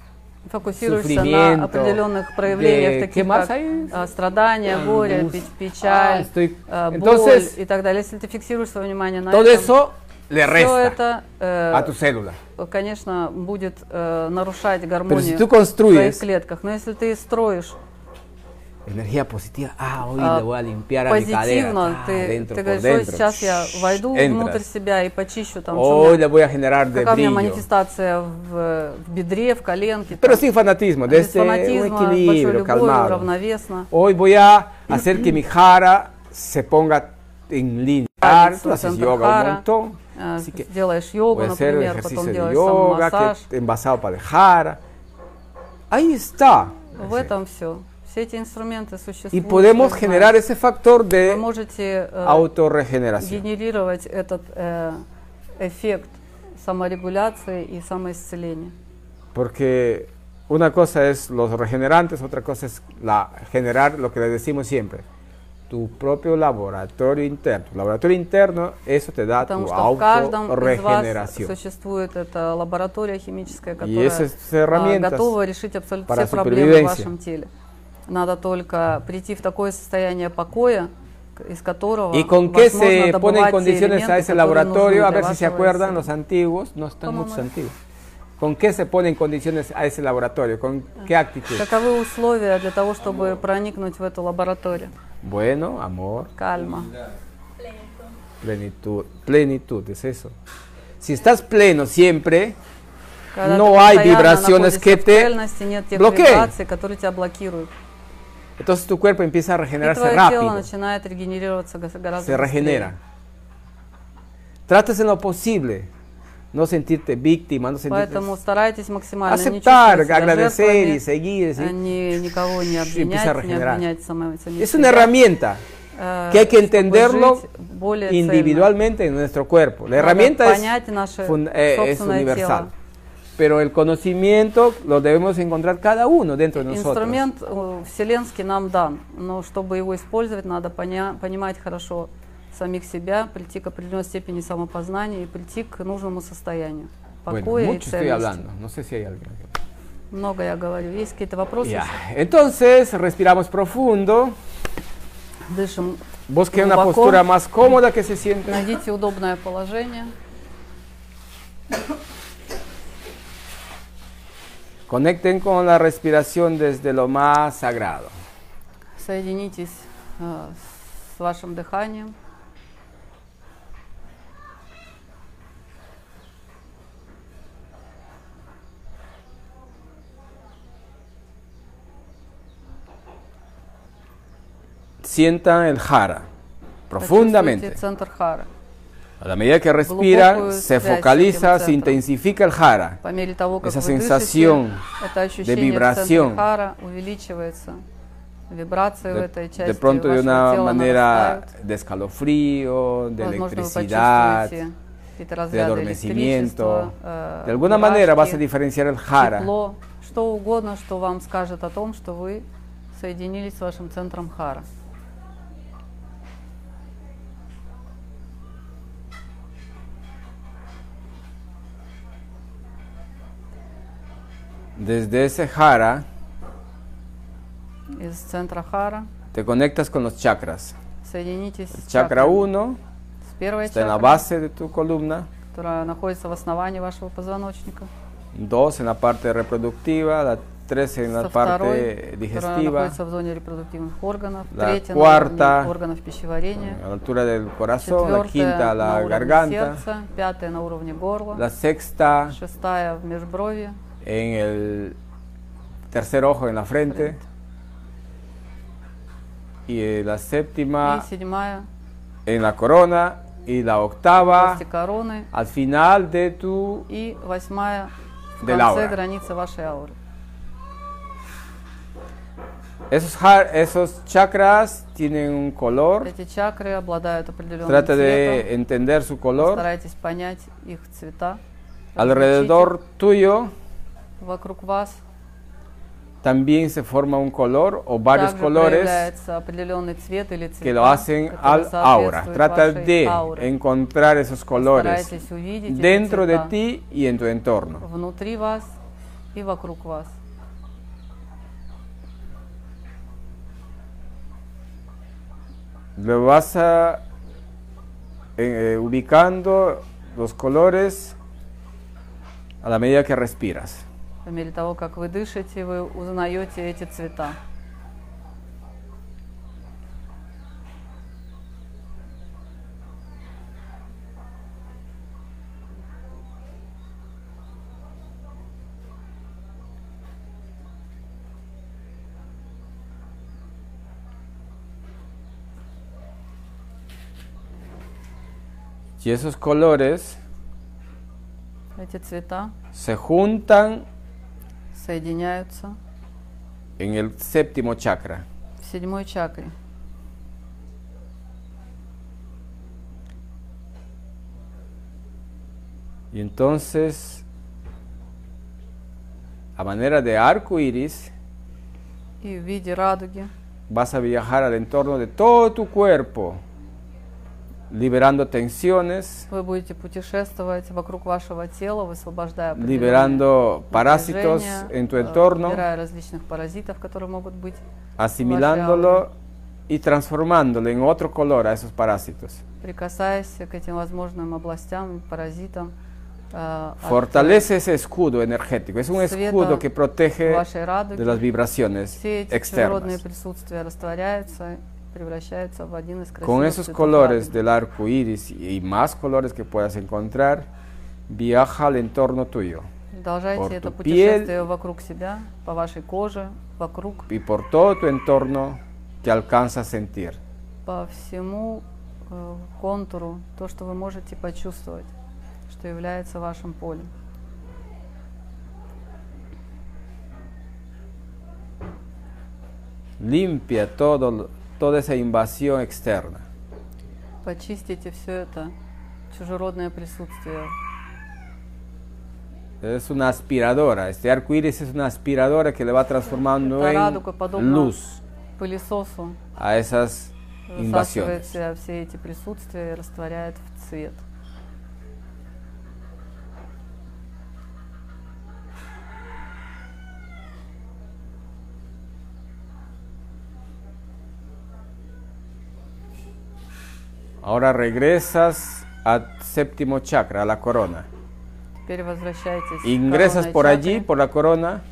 фокусируешься sufrimiento, на определенных de- проявлениях, ¿qué таких más как hay? э, страдания, горе, пе- Ah, печаль, estoy- э, боль Entonces- и так далее. Если ты фиксируешь свое внимание на Todo этом, eso le все resta А это, э, a tu célula. конечно, будет э, нарушать гармонию Pero si tú в construyes- твоих клетках. Но если ты строишь Energía positiva. Ah, hoy а, le voy a limpiar a mi позитивно, cadera. Ah, ты, dentro, ты por говоришь, «Ой, dentro. сейчас я войду Entras. внутрь себя и почищу там, что у меня- Hoy le voy a generar de какая у меня brillo. манифестация в, в бедре, в коленке. Pero там. sin fanatismo, Без desde un фанатизма, большой equilibrio любовью, calmado. равновесно. Hoy voy a hacer que mi jara se ponga en línea. Tú haces центр yoga un хара, montón. э, Así que Делаешь йогу, voy a hacer например, потом ejercicio de делаешь yoga, самомассаж. que envasado para el jara. Ahí está. В этом все. Все эти инструменты существуют. Y podemos вы generar знаете. ese factor Вы de можете э, autorregeneración. генерировать этот э, эффект саморегуляции и самоисцеления. Porque una cosa es los regenerantes, otra cosa es la, generar lo que le decimos siempre. Tu propio laboratorio interno. Laboratorio interno, eso te da Потому tu что в каждом из вас autorregeneración. существует эта лаборатория химическая, которая esa es а, herramientas готова решить абсолютно para все проблемы в supervivencia. вашем теле. Надо только прийти в такое состояние покоя, к- из которого ¿Y con qué возможно se добывать ponen те condiciones элементы, a ese которые нужны laboratorio? A для ver si se вашего acuerdan исцеления. los antiguos, no están ¿Cómo muchos no? antiguos. ¿Con qué se ponen condiciones a ese laboratorio? ¿Con Ah. qué actitud? Каковы условия для того, чтобы проникнуть в эту лабораторию? Bueno, amor, Кальма. plenitud. Plenitud, es eso. Si estás pleno siempre, Когда No ты Ну, hay постоянно vibraciones находишься que в te цельности, нет тех bloqueen. вибраций, которые тебя блокируют. entonces tu cuerpo empieza a И regenerarse твое тело rápido. начинает регенерироваться го- гораздо se быстрее. regenera. Trates en lo posible no sentirte víctima, no sentirte... Поэтому старайтесь А максимально не Aceptar, чувствовать себя agradecer y жертвами, seguir, sí. а не- никого не empieza a обвинять, не regenerar. обвинять самого себя. Es una herramienta Э, que hay que чтобы entenderlo жить более цельно. individualmente en nuestro cuerpo. La Надо herramienta es, понять наше fun- eh, es собственное universal, тело. pero el conocimiento lo debemos encontrar cada uno dentro de nosotros. Инструмент э, вселенский нам дан, но чтобы его использовать, надо поня- понимать хорошо самих себя, прийти к определенной степени самопознания и прийти к нужному состоянию покоя Bueno, и mucho estoy цельности. hablando, no sé si hay alguien. Много я говорю. Есть какие-то вопросы? Ya. Entonces, respiramos profundo. Дышим Busque una глубоко. postura más cómoda que se sienta. Найдите удобное положение. Conecten con la respiración desde lo más sagrado. Соединитесь э, с вашим дыханием. Sienta el jara Почувствуйте profundamente. центр хара. A la medida que respira, Глубокую se связь с этим focaliza, se центром. intensifica el jara. По мере того, как Esa вы дышите, sensación это de ощущение в центре vibración, хара увеличивается. Вибрации в de, этой de части pronto este de Pues, вашего una тела manera нарастают. de escalofrío, de Возможно, вы electricidad, почувствуете какие-то de разряды adormecimiento. электричества, э, De alguna manera vas a мурашки, diferenciar el jara. тепло, что угодно, что вам скажет о том, что вы соединились с вашим центром хара. Desde ese jara Из центра хара te conectas con los chakras. соединитесь с Chakra чакрами. 1 С первой está en la чакрой, base de tu columna, которая находится в основании вашего позвоночника. 2 en la parte reproductiva, la 3 en со la второй, parte которая digestiva, находится в зоне репродуктивных органов, La третья на cuarta, уровне органов пищеварения, a la altura del corazón, la четвертая quinta на la уровне garganta, сердца, пятая на уровне горла, la sexta шестая в межброви, en el tercer ojo en la frente y eh, la и séptima седьмая en la corona y la в octava области короны, al final de tu и восьмая в Del конце aura. границы вашей ауры. esos har- esos chakras tienen un color Эти чакры обладают определенным trata цветом. de entender su color Старайтесь понять их цвета. alrededor tuyo различить Вокруг вас también se forma un color o varios также colores проявляется опреленный цвет или цвета, que lo hacen которые al aura. соответствуют Trata вашей de ауре. encontrar esos colores Старайтесь увидеть эти dentro de цвета ti y en tu entorno. внутри вас и вокруг вас. Lo vas a eh, ubicando los colores a la medida que respiras. По мере того, как вы дышите, вы узнаете эти цвета. Si esos colores Эти цвета se juntan соединяются en el séptimo chakra, в седьмой чакре. y entonces a manera de arco iris И в виде радуги vas a viajar al entorno de todo tu cuerpo, liberando tensiones, вы будете путешествовать вокруг вашего тела, высвобождая определенные liberando parásitos напряжения, en tu э, entorno, убирая различных паразитов, которые могут быть. asimilándolo y transformándolo en otro color a esos parásitos. Ah, Прикасаясь к этим возможным областям, паразитам, э, от Fortalece ese escudo energético, es un Света escudo que protege вашей радуги. de las vibraciones Все эти природные externas. присутствия растворяются, превращаются в один из красивых Con esos цветов colores радуги. del arco iris y más colores que puedas encontrar, viaja al entorno tuyo por Продолжайте это tu piel. путешествие вокруг себя, по вашей коже, вокруг, y por todo tu entorno que alcanza a sentir. по всему э, контуру, то, что вы можете почувствовать, что является вашим полем. Limpia todo, toda esa invasión externa. Почистите все это чужеродное присутствие. Es una aspiradora. Este arco iris es una aspiradora que le va transformando Это радуга, en подобно luz пылесосу, a esas засасывает в invasiones. себя все эти присутствия и растворяет в цвет. Ahora regresas al séptimo chakra, a la corona. Теперь возвращайтесь. к Ingresas коронной por allí, чакре, por la corona,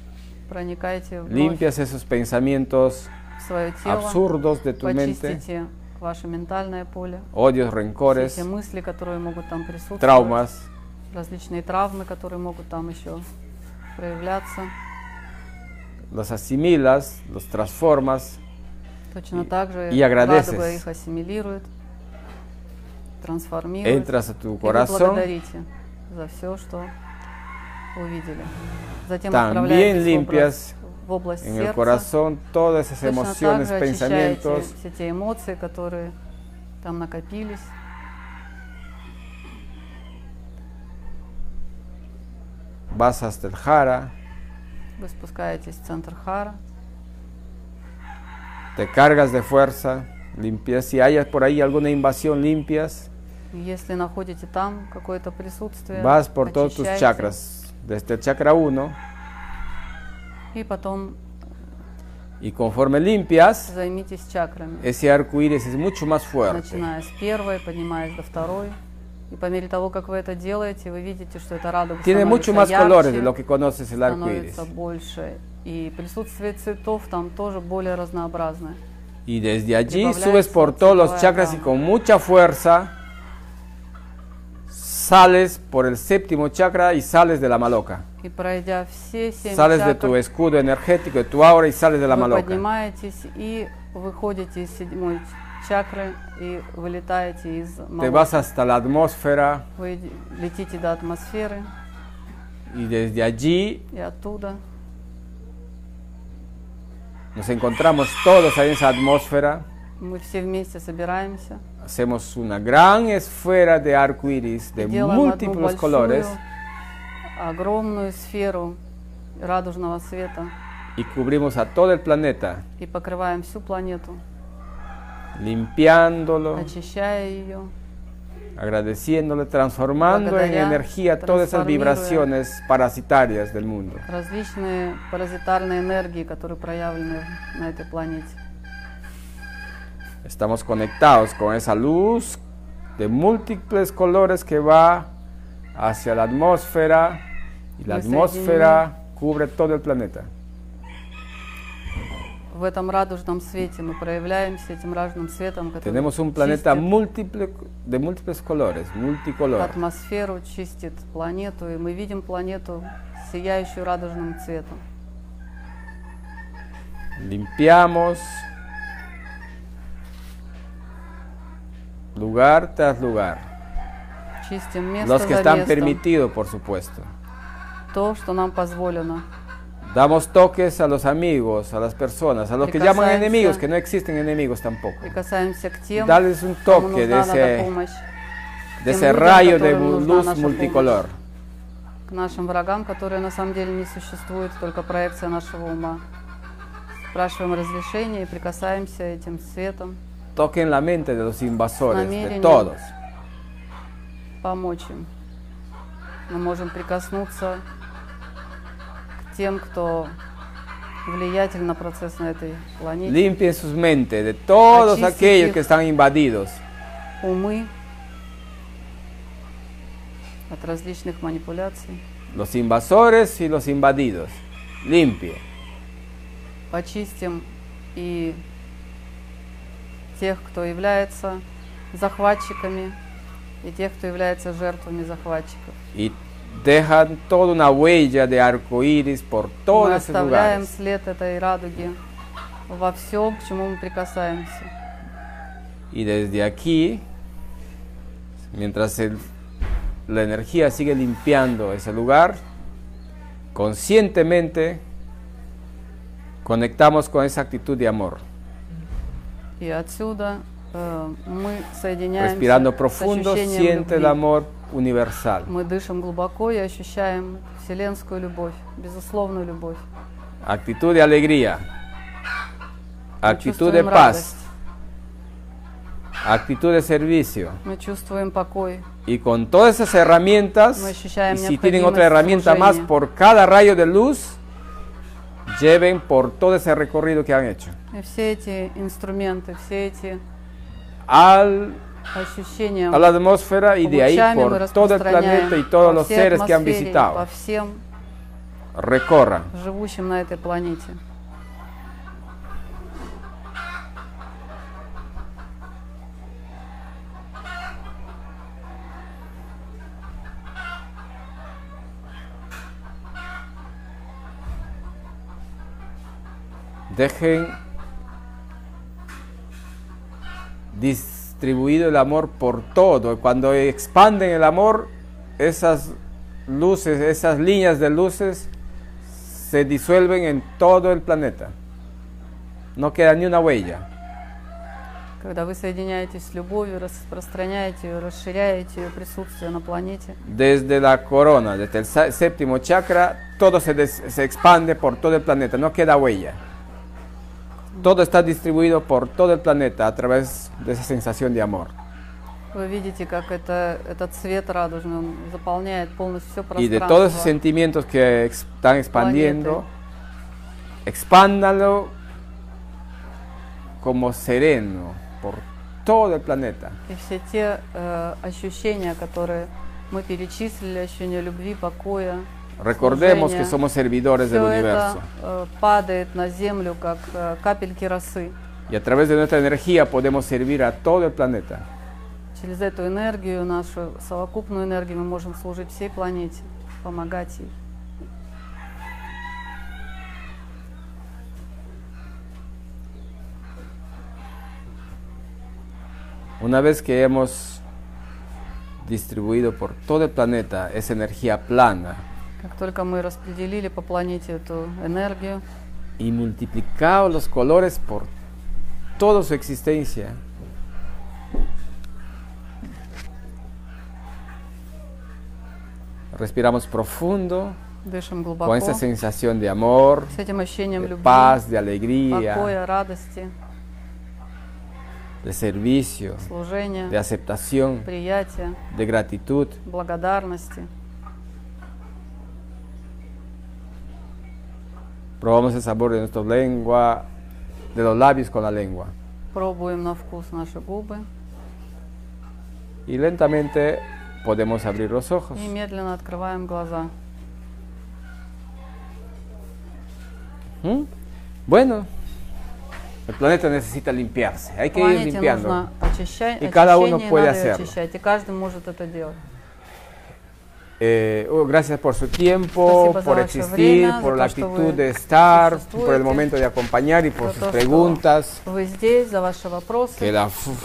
проникайте вновь limpias esos pensamientos в свое тело, absurdos de tu mente, почистите ваше ментальное поле, odios, все rencores, те мысли, которые могут там присутствовать, traumas. различные травмы, которые могут там еще проявляться. los asimilas, los transformas Точно так же и agradeces. радуга их ассимилирует, трансформирует. Entras a tu И вы corazón. благодарите за все, что увидели. Затем También отправляетесь в limpias образ- в область en сердца. el corazón todas esas Точно emociones, так же очищаете pensamientos. все те эмоции, которые там накопились. Vas hasta el jara, Вы спускаетесь в центр хара, te cargas de fuerza, limpias. Si hayas por ahí alguna invasión, limpias. И Если находите там какое-то присутствие, Vas por todos tus очищаете. chakras, desde el chakra 1. И потом Y conforme limpias, займитесь чакрами, ese arco iris es mucho más fuerte. начиная с первой, поднимаясь до второй. И по мере того, как вы это делаете, вы видите, что это радуга Tiene становится mucho más ярче, colores de lo que conoces el arco iris. становится больше. И присутствие цветов там тоже более разнообразное. Y desde allí Добавляется subes por todos los целая chakras y гамма. con mucha fuerza sales por el séptimo chakra y sales de la maloca. И пройдя все семь Sales de чакр, tu escudo energético, de tu aura y sales de la вы maloca. поднимаетесь и выходите из седьмой чакры и вылетаете из Te молока. vas hasta la atmósfera Вы иди- летите до атмосферы y desde allí и оттуда. nos encontramos todos ahí en esa atmósfera. Мы все вместе собираемся. Hacemos una gran esfera de arco iris de делаем одну múltiples большую, colores огромную сферу радужного света y cubrimos a todo el planeta, и покрываем всю планету, limpiándolo, очищая ее, agradeciéndole, transformando en Благодаря, energía todas esas transformiruя. vibraciones parasitarias del mundo. различные паразитарные энергии, которые проявлены на этой планете. Estamos conectados con esa luz de múltiples colores que va hacia la atmósfera y la Pues atmósfera cubre todo el planeta. В этом радужном свете мы проявляемся этим радужным светом, который Tenemos un planeta múltiple, de múltiples colores, multicolor. атмосферу, чистит планету, и мы видим планету сияющую радужным цветом. Limpiamos lugar tras lugar. Чистим место Los que за están местом, permitidos, por supuesto. то, что нам позволено. Damos toques a los amigos, a las personas, a los que llaman Прикасаемся. enemigos, que no existen enemigos tampoco. Прикасаемся к тем, Dales un кому toque de нужна наша ese- помощь, De тем ese людям, rayo de которым нужна luz наша multicolor. помощь, к нашим врагам, которые на самом деле не существуют, только проекция нашего ума. Спрашиваем разрешение и прикасаемся этим светом, Toquen la mente de los invasores, de Намерение. todos. помочь им. Мы можем прикоснуться к тем, кто влиятель на процесс на этой планете. Limpien sus mentes de todos Achisten aquellos их. que están invadidos. умы от различных манипуляций. Los invasores y los invadidos. Limpie. Почистим и тех, кто является захватчиками, и тех, кто является жертвами захватчиков. Y dejan toda una huella de arco iris por мы todos esos оставляем lugares. след этой радуги во всем, к чему мы прикасаемся. Y desde aquí, mientras el la energía sigue limpiando ese lugar, conscientemente conectamos con esa actitud de amor, И отсюда э, мы соединяемся respirando с profundo, ощущением siente el любви. amor universal. Мы дышим глубоко и ощущаем вселенскую любовь, безусловную любовь. Actitud de alegría. Actitud de чувствуем paz. Actitud de servicio. Мы чувствуем покой. Y con todas esas herramientas, Мы ощущаем y si tienen необходимость otra herramienta más служения. por cada rayo de luz, lleven por todo ese recorrido que han hecho. И все эти инструменты, все эти Al, ощущения a la atmósfera y de ahí лучами мы por todo el распространяем planeta y todos по los всей seres que han атмосфере и По visitado. всем Recorran. живущим на этой планете. Dejen distribuido el amor por todo. Cuando expanden el amor, esas luces, esas líneas de luces se disuelven en todo el planeta. No queda ni una huella. Когда вы соединяетесь с любовью, распространяете ее, расширяете ее присутствие на планете, Desde la corona, desde el sa- séptimo chakra, todo se, des- se expande por todo el planeta, no queda huella. Todo está distribuido por todo el planeta a través de esa sensación de amor. вы видите, как это, этот свет радужный, он заполняет полностью все y пространство. de todos esos sentimientos que ex- están expandiendo, expándalo como sereno por todo el planeta. И все те э, ощущения, которые мы перечислили, ощущения любви, покоя, Recordemos служения, que somos servidores del всё universo. это э, падает на землю, как э, капельки росы. Y a través de nuestra energía podemos servir a todo el planeta. Через эту энергию, нашу совокупную энергию, мы можем служить всей планете, помогать ей. Una vez que hemos distribuido por todo el planeta esa energía plana Как только мы распределили по планете эту энергию y multiplicado los colores por toda su existencia, respiramos profundo Дышим глубоко. con esa sensación de amor, с этим ощущением de любви, paz, de alegría, покоя, радости, de servicio, служения, de aceptación, приятия, de gratitud, благодарности. probamos el sabor de nuestra lengua, de los labios con la lengua. Пробуем на вкус наши губы Y lentamente podemos abrir los ojos. и медленно открываем глаза. ¿Mm? Bueno, el planeta necesita limpiarse, hay que ir Планете limpiando. нужно очищать, И cada uno puede надо её hacerlo. очищать, и каждый может это делать. Eh, oh, gracias por su tiempo, Спасибо за por ваше existir, время, por за la то, что actitud вы pues, de estar, por el существуете, momento de acompañar y por за sus то, что preguntas. Вы здесь, за ваши вопросы. Que la, fu-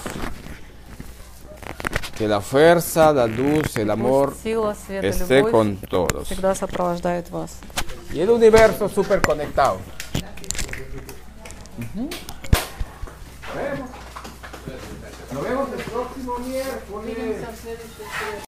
que la fuerza, la luz, el Пусть amor сила, свет и esté любовь con todos. всегда сопровождает вас. Y el universo súper conectado. Nos vemos el próximo miércoles.